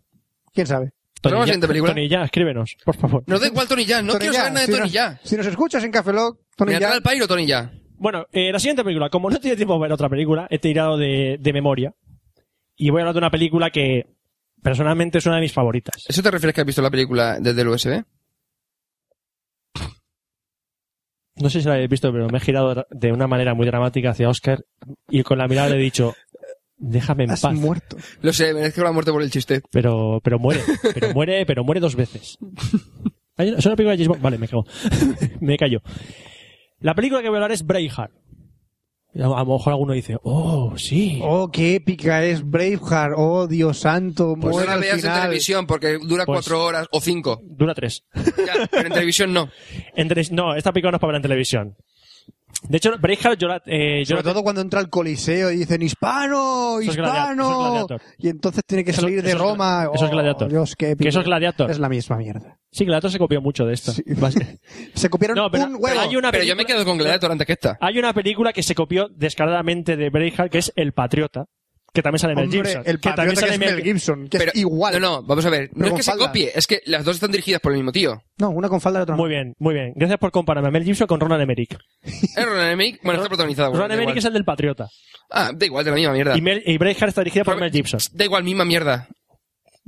Speaker 1: ¿Quién sabe?
Speaker 2: ¿Tenemos la
Speaker 3: Tony,
Speaker 2: siguiente película?
Speaker 3: Tony ya, escríbenos, por favor.
Speaker 2: No da igual Tony Ya, no
Speaker 1: Tony
Speaker 2: quiero
Speaker 1: Ya,
Speaker 2: saber nada de
Speaker 1: si
Speaker 2: Tony
Speaker 1: nos-
Speaker 2: Ya.
Speaker 1: Si nos escuchas en Café Lock, Tony
Speaker 2: ¿Me
Speaker 1: ya-
Speaker 2: atrae al pairo Tony Ya?
Speaker 3: Bueno, eh, la siguiente película. Como no tiene tiempo de ver otra película, he tirado de, de memoria. Y voy a hablar de una película que personalmente es una de mis favoritas.
Speaker 2: ¿Eso te refieres que has visto la película desde el USB?
Speaker 3: No sé si la habéis visto, pero me he girado dra- de una manera muy dramática hacia Oscar y con la mirada le he dicho, déjame en
Speaker 1: Has
Speaker 3: paz.
Speaker 1: muerto.
Speaker 2: Lo sé, merezco la muerte por el chiste.
Speaker 3: Pero, pero muere, pero muere, pero muere dos veces. Hay una- Es una película de James Bond. Vale, me cago. me callo. La película que voy a hablar es Braveheart. A lo a lo mejor alguno dice, oh, sí.
Speaker 1: Oh, qué épica es Braveheart. Oh, Dios santo.
Speaker 2: Pues
Speaker 1: muere
Speaker 2: no la
Speaker 1: al
Speaker 2: veas en
Speaker 1: final.
Speaker 2: televisión porque dura
Speaker 3: Pues-
Speaker 2: cuatro horas o cinco.
Speaker 3: Dura tres.
Speaker 2: Ya, pero en televisión no.
Speaker 3: En tele- no, esta película no es para ver en televisión. De hecho, Braveheart yo la... eh, yo
Speaker 1: Sobre
Speaker 3: la-
Speaker 1: todo cuando entra al Coliseo y dicen hispano,
Speaker 3: Eso es gladiator, eso es
Speaker 1: hispano.
Speaker 3: gladiator.
Speaker 1: y entonces tiene que
Speaker 3: Eso-
Speaker 1: salir de
Speaker 3: eso es gla-
Speaker 1: Roma.
Speaker 3: eso es
Speaker 1: Oh,
Speaker 3: gladiator.
Speaker 1: Dios, qué épico.
Speaker 3: Que eso es Gladiator.
Speaker 1: Es la misma mierda.
Speaker 3: Sí, Gladiator se copió mucho de esta.
Speaker 1: Sí.
Speaker 3: Bas-
Speaker 1: Se copiaron
Speaker 3: No, pero,
Speaker 1: un
Speaker 3: pero
Speaker 1: huevo.
Speaker 3: hay una
Speaker 2: Pero yo
Speaker 3: película-
Speaker 2: me quedo con Gladiator antes que esta.
Speaker 3: Hay una película que se copió descaradamente de Braveheart, que es El Patriota, que también sale Mel
Speaker 1: Hombre,
Speaker 3: Gibson.
Speaker 1: el
Speaker 3: que también
Speaker 1: patriota que
Speaker 3: sale
Speaker 1: es Mel Gibson, que
Speaker 2: Pero,
Speaker 1: es igual.
Speaker 2: No, no, vamos a ver. No
Speaker 1: Pero
Speaker 2: es
Speaker 1: con
Speaker 2: que
Speaker 1: falda.
Speaker 2: se copie, es que las dos están dirigidas por el mismo tío.
Speaker 1: No, una con falda y la otra no.
Speaker 3: Muy bien, muy bien. Gracias por compararme a Mel Gibson con Ronald Emmerich.
Speaker 2: Es Ronan Emmerich, Ah, bueno, está protagonizada. por
Speaker 3: Ronald Emmerich es el del Patriota.
Speaker 2: Ah, da igual, de la misma mierda.
Speaker 3: Y, Mel- y Braveheart está dirigida por
Speaker 2: Pero-
Speaker 3: Mel Gibson.
Speaker 2: Da igual, misma mierda.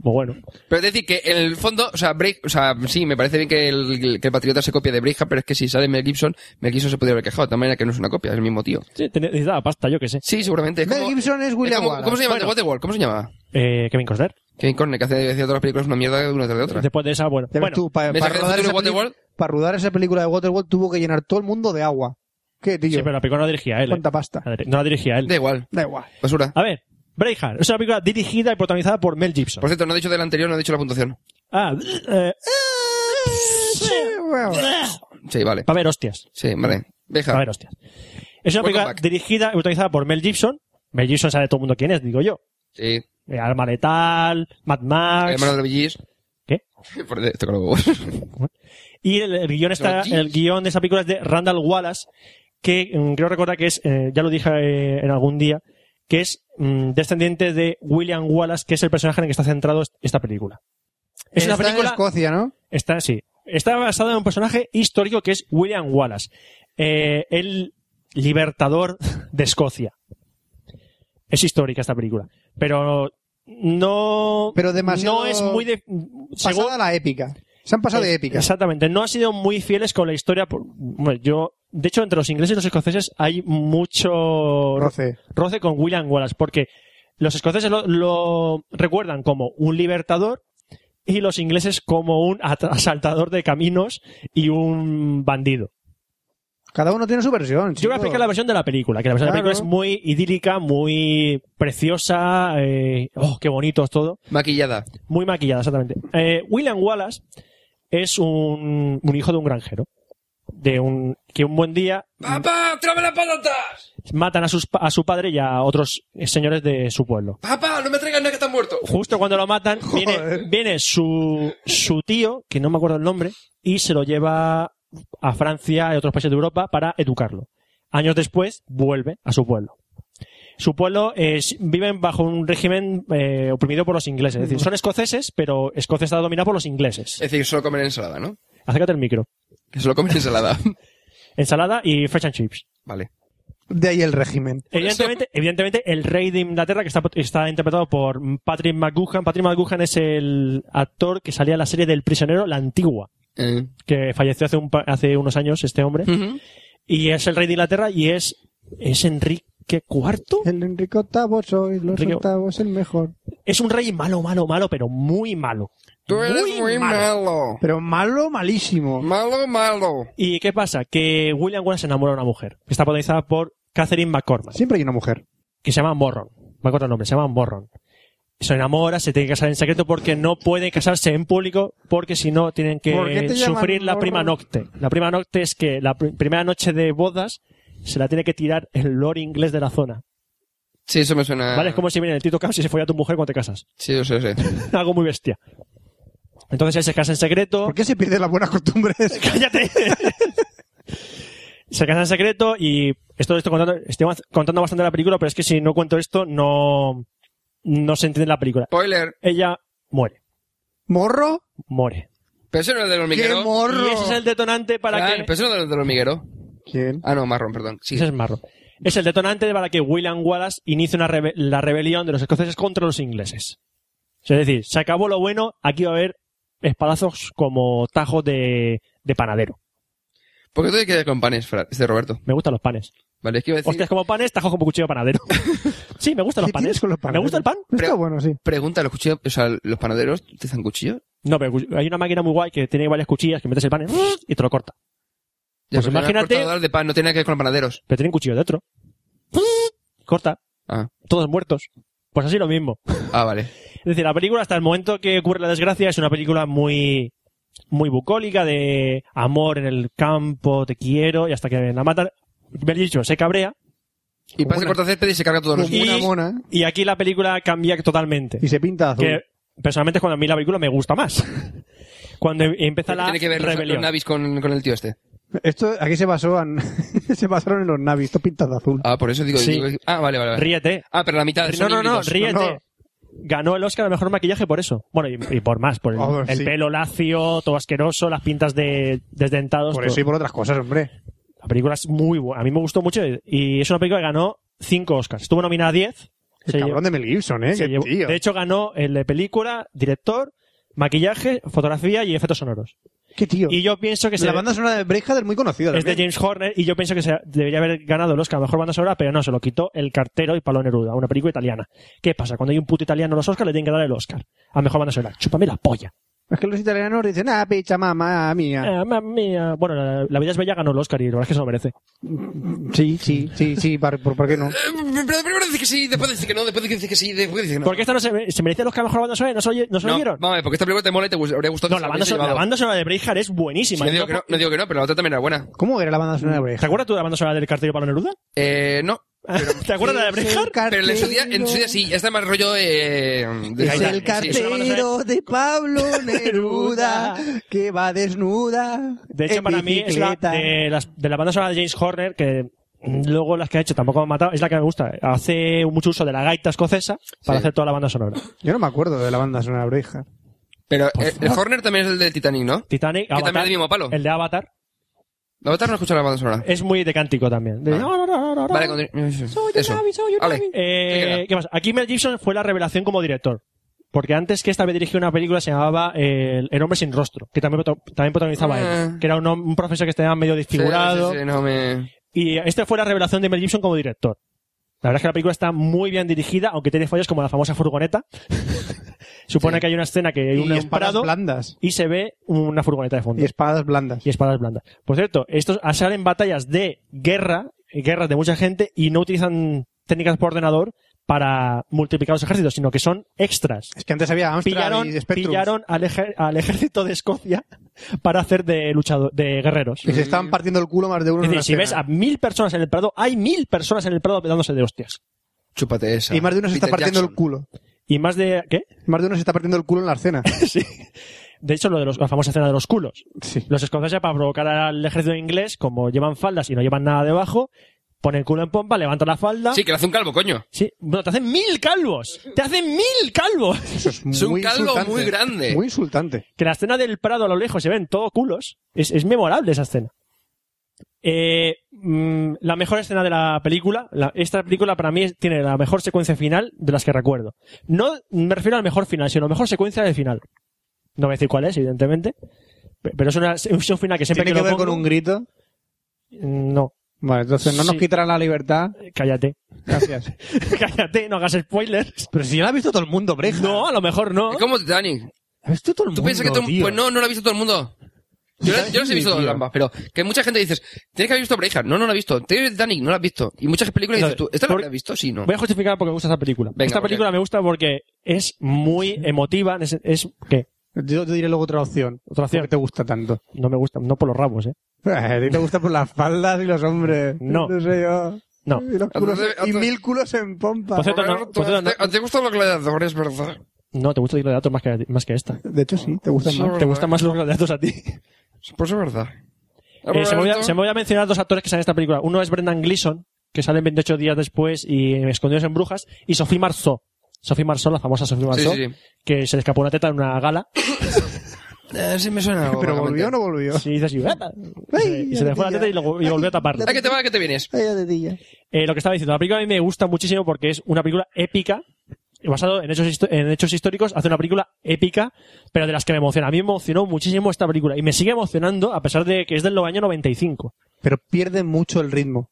Speaker 3: Pues bueno.
Speaker 2: Pero es decir, que en el fondo, o sea, Break, o sea, sí, me parece bien que el, que el Patriota se copie de Braveheart, pero es que si sale Mel Gibson, Mel Gibson se podría haber quejado, de tal manera que no es una copia, es el mismo tío.
Speaker 3: Sí, tenía- necesitaba pasta, yo qué sé.
Speaker 2: Sí, seguramente. Es
Speaker 1: Mel
Speaker 2: como-
Speaker 1: Gibson es William
Speaker 2: es como-
Speaker 1: Wallace.
Speaker 2: ¿Cómo se llama?
Speaker 3: Bueno.
Speaker 2: The Waterworld, ¿Cómo se llama?
Speaker 3: Eh, Kevin Costner.
Speaker 2: Kevin Corner, que hace, hace todas las películas una mierda una tras de otra.
Speaker 3: Después de esa, bueno.
Speaker 1: Ya ves
Speaker 3: bueno
Speaker 1: tú, pa-
Speaker 2: ¿Me
Speaker 1: para,
Speaker 2: sacaste
Speaker 1: rodar
Speaker 2: tú de
Speaker 1: esa peli-
Speaker 2: Waterworld?
Speaker 1: para rodar esa película de Waterworld tuvo que llenar todo el mundo de agua. ¿Qué,
Speaker 3: sí,
Speaker 1: tío?
Speaker 3: pero la película no la dirigía él. eh.
Speaker 1: ¿Cuánta pasta?
Speaker 3: La dir- No la dirigía él.
Speaker 2: Da igual,
Speaker 1: Da igual.
Speaker 2: basura.
Speaker 3: A ver, Braveheart. Es una película dirigida y protagonizada por Mel Gibson.
Speaker 2: Por cierto, no he dicho del anterior, no he dicho la puntuación.
Speaker 3: Ah, eh,
Speaker 1: Sí, bueno.
Speaker 2: Sí, vale.
Speaker 3: para ver hostias.
Speaker 2: Sí, vale.
Speaker 3: Para
Speaker 2: Deja.
Speaker 3: ver hostias. Es
Speaker 2: Welcome
Speaker 3: una película
Speaker 2: back.
Speaker 3: dirigida y protagonizada por Mel Gibson. Mel Gibson sabe todo el mundo quién es, digo yo.
Speaker 2: Sí.
Speaker 3: Eh, Arma Letal, Mad Max.
Speaker 2: Hermano de los BGs.
Speaker 3: ¿Qué?
Speaker 2: Por de- toca los huevos.
Speaker 3: Y el, el guión está,
Speaker 2: Los G's.
Speaker 3: el guión de esa película es de Randall Wallace, que mm, creo recordar que es, eh, ya lo dije eh, en algún día, que es mm, descendiente de William Wallace, que es el personaje en el que está centrado est- esta película. Es una
Speaker 4: Está en
Speaker 3: película
Speaker 4: Escocia, ¿no?
Speaker 3: Está, sí. Está basada en un personaje histórico que es William Wallace, eh, el libertador de Escocia. Es histórica esta película, pero no,
Speaker 4: Pero demasiado
Speaker 3: no es muy de, según-
Speaker 4: Pasada la épica. Se han pasado de
Speaker 3: es-
Speaker 4: épica.
Speaker 3: Exactamente. No han sido muy fieles con la historia. por- bueno, yo, de hecho, entre los ingleses y los escoceses hay mucho
Speaker 4: Roce.
Speaker 3: roce con William Wallace, porque los escoceses lo, lo recuerdan como un libertador y los ingleses como un at- asaltador de caminos y un bandido.
Speaker 4: Cada uno tiene su
Speaker 3: Yo voy a
Speaker 4: versión. Ah, chico.
Speaker 3: explicar la versión de la película, que la versión de la
Speaker 4: Claro.
Speaker 3: película es muy idílica, muy preciosa, eh, oh, qué bonito es todo.
Speaker 2: Maquillada.
Speaker 3: Muy maquillada, exactamente. Eh, William Wallace es un, un hijo de un granjero. De un, que un buen día
Speaker 2: ¡Papá, tráeme las patatas!
Speaker 3: matan a, sus, pa- a su padre y a otros eh, señores de su pueblo.
Speaker 2: ¡Papá, no me traigas nada que están muerto!
Speaker 3: Justo cuando lo matan, viene, viene su, su tío, que no me acuerdo el nombre, y se lo lleva a Francia y a otros países de Europa para educarlo. Años después, vuelve a su pueblo. Su pueblo es, viven bajo un régimen eh, oprimido por los ingleses. Es decir, son escoceses, pero Escocia está dominada por los ingleses.
Speaker 2: Es decir, solo comen ensalada, ¿no?
Speaker 3: Acércate al micro.
Speaker 2: Que solo comen ensalada.
Speaker 3: Ensalada y fresh and chips.
Speaker 2: vale.
Speaker 4: De ahí el régimen.
Speaker 3: Evidentemente, evidentemente, el rey de Inglaterra, que está, está interpretado por Patrick McGuhan. Patrick McGuhan es el actor que salía en la serie del prisionero, la antigua,
Speaker 2: Eh.
Speaker 3: que falleció hace, un pa- hace unos años este hombre.
Speaker 2: Ujú.
Speaker 3: Y es el rey de Inglaterra y es, es Enrique IV.
Speaker 4: El Enrique VIII soy, los
Speaker 3: Enrique-
Speaker 4: octavos el mejor.
Speaker 3: Es un rey malo, malo, malo, pero muy malo.
Speaker 2: Tú eres muy, malo.
Speaker 4: Pero malo, malísimo.
Speaker 2: Malo, malo.
Speaker 3: ¿Y qué pasa? Que William Wallace se enamora de una mujer, que está protagonizada por Catherine McCormack.
Speaker 4: Siempre hay una mujer.
Speaker 3: que se llama Morron. Me acuerdo el nombre, se llama Morron. Se enamora, se tiene que casar en secreto porque no puede casarse en público porque si no tienen que
Speaker 4: ¿Por qué te llaman
Speaker 3: sufrir la
Speaker 4: Morron?
Speaker 3: prima nocte. La prima nocte es que la pr- primera noche de bodas se la tiene que tirar el lord inglés de la zona.
Speaker 2: Sí, eso me suena.
Speaker 3: ¿Vale? Es como si viene el Tito Camps y se folla a tu mujer cuando te casas.
Speaker 2: Sí, yo sé, sé.
Speaker 3: Algo muy bestia. Entonces él se casa en secreto.
Speaker 4: ¿Por qué se pierden las buenas costumbres?
Speaker 3: ¡Cállate! se casan en secreto y esto lo estoy contando, estoy contando bastante la película, pero es que si no cuento esto, no, no se entiende la película.
Speaker 2: Spoiler.
Speaker 3: Ella muere,
Speaker 4: ¿Morro?
Speaker 3: muere.
Speaker 2: Pero eso no es de los
Speaker 4: ¡Qué
Speaker 2: migueros.
Speaker 4: morro!
Speaker 3: Y ese es el detonante para
Speaker 2: Claro,
Speaker 3: que...
Speaker 2: Pero eso no es de los migueros.
Speaker 4: ¿Quién?
Speaker 2: Ah, no, marrón, perdón. Sí.
Speaker 3: Ese es Marro. Es el detonante para que William Wallace inicie una rebe- la rebelión de los escoceses contra los ingleses. O sea, Es decir, se acabó lo bueno, aquí va a haber espadazos como tajos de, de panadero.
Speaker 2: ¿Por qué tú te quedas con panes, Fran? Es de Roberto.
Speaker 3: Me gustan los panes.
Speaker 2: Vale, es que iba a decir.
Speaker 3: Hostias como panes, tajos como cuchillo de panadero. sí, me gustan los
Speaker 4: ¿Qué tienes
Speaker 3: panes.
Speaker 4: con los
Speaker 3: ¿Me gusta el pan?
Speaker 4: Está
Speaker 2: Pero-
Speaker 4: bueno, sí.
Speaker 2: Pregunta, los cuchillos, o sea, los panaderos utilizan cuchillos.
Speaker 3: No, pero cu- hay una máquina muy guay que tiene varias cuchillas que metes el pan en- y te lo corta. Pues
Speaker 2: pero eran
Speaker 3: imagínate-
Speaker 2: cortadores de pan, no tiene nada que ver con los panaderos.
Speaker 3: Pero tiene un cuchillo dentro. Corta.
Speaker 2: Ah.
Speaker 3: Todos muertos. Pues así lo mismo.
Speaker 2: Ah, vale.
Speaker 3: Es decir, la película hasta el momento que ocurre la desgracia es una película muy muy bucólica de amor en el campo, te quiero y hasta que la matan, Mel Gibson se cabrea
Speaker 2: Y
Speaker 3: Como
Speaker 2: pasa
Speaker 3: una-
Speaker 2: por césped y se carga todos los
Speaker 4: Como
Speaker 2: niños.
Speaker 4: una
Speaker 3: Y-
Speaker 4: mona.
Speaker 3: y aquí la película cambia totalmente.
Speaker 4: Y se pinta azul.
Speaker 3: Que personalmente es cuando a mí la película me gusta más. Cuando em- empieza
Speaker 2: Porque
Speaker 3: la
Speaker 2: Tiene que ver los- los
Speaker 3: rebelión.
Speaker 2: navis con, con el tío este.
Speaker 4: Esto, aquí se basó en- se basaron en los navis. Esto pinta de azul.
Speaker 2: Ah, por eso digo.
Speaker 3: Sí.
Speaker 2: digo- ah, vale, vale. vale.
Speaker 3: Ríete.
Speaker 2: Ah, pero la mitad de
Speaker 3: No, no, no,
Speaker 2: ríe.
Speaker 3: ríete. Ganó el Oscar al mejor maquillaje por eso. Bueno, y, y por más, por el,
Speaker 4: Oh,
Speaker 3: el
Speaker 4: sí.
Speaker 3: pelo lacio, todo asqueroso, las pintas de desdentados.
Speaker 4: Por
Speaker 3: todo.
Speaker 4: eso y por otras cosas, hombre.
Speaker 3: La película es muy buena. A mí me gustó mucho y es una película que ganó cinco Oscars. Estuvo nominada a 10.
Speaker 4: El
Speaker 3: Se
Speaker 4: cabrón
Speaker 3: llevó-
Speaker 4: de Mel Gibson, ¿eh?
Speaker 3: se
Speaker 4: Qué
Speaker 3: llevó-
Speaker 4: tío.
Speaker 3: De hecho, ganó el de película, director, maquillaje, fotografía y efectos sonoros.
Speaker 4: Qué tío.
Speaker 3: Y yo pienso que se,
Speaker 4: la banda sonora de Breakhead es muy conocida.
Speaker 3: es de
Speaker 4: también.
Speaker 3: James Horner y yo pienso que se debería haber ganado el Oscar a mejor banda sonora, pero no, se lo quitó el cartero y Palo Neruda, una película italiana. ¿Qué pasa? Cuando hay un puto italiano en los Oscars, le tienen que dar el Oscar a mejor banda sonora. Chúpame la polla.
Speaker 4: Es que los italianos dicen, ah, picha, mamá mía.
Speaker 3: Eh, mamma mía. Bueno, la, la vida es bella ganó el Oscar y la verdad es que se lo merece.
Speaker 4: Sí, sí, sí, sí, par- por, ¿por qué no?
Speaker 2: Eh, Pero primero dice que sí, después dice que no, después dice que sí, después dice que no.
Speaker 3: Porque esta no se, se merece el Oscar a mejor banda sonora, y no se, oye- no se
Speaker 2: no,
Speaker 3: oyeron.
Speaker 2: Vamos a ver, porque esta película te mola y te gust- habría gustado.
Speaker 3: No,
Speaker 2: que
Speaker 3: la
Speaker 2: se
Speaker 3: banda,
Speaker 2: hubiese
Speaker 3: sonora, la
Speaker 2: llevado.
Speaker 3: banda sonora de Braveheart es buenísima. ¿eh?
Speaker 2: no, digo que no, no digo que no, pero la otra también era buena.
Speaker 4: ¿Cómo era la banda sonora de
Speaker 3: ¿Te
Speaker 4: Brecht?
Speaker 3: acuerdas tú de la banda sonora del cartel de Pablo Neruda?
Speaker 2: Eh, no.
Speaker 3: ¿Te acuerdas de la de Braveheart?
Speaker 2: Pero en su día, en su día sí, esta es más rollo eh, de.
Speaker 4: Es
Speaker 2: Gaitán,
Speaker 4: el
Speaker 2: sí, sí.
Speaker 4: cartero de Pablo Neruda que va desnuda.
Speaker 3: De hecho,
Speaker 4: en
Speaker 3: para mí es la
Speaker 4: bicicleta.
Speaker 3: de, las- de la banda sonora de James Horner, que mm, luego las que ha hecho tampoco me han matado, es la que me gusta. Hace mucho uso de la gaita escocesa para
Speaker 2: Sí.
Speaker 3: hacer toda la banda sonora.
Speaker 4: Yo no me acuerdo de la banda sonora de Brecht.
Speaker 2: Pero eh, el Horner también es el del Titanic, ¿no?
Speaker 3: Titanic,
Speaker 2: Que también
Speaker 3: Avatar,
Speaker 2: es del mismo palo.
Speaker 3: el de Avatar,
Speaker 2: La otra no escucha la banda sonora.
Speaker 3: es muy de cántico también. De-
Speaker 2: Ah. Vale, con... Eso. Vale.
Speaker 3: Eh, ¿Qué más? Aquí Mel Gibson fue la revelación como director. Porque antes que esta vez dirigió una película se llamaba eh, El hombre sin rostro, que también, proto- también protagonizaba
Speaker 2: Ah.
Speaker 3: él. Que era un, hom- un profesor que estaba medio desfigurado.
Speaker 2: Sí, sí, sí, no me...
Speaker 3: Y esta fue la revelación de Mel Gibson como director. La verdad es que la película está muy bien dirigida, aunque tiene fallos como la famosa furgoneta. Supone
Speaker 2: Sí.
Speaker 3: que hay una escena que hay
Speaker 4: Y
Speaker 3: un
Speaker 4: espadas
Speaker 3: prado
Speaker 4: blandas.
Speaker 3: y se ve una furgoneta de fondo.
Speaker 4: Y espadas blandas.
Speaker 3: Y espadas blandas. Por cierto, estos salen batallas de guerra, guerras de mucha gente, y no utilizan técnicas por ordenador para multiplicar los ejércitos, sino que son extras.
Speaker 4: Es que antes había Amstrad
Speaker 3: Pillaron,
Speaker 4: y Spectrum.
Speaker 3: pillaron al, ejer- al ejército de Escocia para hacer de luchador, de guerreros.
Speaker 4: Y se estaban partiendo el culo más de uno.
Speaker 3: Es decir,
Speaker 4: en una
Speaker 3: si ves
Speaker 4: escena.
Speaker 3: a mil personas en el Prado, hay mil personas en el Prado dándose de hostias.
Speaker 2: Chúpate esa.
Speaker 4: Y más de uno se está
Speaker 2: Peter
Speaker 4: partiendo
Speaker 2: Jackson.
Speaker 4: el culo.
Speaker 3: Y más de... ¿Qué?
Speaker 4: Más de uno se está partiendo el culo en la escena.
Speaker 3: Sí. De hecho, lo de los- la famosa escena de los culos.
Speaker 4: Sí.
Speaker 3: Los escoceses, para provocar al ejército inglés, como llevan faldas y no llevan nada debajo, ponen el culo en pompa, levantan la falda...
Speaker 2: Sí, que le hace un calvo, coño.
Speaker 3: Sí. Bueno, te hacen mil calvos. Te hacen mil calvos.
Speaker 4: Eso es,
Speaker 2: Es un
Speaker 4: muy
Speaker 2: calvo
Speaker 4: insultante.
Speaker 2: muy grande.
Speaker 4: Muy insultante.
Speaker 3: que la escena del Prado a lo lejos se ven todo culos. Es, es memorable esa escena. Eh, mm, la mejor escena de la película, la- esta película para mí es- tiene la mejor secuencia final de las que recuerdo. No me refiero al mejor final, sino a la mejor secuencia del final. No voy a decir cuál es, evidentemente. pe- Pero es una, es un final que siempre
Speaker 4: ¿Tiene
Speaker 3: que, lo
Speaker 4: que, ver
Speaker 3: pongo- Mm,
Speaker 4: con un grito?
Speaker 3: No,
Speaker 4: Vale, entonces no nos
Speaker 3: Sí.
Speaker 4: quitarán la libertad.
Speaker 3: cállate.
Speaker 4: Gracias.
Speaker 3: cállate, no hagas spoilers.
Speaker 4: Pero si ya la ha visto todo el mundo, Breja.
Speaker 3: No, a lo mejor no.
Speaker 2: Es como Titanic.
Speaker 4: Ha visto todo el
Speaker 2: ¿Tú
Speaker 4: mundo,
Speaker 2: piensas que todo...
Speaker 4: tío.
Speaker 2: Pues no, no lo ha visto todo el mundo. Yo, la- yo las he visto
Speaker 4: tío.
Speaker 2: todas ambas, pero que mucha gente dices, tienes que haber visto Breja. No, no la he visto. Tienes que ver Titanic, no la has visto. Y muchas películas dices tú, ¿esta la
Speaker 3: Por-
Speaker 2: has visto? Sí, no.
Speaker 3: Voy a justificar porque me gusta esta película.
Speaker 2: Venga,
Speaker 3: esta
Speaker 2: porque-
Speaker 3: película me gusta porque es muy emotiva. Es, es ¿qué?
Speaker 4: Yo te diré luego otra opción.
Speaker 3: Otra opción.
Speaker 4: Que te gusta tanto.
Speaker 3: No me gusta, no por los rabos, ¿eh?
Speaker 4: A ti te gusta por las faldas y los hombres.
Speaker 3: No.
Speaker 4: No sé yo.
Speaker 3: No.
Speaker 1: Mm.
Speaker 4: Y, los culos-
Speaker 2: Entonces-
Speaker 4: y mil culos en pompa.
Speaker 3: Por cierto, no, por cierto, no,
Speaker 2: ¿Te, te gustan los gladiadores, verdad?
Speaker 3: no, te gusta los gladiatos más que, más que esta.
Speaker 4: De hecho, sí, te gusta más.
Speaker 3: Te gustan más los gladiatos a ti.
Speaker 2: Pues es verdad.
Speaker 3: Eh, se, me voy a, se me voy a mencionar dos actores que salen en esta película. Uno es Brendan Gleeson, que sale en 28 días después y en Escondidos en Brujas, y Sophie Marceau. Sophie Marceau, la famosa Sophie
Speaker 2: Sí,
Speaker 3: Marceau,
Speaker 2: sí, sí.
Speaker 3: que se le escapó una teta en una gala
Speaker 2: Eh, sí me suena algo,
Speaker 4: Pero
Speaker 2: vagamente.
Speaker 4: volvió o no volvió.
Speaker 3: y hizo así, "Epa", y se- y se le fue la teta y, lo- y volvió a taparla.
Speaker 2: Ay, que te va, que te vienes.
Speaker 4: Ay, de tía.
Speaker 3: Eh, lo que estaba diciendo, la película a mí me gusta muchísimo porque es una película épica, basado en hechos, histo- en hechos históricos, hace una película épica, pero de las que me emociona. A mí me emocionó muchísimo esta película y me sigue emocionando a pesar de que es del año 95.
Speaker 4: Pero pierde mucho el ritmo.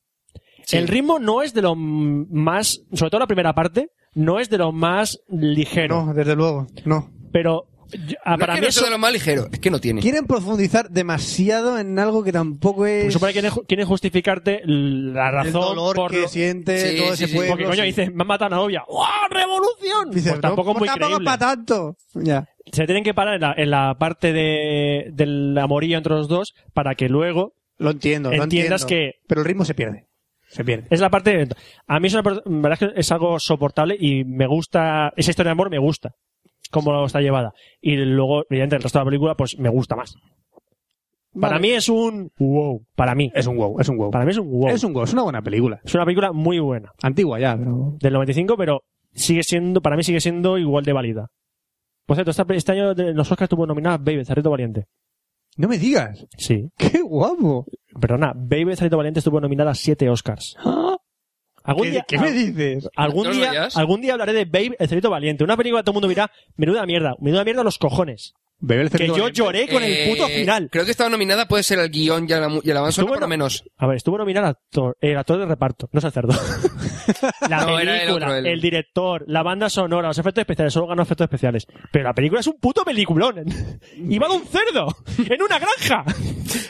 Speaker 3: El ritmo no es de lo m- más, sobre todo la primera parte, no es de lo más ligero,
Speaker 4: No, desde luego. No.
Speaker 3: pero yo- ah,
Speaker 2: No
Speaker 3: para
Speaker 2: es que
Speaker 3: mí
Speaker 2: no sea
Speaker 3: eso...
Speaker 2: de lo más ligero, es que no tiene.
Speaker 4: Quieren profundizar demasiado en algo que tampoco es.
Speaker 3: Pues supone que quieren- quieren justificarte la razón
Speaker 4: el dolor
Speaker 3: por
Speaker 4: que
Speaker 3: lo-
Speaker 4: siente
Speaker 2: Sí,
Speaker 4: todo
Speaker 2: sí,
Speaker 4: ese
Speaker 2: sí.
Speaker 4: pueblo.
Speaker 3: porque coño
Speaker 4: sí.
Speaker 3: dices, me han matado a una novia. ¡Wow, revolución!
Speaker 4: Dices,
Speaker 3: Pues tampoco
Speaker 4: no,
Speaker 3: es muy
Speaker 4: tampoco
Speaker 3: creíble.
Speaker 4: para tanto. Ya.
Speaker 3: se tienen que parar en la, en la parte de, del amorío entre los dos para que luego
Speaker 4: Lo entiendo, lo
Speaker 3: entiendas
Speaker 4: entiendo.
Speaker 3: que
Speaker 4: Pero el ritmo se pierde. Se pierde.
Speaker 3: es la parte a mí es una per- la verdad es que es algo soportable y me gusta esa historia de amor me gusta cómo está llevada y luego evidentemente el resto de la película pues me gusta más para mí es un wow para mí
Speaker 4: Es un wow, es un wow.
Speaker 3: para mí es un wow
Speaker 4: Es un wow, es una buena película.
Speaker 3: es una película muy buena
Speaker 4: Antigua ya, pero.
Speaker 3: del 95 pero sigue siendo para mí sigue siendo igual de válida por cierto esta- este año de los Oscars estuvo nominada Baby Cerrito Valiente
Speaker 4: No me digas.
Speaker 3: sí
Speaker 4: ¡Qué guapo!
Speaker 3: Perdona, Baby Zarito Valiente estuvo nominada a siete Oscars.
Speaker 2: ¿Ah?
Speaker 3: Algún
Speaker 4: ¿Qué,
Speaker 3: día,
Speaker 4: qué me dices?
Speaker 3: algún
Speaker 2: ¿No lo
Speaker 3: día,
Speaker 2: veías?
Speaker 3: algún día hablaré de Babe el Zarito Valiente. Una película que todo el mundo dirá, menuda mierda, menuda mierda los cojones.
Speaker 1: Bebé el
Speaker 3: Que
Speaker 1: cerebro
Speaker 3: yo
Speaker 1: de-
Speaker 3: lloré con
Speaker 2: Eh,
Speaker 3: el puto final.
Speaker 2: Creo que estaba nominada, puede ser el guión y el, amu- y el avance,
Speaker 3: Estuvo
Speaker 2: por lo
Speaker 3: no-
Speaker 2: menos.
Speaker 3: A ver, estuvo nominado actor, el actor de reparto, no es el cerdo. la
Speaker 2: No, era el
Speaker 3: película, el,
Speaker 2: otro, el-
Speaker 3: director, la banda sonora, los efectos especiales, solo ganó efectos especiales. Pero la película es un puto peliculón. Iba de un cerdo en una granja.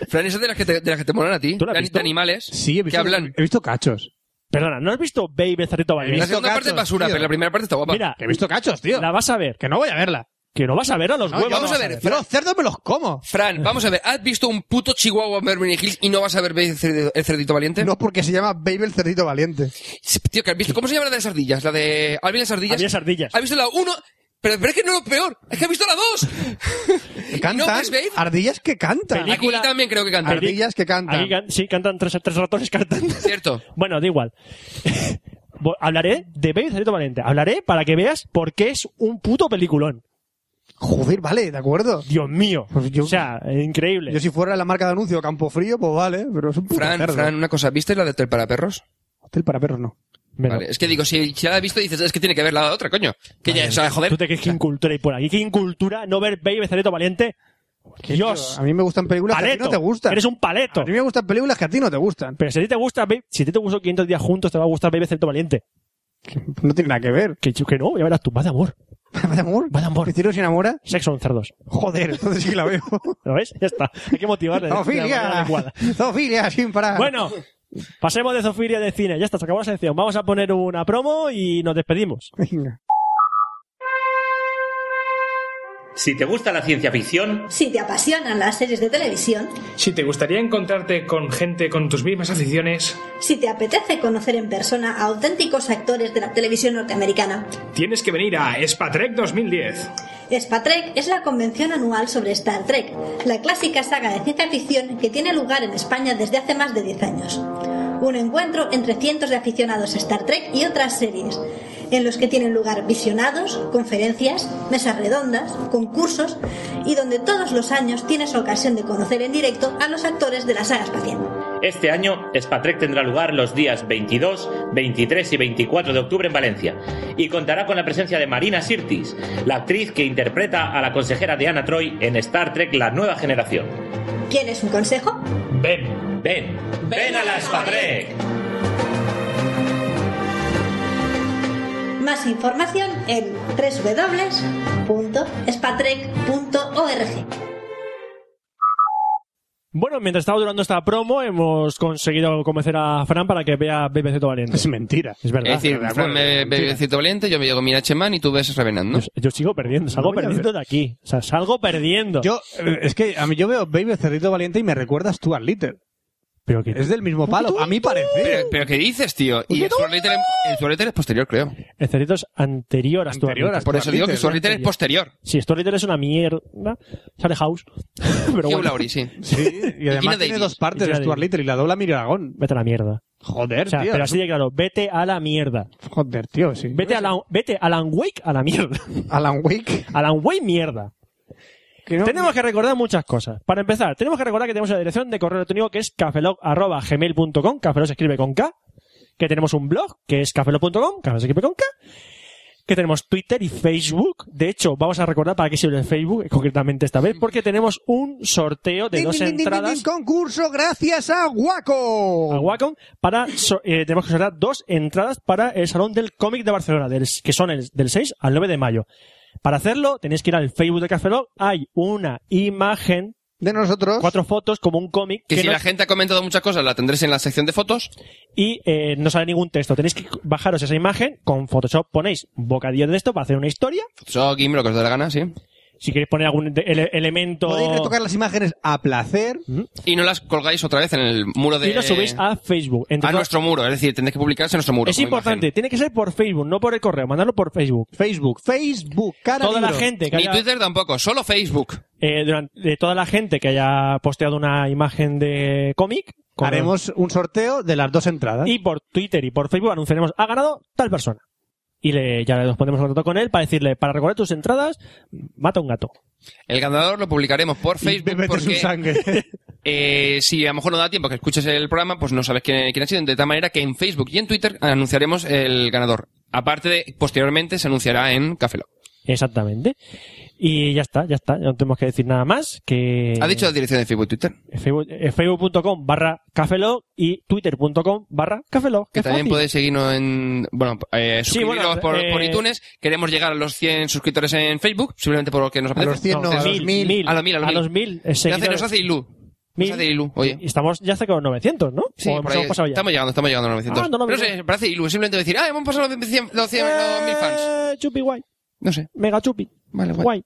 Speaker 2: Fran, esa es de las que te, de las que te molan a ti.
Speaker 3: ¿Tú la has
Speaker 2: de,
Speaker 3: visto?
Speaker 2: de animales.
Speaker 1: Sí, he visto,
Speaker 2: Que hablan.
Speaker 1: he visto cachos.
Speaker 3: Perdona, ¿no has visto Baby Cerrito Valiente?
Speaker 2: La
Speaker 1: visto
Speaker 2: segunda parte es
Speaker 1: cachos,
Speaker 2: basura,
Speaker 1: tío.
Speaker 2: pero la primera parte está guapa.
Speaker 3: Mira,
Speaker 1: Que Ah, He visto cachos, tío.
Speaker 3: la vas a ver.
Speaker 1: Que no voy a verla.
Speaker 3: Que no vas a ver a los
Speaker 1: No,
Speaker 3: huevos.
Speaker 1: yo-
Speaker 2: vamos
Speaker 3: no
Speaker 2: a ver,
Speaker 1: Yo los cerdos me los como.
Speaker 2: Fran, vamos a ver. ¿Has visto un puto Chihuahua en Beverly Hills y no vas a ver el cerdito, el cerdito valiente?
Speaker 1: No porque se llama Baby el cerdito valiente.
Speaker 2: Sí, Tío, ¿que has visto? ¿Cómo se llama la de las ardillas? La de Alvin y las ardillas.
Speaker 3: Alvin y las ardillas.
Speaker 2: ¿Has visto la 1? Pero, pero es que no es lo peor. Es que has visto la 2.
Speaker 1: Cantan
Speaker 2: ¿No ves, babe?
Speaker 1: ardillas que cantan.
Speaker 3: Peli-
Speaker 2: Aquí
Speaker 3: película-
Speaker 2: también creo que cantan.
Speaker 3: Ardi-
Speaker 1: Ardillas que cantan.
Speaker 3: Aquí can- sí, cantan tres, tres ratones cantando.
Speaker 2: Cierto.
Speaker 3: Bueno, da igual. Bo- Hablaré de Baby Cerrito Valiente. Hablaré para que veas por qué es un puto peliculón.
Speaker 1: Joder, vale, de acuerdo.
Speaker 3: Dios mío.
Speaker 1: Pues yo-
Speaker 3: o sea, increíble.
Speaker 1: Yo si fuera la marca de anuncio Campo Frío, pues vale, pero es un puto
Speaker 2: Fran,
Speaker 1: cerdo.
Speaker 2: Fran, una cosa. ¿Viste la de Hotel para perros?
Speaker 1: Hotel para perros no.
Speaker 3: Pero,
Speaker 2: Vale. Es que digo, si ya la has visto, dices, es que tiene que ver la otra, coño. Que ya, o sea, joder.
Speaker 3: ¿Tú te crees que incultura y por aquí? ¿Qué incultura no ver Baby Cerrito Valiente? Dios.
Speaker 1: A mí me gustan películas que a ti
Speaker 3: paleto.
Speaker 1: no te gustan.
Speaker 3: Eres un paleto.
Speaker 1: A mí me gustan películas que a ti no te gustan.
Speaker 3: Pero si a ti te gusta, Baby- si a ti te gustó 500 días juntos, te va a gustar Baby Cerrito Valiente.
Speaker 1: No tiene nada que ver.
Speaker 3: Que, que no, ya verás tú. Va de amor.
Speaker 1: ¿Va de amor?
Speaker 3: Va de amor.
Speaker 1: ¿Cicero se enamora?
Speaker 3: Sexo en cerdos.
Speaker 1: Joder, entonces sí que la veo.
Speaker 3: ¿Lo ves? Ya está. Hay que motivarle. de la manera
Speaker 1: Zoofilia.
Speaker 3: adecuada.
Speaker 1: Zoofilia, sin parar.
Speaker 3: Bueno, pasemos de Zofiria de cine. Ya está, se acabó la sección. Vamos a poner una promo y nos despedimos.
Speaker 1: Venga.
Speaker 11: Si te gusta la ciencia ficción,
Speaker 10: Si te apasionan las series de televisión,
Speaker 12: Si te gustaría encontrarte con gente con tus mismas aficiones,
Speaker 10: si te apetece conocer en persona a auténticos actores de la televisión norteamericana,
Speaker 12: tienes que venir a Spatrek 2010.
Speaker 10: Spatrek es la convención anual sobre Star Trek, la clásica saga de ciencia ficción que tiene lugar en España desde hace más de 10 años. Un encuentro entre cientos de aficionados a Star Trek y otras series, en los que tienen lugar visionados, conferencias, mesas redondas, concursos y donde todos los años tienes ocasión de conocer en directo a los actores de la saga espacial.
Speaker 11: este año Spatrek tendrá lugar los días 22, 23 y 24 de octubre en Valencia y contará con la presencia de Marina Sirtis, la actriz que interpreta a la consejera Diana Troy en Star Trek La Nueva Generación.
Speaker 10: ¿Quieres un consejo?
Speaker 12: Ven.
Speaker 11: Ven, ven a la Spatrek.
Speaker 10: Más información en www.spatrek.org.
Speaker 3: Bueno, mientras estaba durando esta promo, hemos conseguido convencer a Fran para que vea BBC Valiente.
Speaker 1: Es mentira.
Speaker 3: Es verdad.
Speaker 2: Es decir,
Speaker 1: de
Speaker 2: Fran
Speaker 1: acuerdo,
Speaker 2: me
Speaker 1: mentira.
Speaker 2: bebe cito valiente, yo me llego mi H-Man y tú ves Revenant, ¿no?
Speaker 3: Yo, yo sigo perdiendo, salgo
Speaker 1: No voy a
Speaker 3: perdiendo de aquí. O sea, salgo perdiendo.
Speaker 1: Yo, eh, es que a mí yo veo Baby el cerdito valiente y me recuerdas a Stuart Little.
Speaker 3: Pero que
Speaker 1: Es del mismo palo, a mí parece.
Speaker 2: Pero, pero ¿qué dices, tío?
Speaker 3: pues
Speaker 2: Y el Sword Little- el Sword Little es posterior, creo.
Speaker 3: el cerrito es anterior a Stuart
Speaker 1: Anterior a
Speaker 3: Little.
Speaker 1: Stuart
Speaker 2: Por eso digo que
Speaker 1: Little,
Speaker 2: Sword Little es
Speaker 3: anterior.
Speaker 2: posterior.
Speaker 3: Sí, Stuart Little es una mierda. Sale House. Pero
Speaker 2: Hugh
Speaker 3: bueno,
Speaker 2: Laurie, sí.
Speaker 1: Sí, y además tiene
Speaker 2: Davis.
Speaker 1: dos partes
Speaker 3: Y
Speaker 1: de
Speaker 3: Gina
Speaker 1: Stuart
Speaker 3: Davis.
Speaker 1: Little y la dobla Miri Aragón.
Speaker 3: vete a la mierda.
Speaker 1: Joder,
Speaker 3: O sea,
Speaker 1: tío.
Speaker 3: pero así de claro, vete a la mierda.
Speaker 1: Joder, tío, sí.
Speaker 3: Vete a la, vete Alan Wake a la mierda.
Speaker 1: Alan Wake.
Speaker 3: Alan Wake mierda.
Speaker 1: Que no-
Speaker 3: Tenemos que recordar muchas cosas. Para empezar, tenemos que recordar que tenemos una dirección de correo electrónico que es cafelog.gmail.com. Cafelog se escribe con K. Que tenemos un blog que es cafelog.com. Cafelog se escribe con K. Que tenemos Twitter y Facebook. De hecho, vamos a recordar para qué sirve el Facebook, eh, concretamente esta vez, porque tenemos un sorteo de
Speaker 1: Din,
Speaker 3: dos
Speaker 1: din, din, din,
Speaker 3: entradas Ah.
Speaker 1: din, concurso gracias a Waco.
Speaker 3: a Wacom para so- eh, tenemos que sortear dos entradas para el Salón del Cómic de Barcelona, del- que son el- del 6 al 9 de mayo. Para hacerlo, tenéis que ir al Facebook de Cafelog. Hay una imagen,
Speaker 1: De nosotros.
Speaker 3: cuatro fotos, como un cómic,
Speaker 2: Que
Speaker 3: que
Speaker 2: si
Speaker 3: no-
Speaker 2: la gente ha comentado muchas cosas, la tendréis en la sección de fotos.
Speaker 3: y eh, no sale ningún texto. Tenéis que bajaros esa imagen, con Photoshop ponéis bocadillo de texto para hacer una historia.
Speaker 2: Photoshop, Gimp, lo que os dé la gana, sí.
Speaker 3: Si queréis poner algún de- ele- elemento...
Speaker 1: Podéis retocar las imágenes a placer.
Speaker 2: Y no las colgáis otra vez en el muro de...
Speaker 3: Y lo subís a Facebook. Entre
Speaker 2: a
Speaker 3: todas-
Speaker 2: nuestro muro, es decir, tendréis que publicarse en nuestro muro.
Speaker 3: es
Speaker 2: como
Speaker 3: importante, tiene que ser por Facebook, no por el correo, mandarlo por Facebook.
Speaker 1: Facebook. Facebook. Cara
Speaker 3: Toda la
Speaker 1: libro.
Speaker 3: gente que
Speaker 2: imagen. Ni
Speaker 3: haya-
Speaker 2: Twitter tampoco, solo Facebook.
Speaker 3: eh, durante, de toda la gente que haya posteado una imagen de cómic, con-
Speaker 1: Haremos un sorteo de las dos entradas.
Speaker 3: y por Twitter y por Facebook anunciaremos ha ganado tal persona. Y le, ya nos ponemos en contacto con él para decirle, para recoger tus entradas, mata a un gato.
Speaker 2: El ganador lo publicaremos por
Speaker 1: Y
Speaker 2: Facebook
Speaker 1: bébete su
Speaker 2: porque
Speaker 1: sangre.
Speaker 2: eh, si a lo mejor no da tiempo que escuches el programa, pues no sabes quién, quién ha sido. De tal manera que en Facebook y en Twitter anunciaremos el ganador. Aparte de, posteriormente se anunciará en Café Lock.
Speaker 3: Exactamente. Y ya está, ya está. Ya No tenemos que decir nada más. Que...
Speaker 2: Ha dicho la dirección de Facebook y Twitter.
Speaker 3: Facebook- eh, facebook.com barra cafelog y twitter.com barra cafelog.
Speaker 2: Que también podéis seguirnos en. Bueno, eh,
Speaker 3: Sí,
Speaker 2: suscribiros
Speaker 3: bueno,
Speaker 2: por,
Speaker 3: eh,
Speaker 2: por iTunes. Queremos llegar a los 100 suscriptores en Facebook, simplemente por lo que nos apetece.
Speaker 1: los 100 no, a los 1000.
Speaker 2: A los 1000, a los 1000.
Speaker 3: mil.
Speaker 2: Nos
Speaker 3: eh,
Speaker 2: hace,
Speaker 3: seguidores.
Speaker 2: nos hace ilu. Nos
Speaker 3: Mil.
Speaker 2: hace ilu, oye.
Speaker 3: Y estamos ya cerca de los 900, ¿no?
Speaker 2: Sí,
Speaker 3: O hemos
Speaker 2: por ahí.
Speaker 3: pasado ya.
Speaker 2: Estamos llegando, estamos llegando a los 900.
Speaker 3: Ah, no lo
Speaker 2: Pero
Speaker 3: veo.
Speaker 2: sí, parece ilu. Simplemente decir, ah, hemos pasado los 100, los 100, los 1000 fans.
Speaker 3: Eh, Chupi guay.
Speaker 2: No sé.
Speaker 3: Mega chupi.
Speaker 2: Vale, guay.
Speaker 3: Guay.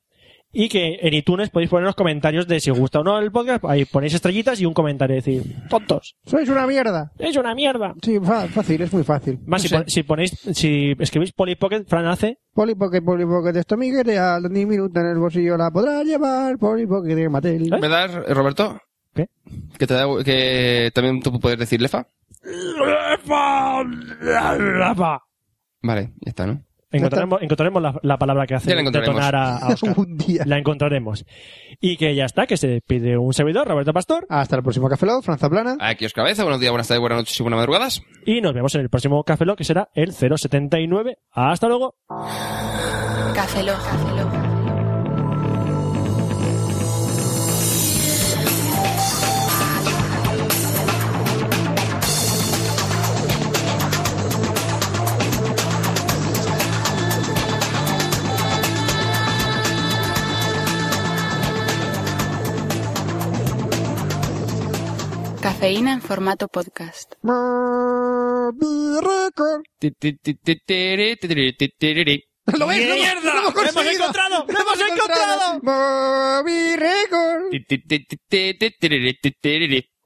Speaker 3: Y que en iTunes podéis poner los comentarios de si os gusta o no el podcast. Ahí ponéis estrellitas y un comentario. Decir, tontos.
Speaker 1: Sois una mierda.
Speaker 3: Es una mierda.
Speaker 1: Sí, fa- fácil, es muy fácil.
Speaker 3: Más, si, pon- si ponéis, si escribís Polipocket, Fran hace.
Speaker 1: Poli Pocket, Poli Pocket, esto Miguel, a los 10 minutos en el bolsillo la podrá llevar. Poli Pocket de Mattel.
Speaker 2: ¿Verdad, Roberto?
Speaker 3: ¿Qué?
Speaker 2: Que, te da, que también tú puedes decir lefa. Vale, ya está, ¿no?
Speaker 3: Encontraremos, encontraremos la, la palabra que hace
Speaker 2: Ya la encontraremos.
Speaker 3: detonar a, a Oscar.
Speaker 1: Un día.
Speaker 3: La encontraremos. Y que ya está, que se despide un servidor, Roberto Pastor.
Speaker 1: Hasta el próximo Café Lock, Franza Plana.
Speaker 2: Aquí os cabeza. Buenos días, buenas tardes, buenas noches y buenas madrugadas.
Speaker 3: Y nos vemos en el próximo Café Lock, que será el 079. Hasta luego.
Speaker 8: Café Lock. Café Lock. Cafeína en formato podcast.
Speaker 2: Ti, ti, ti, ti, tiri, ti, tiri, ti, tiriri.
Speaker 1: ¡Lo ves! ¡Lo
Speaker 3: ¡Mierda!
Speaker 1: ¡Lo hemos
Speaker 3: ¡Lo hemos
Speaker 1: conseguido!
Speaker 3: encontrado! ¡Lo hemos
Speaker 1: ¡Bobby Record!
Speaker 2: Ti, ti, ti, ti, ti, ti, tiriri, ti, tiriri.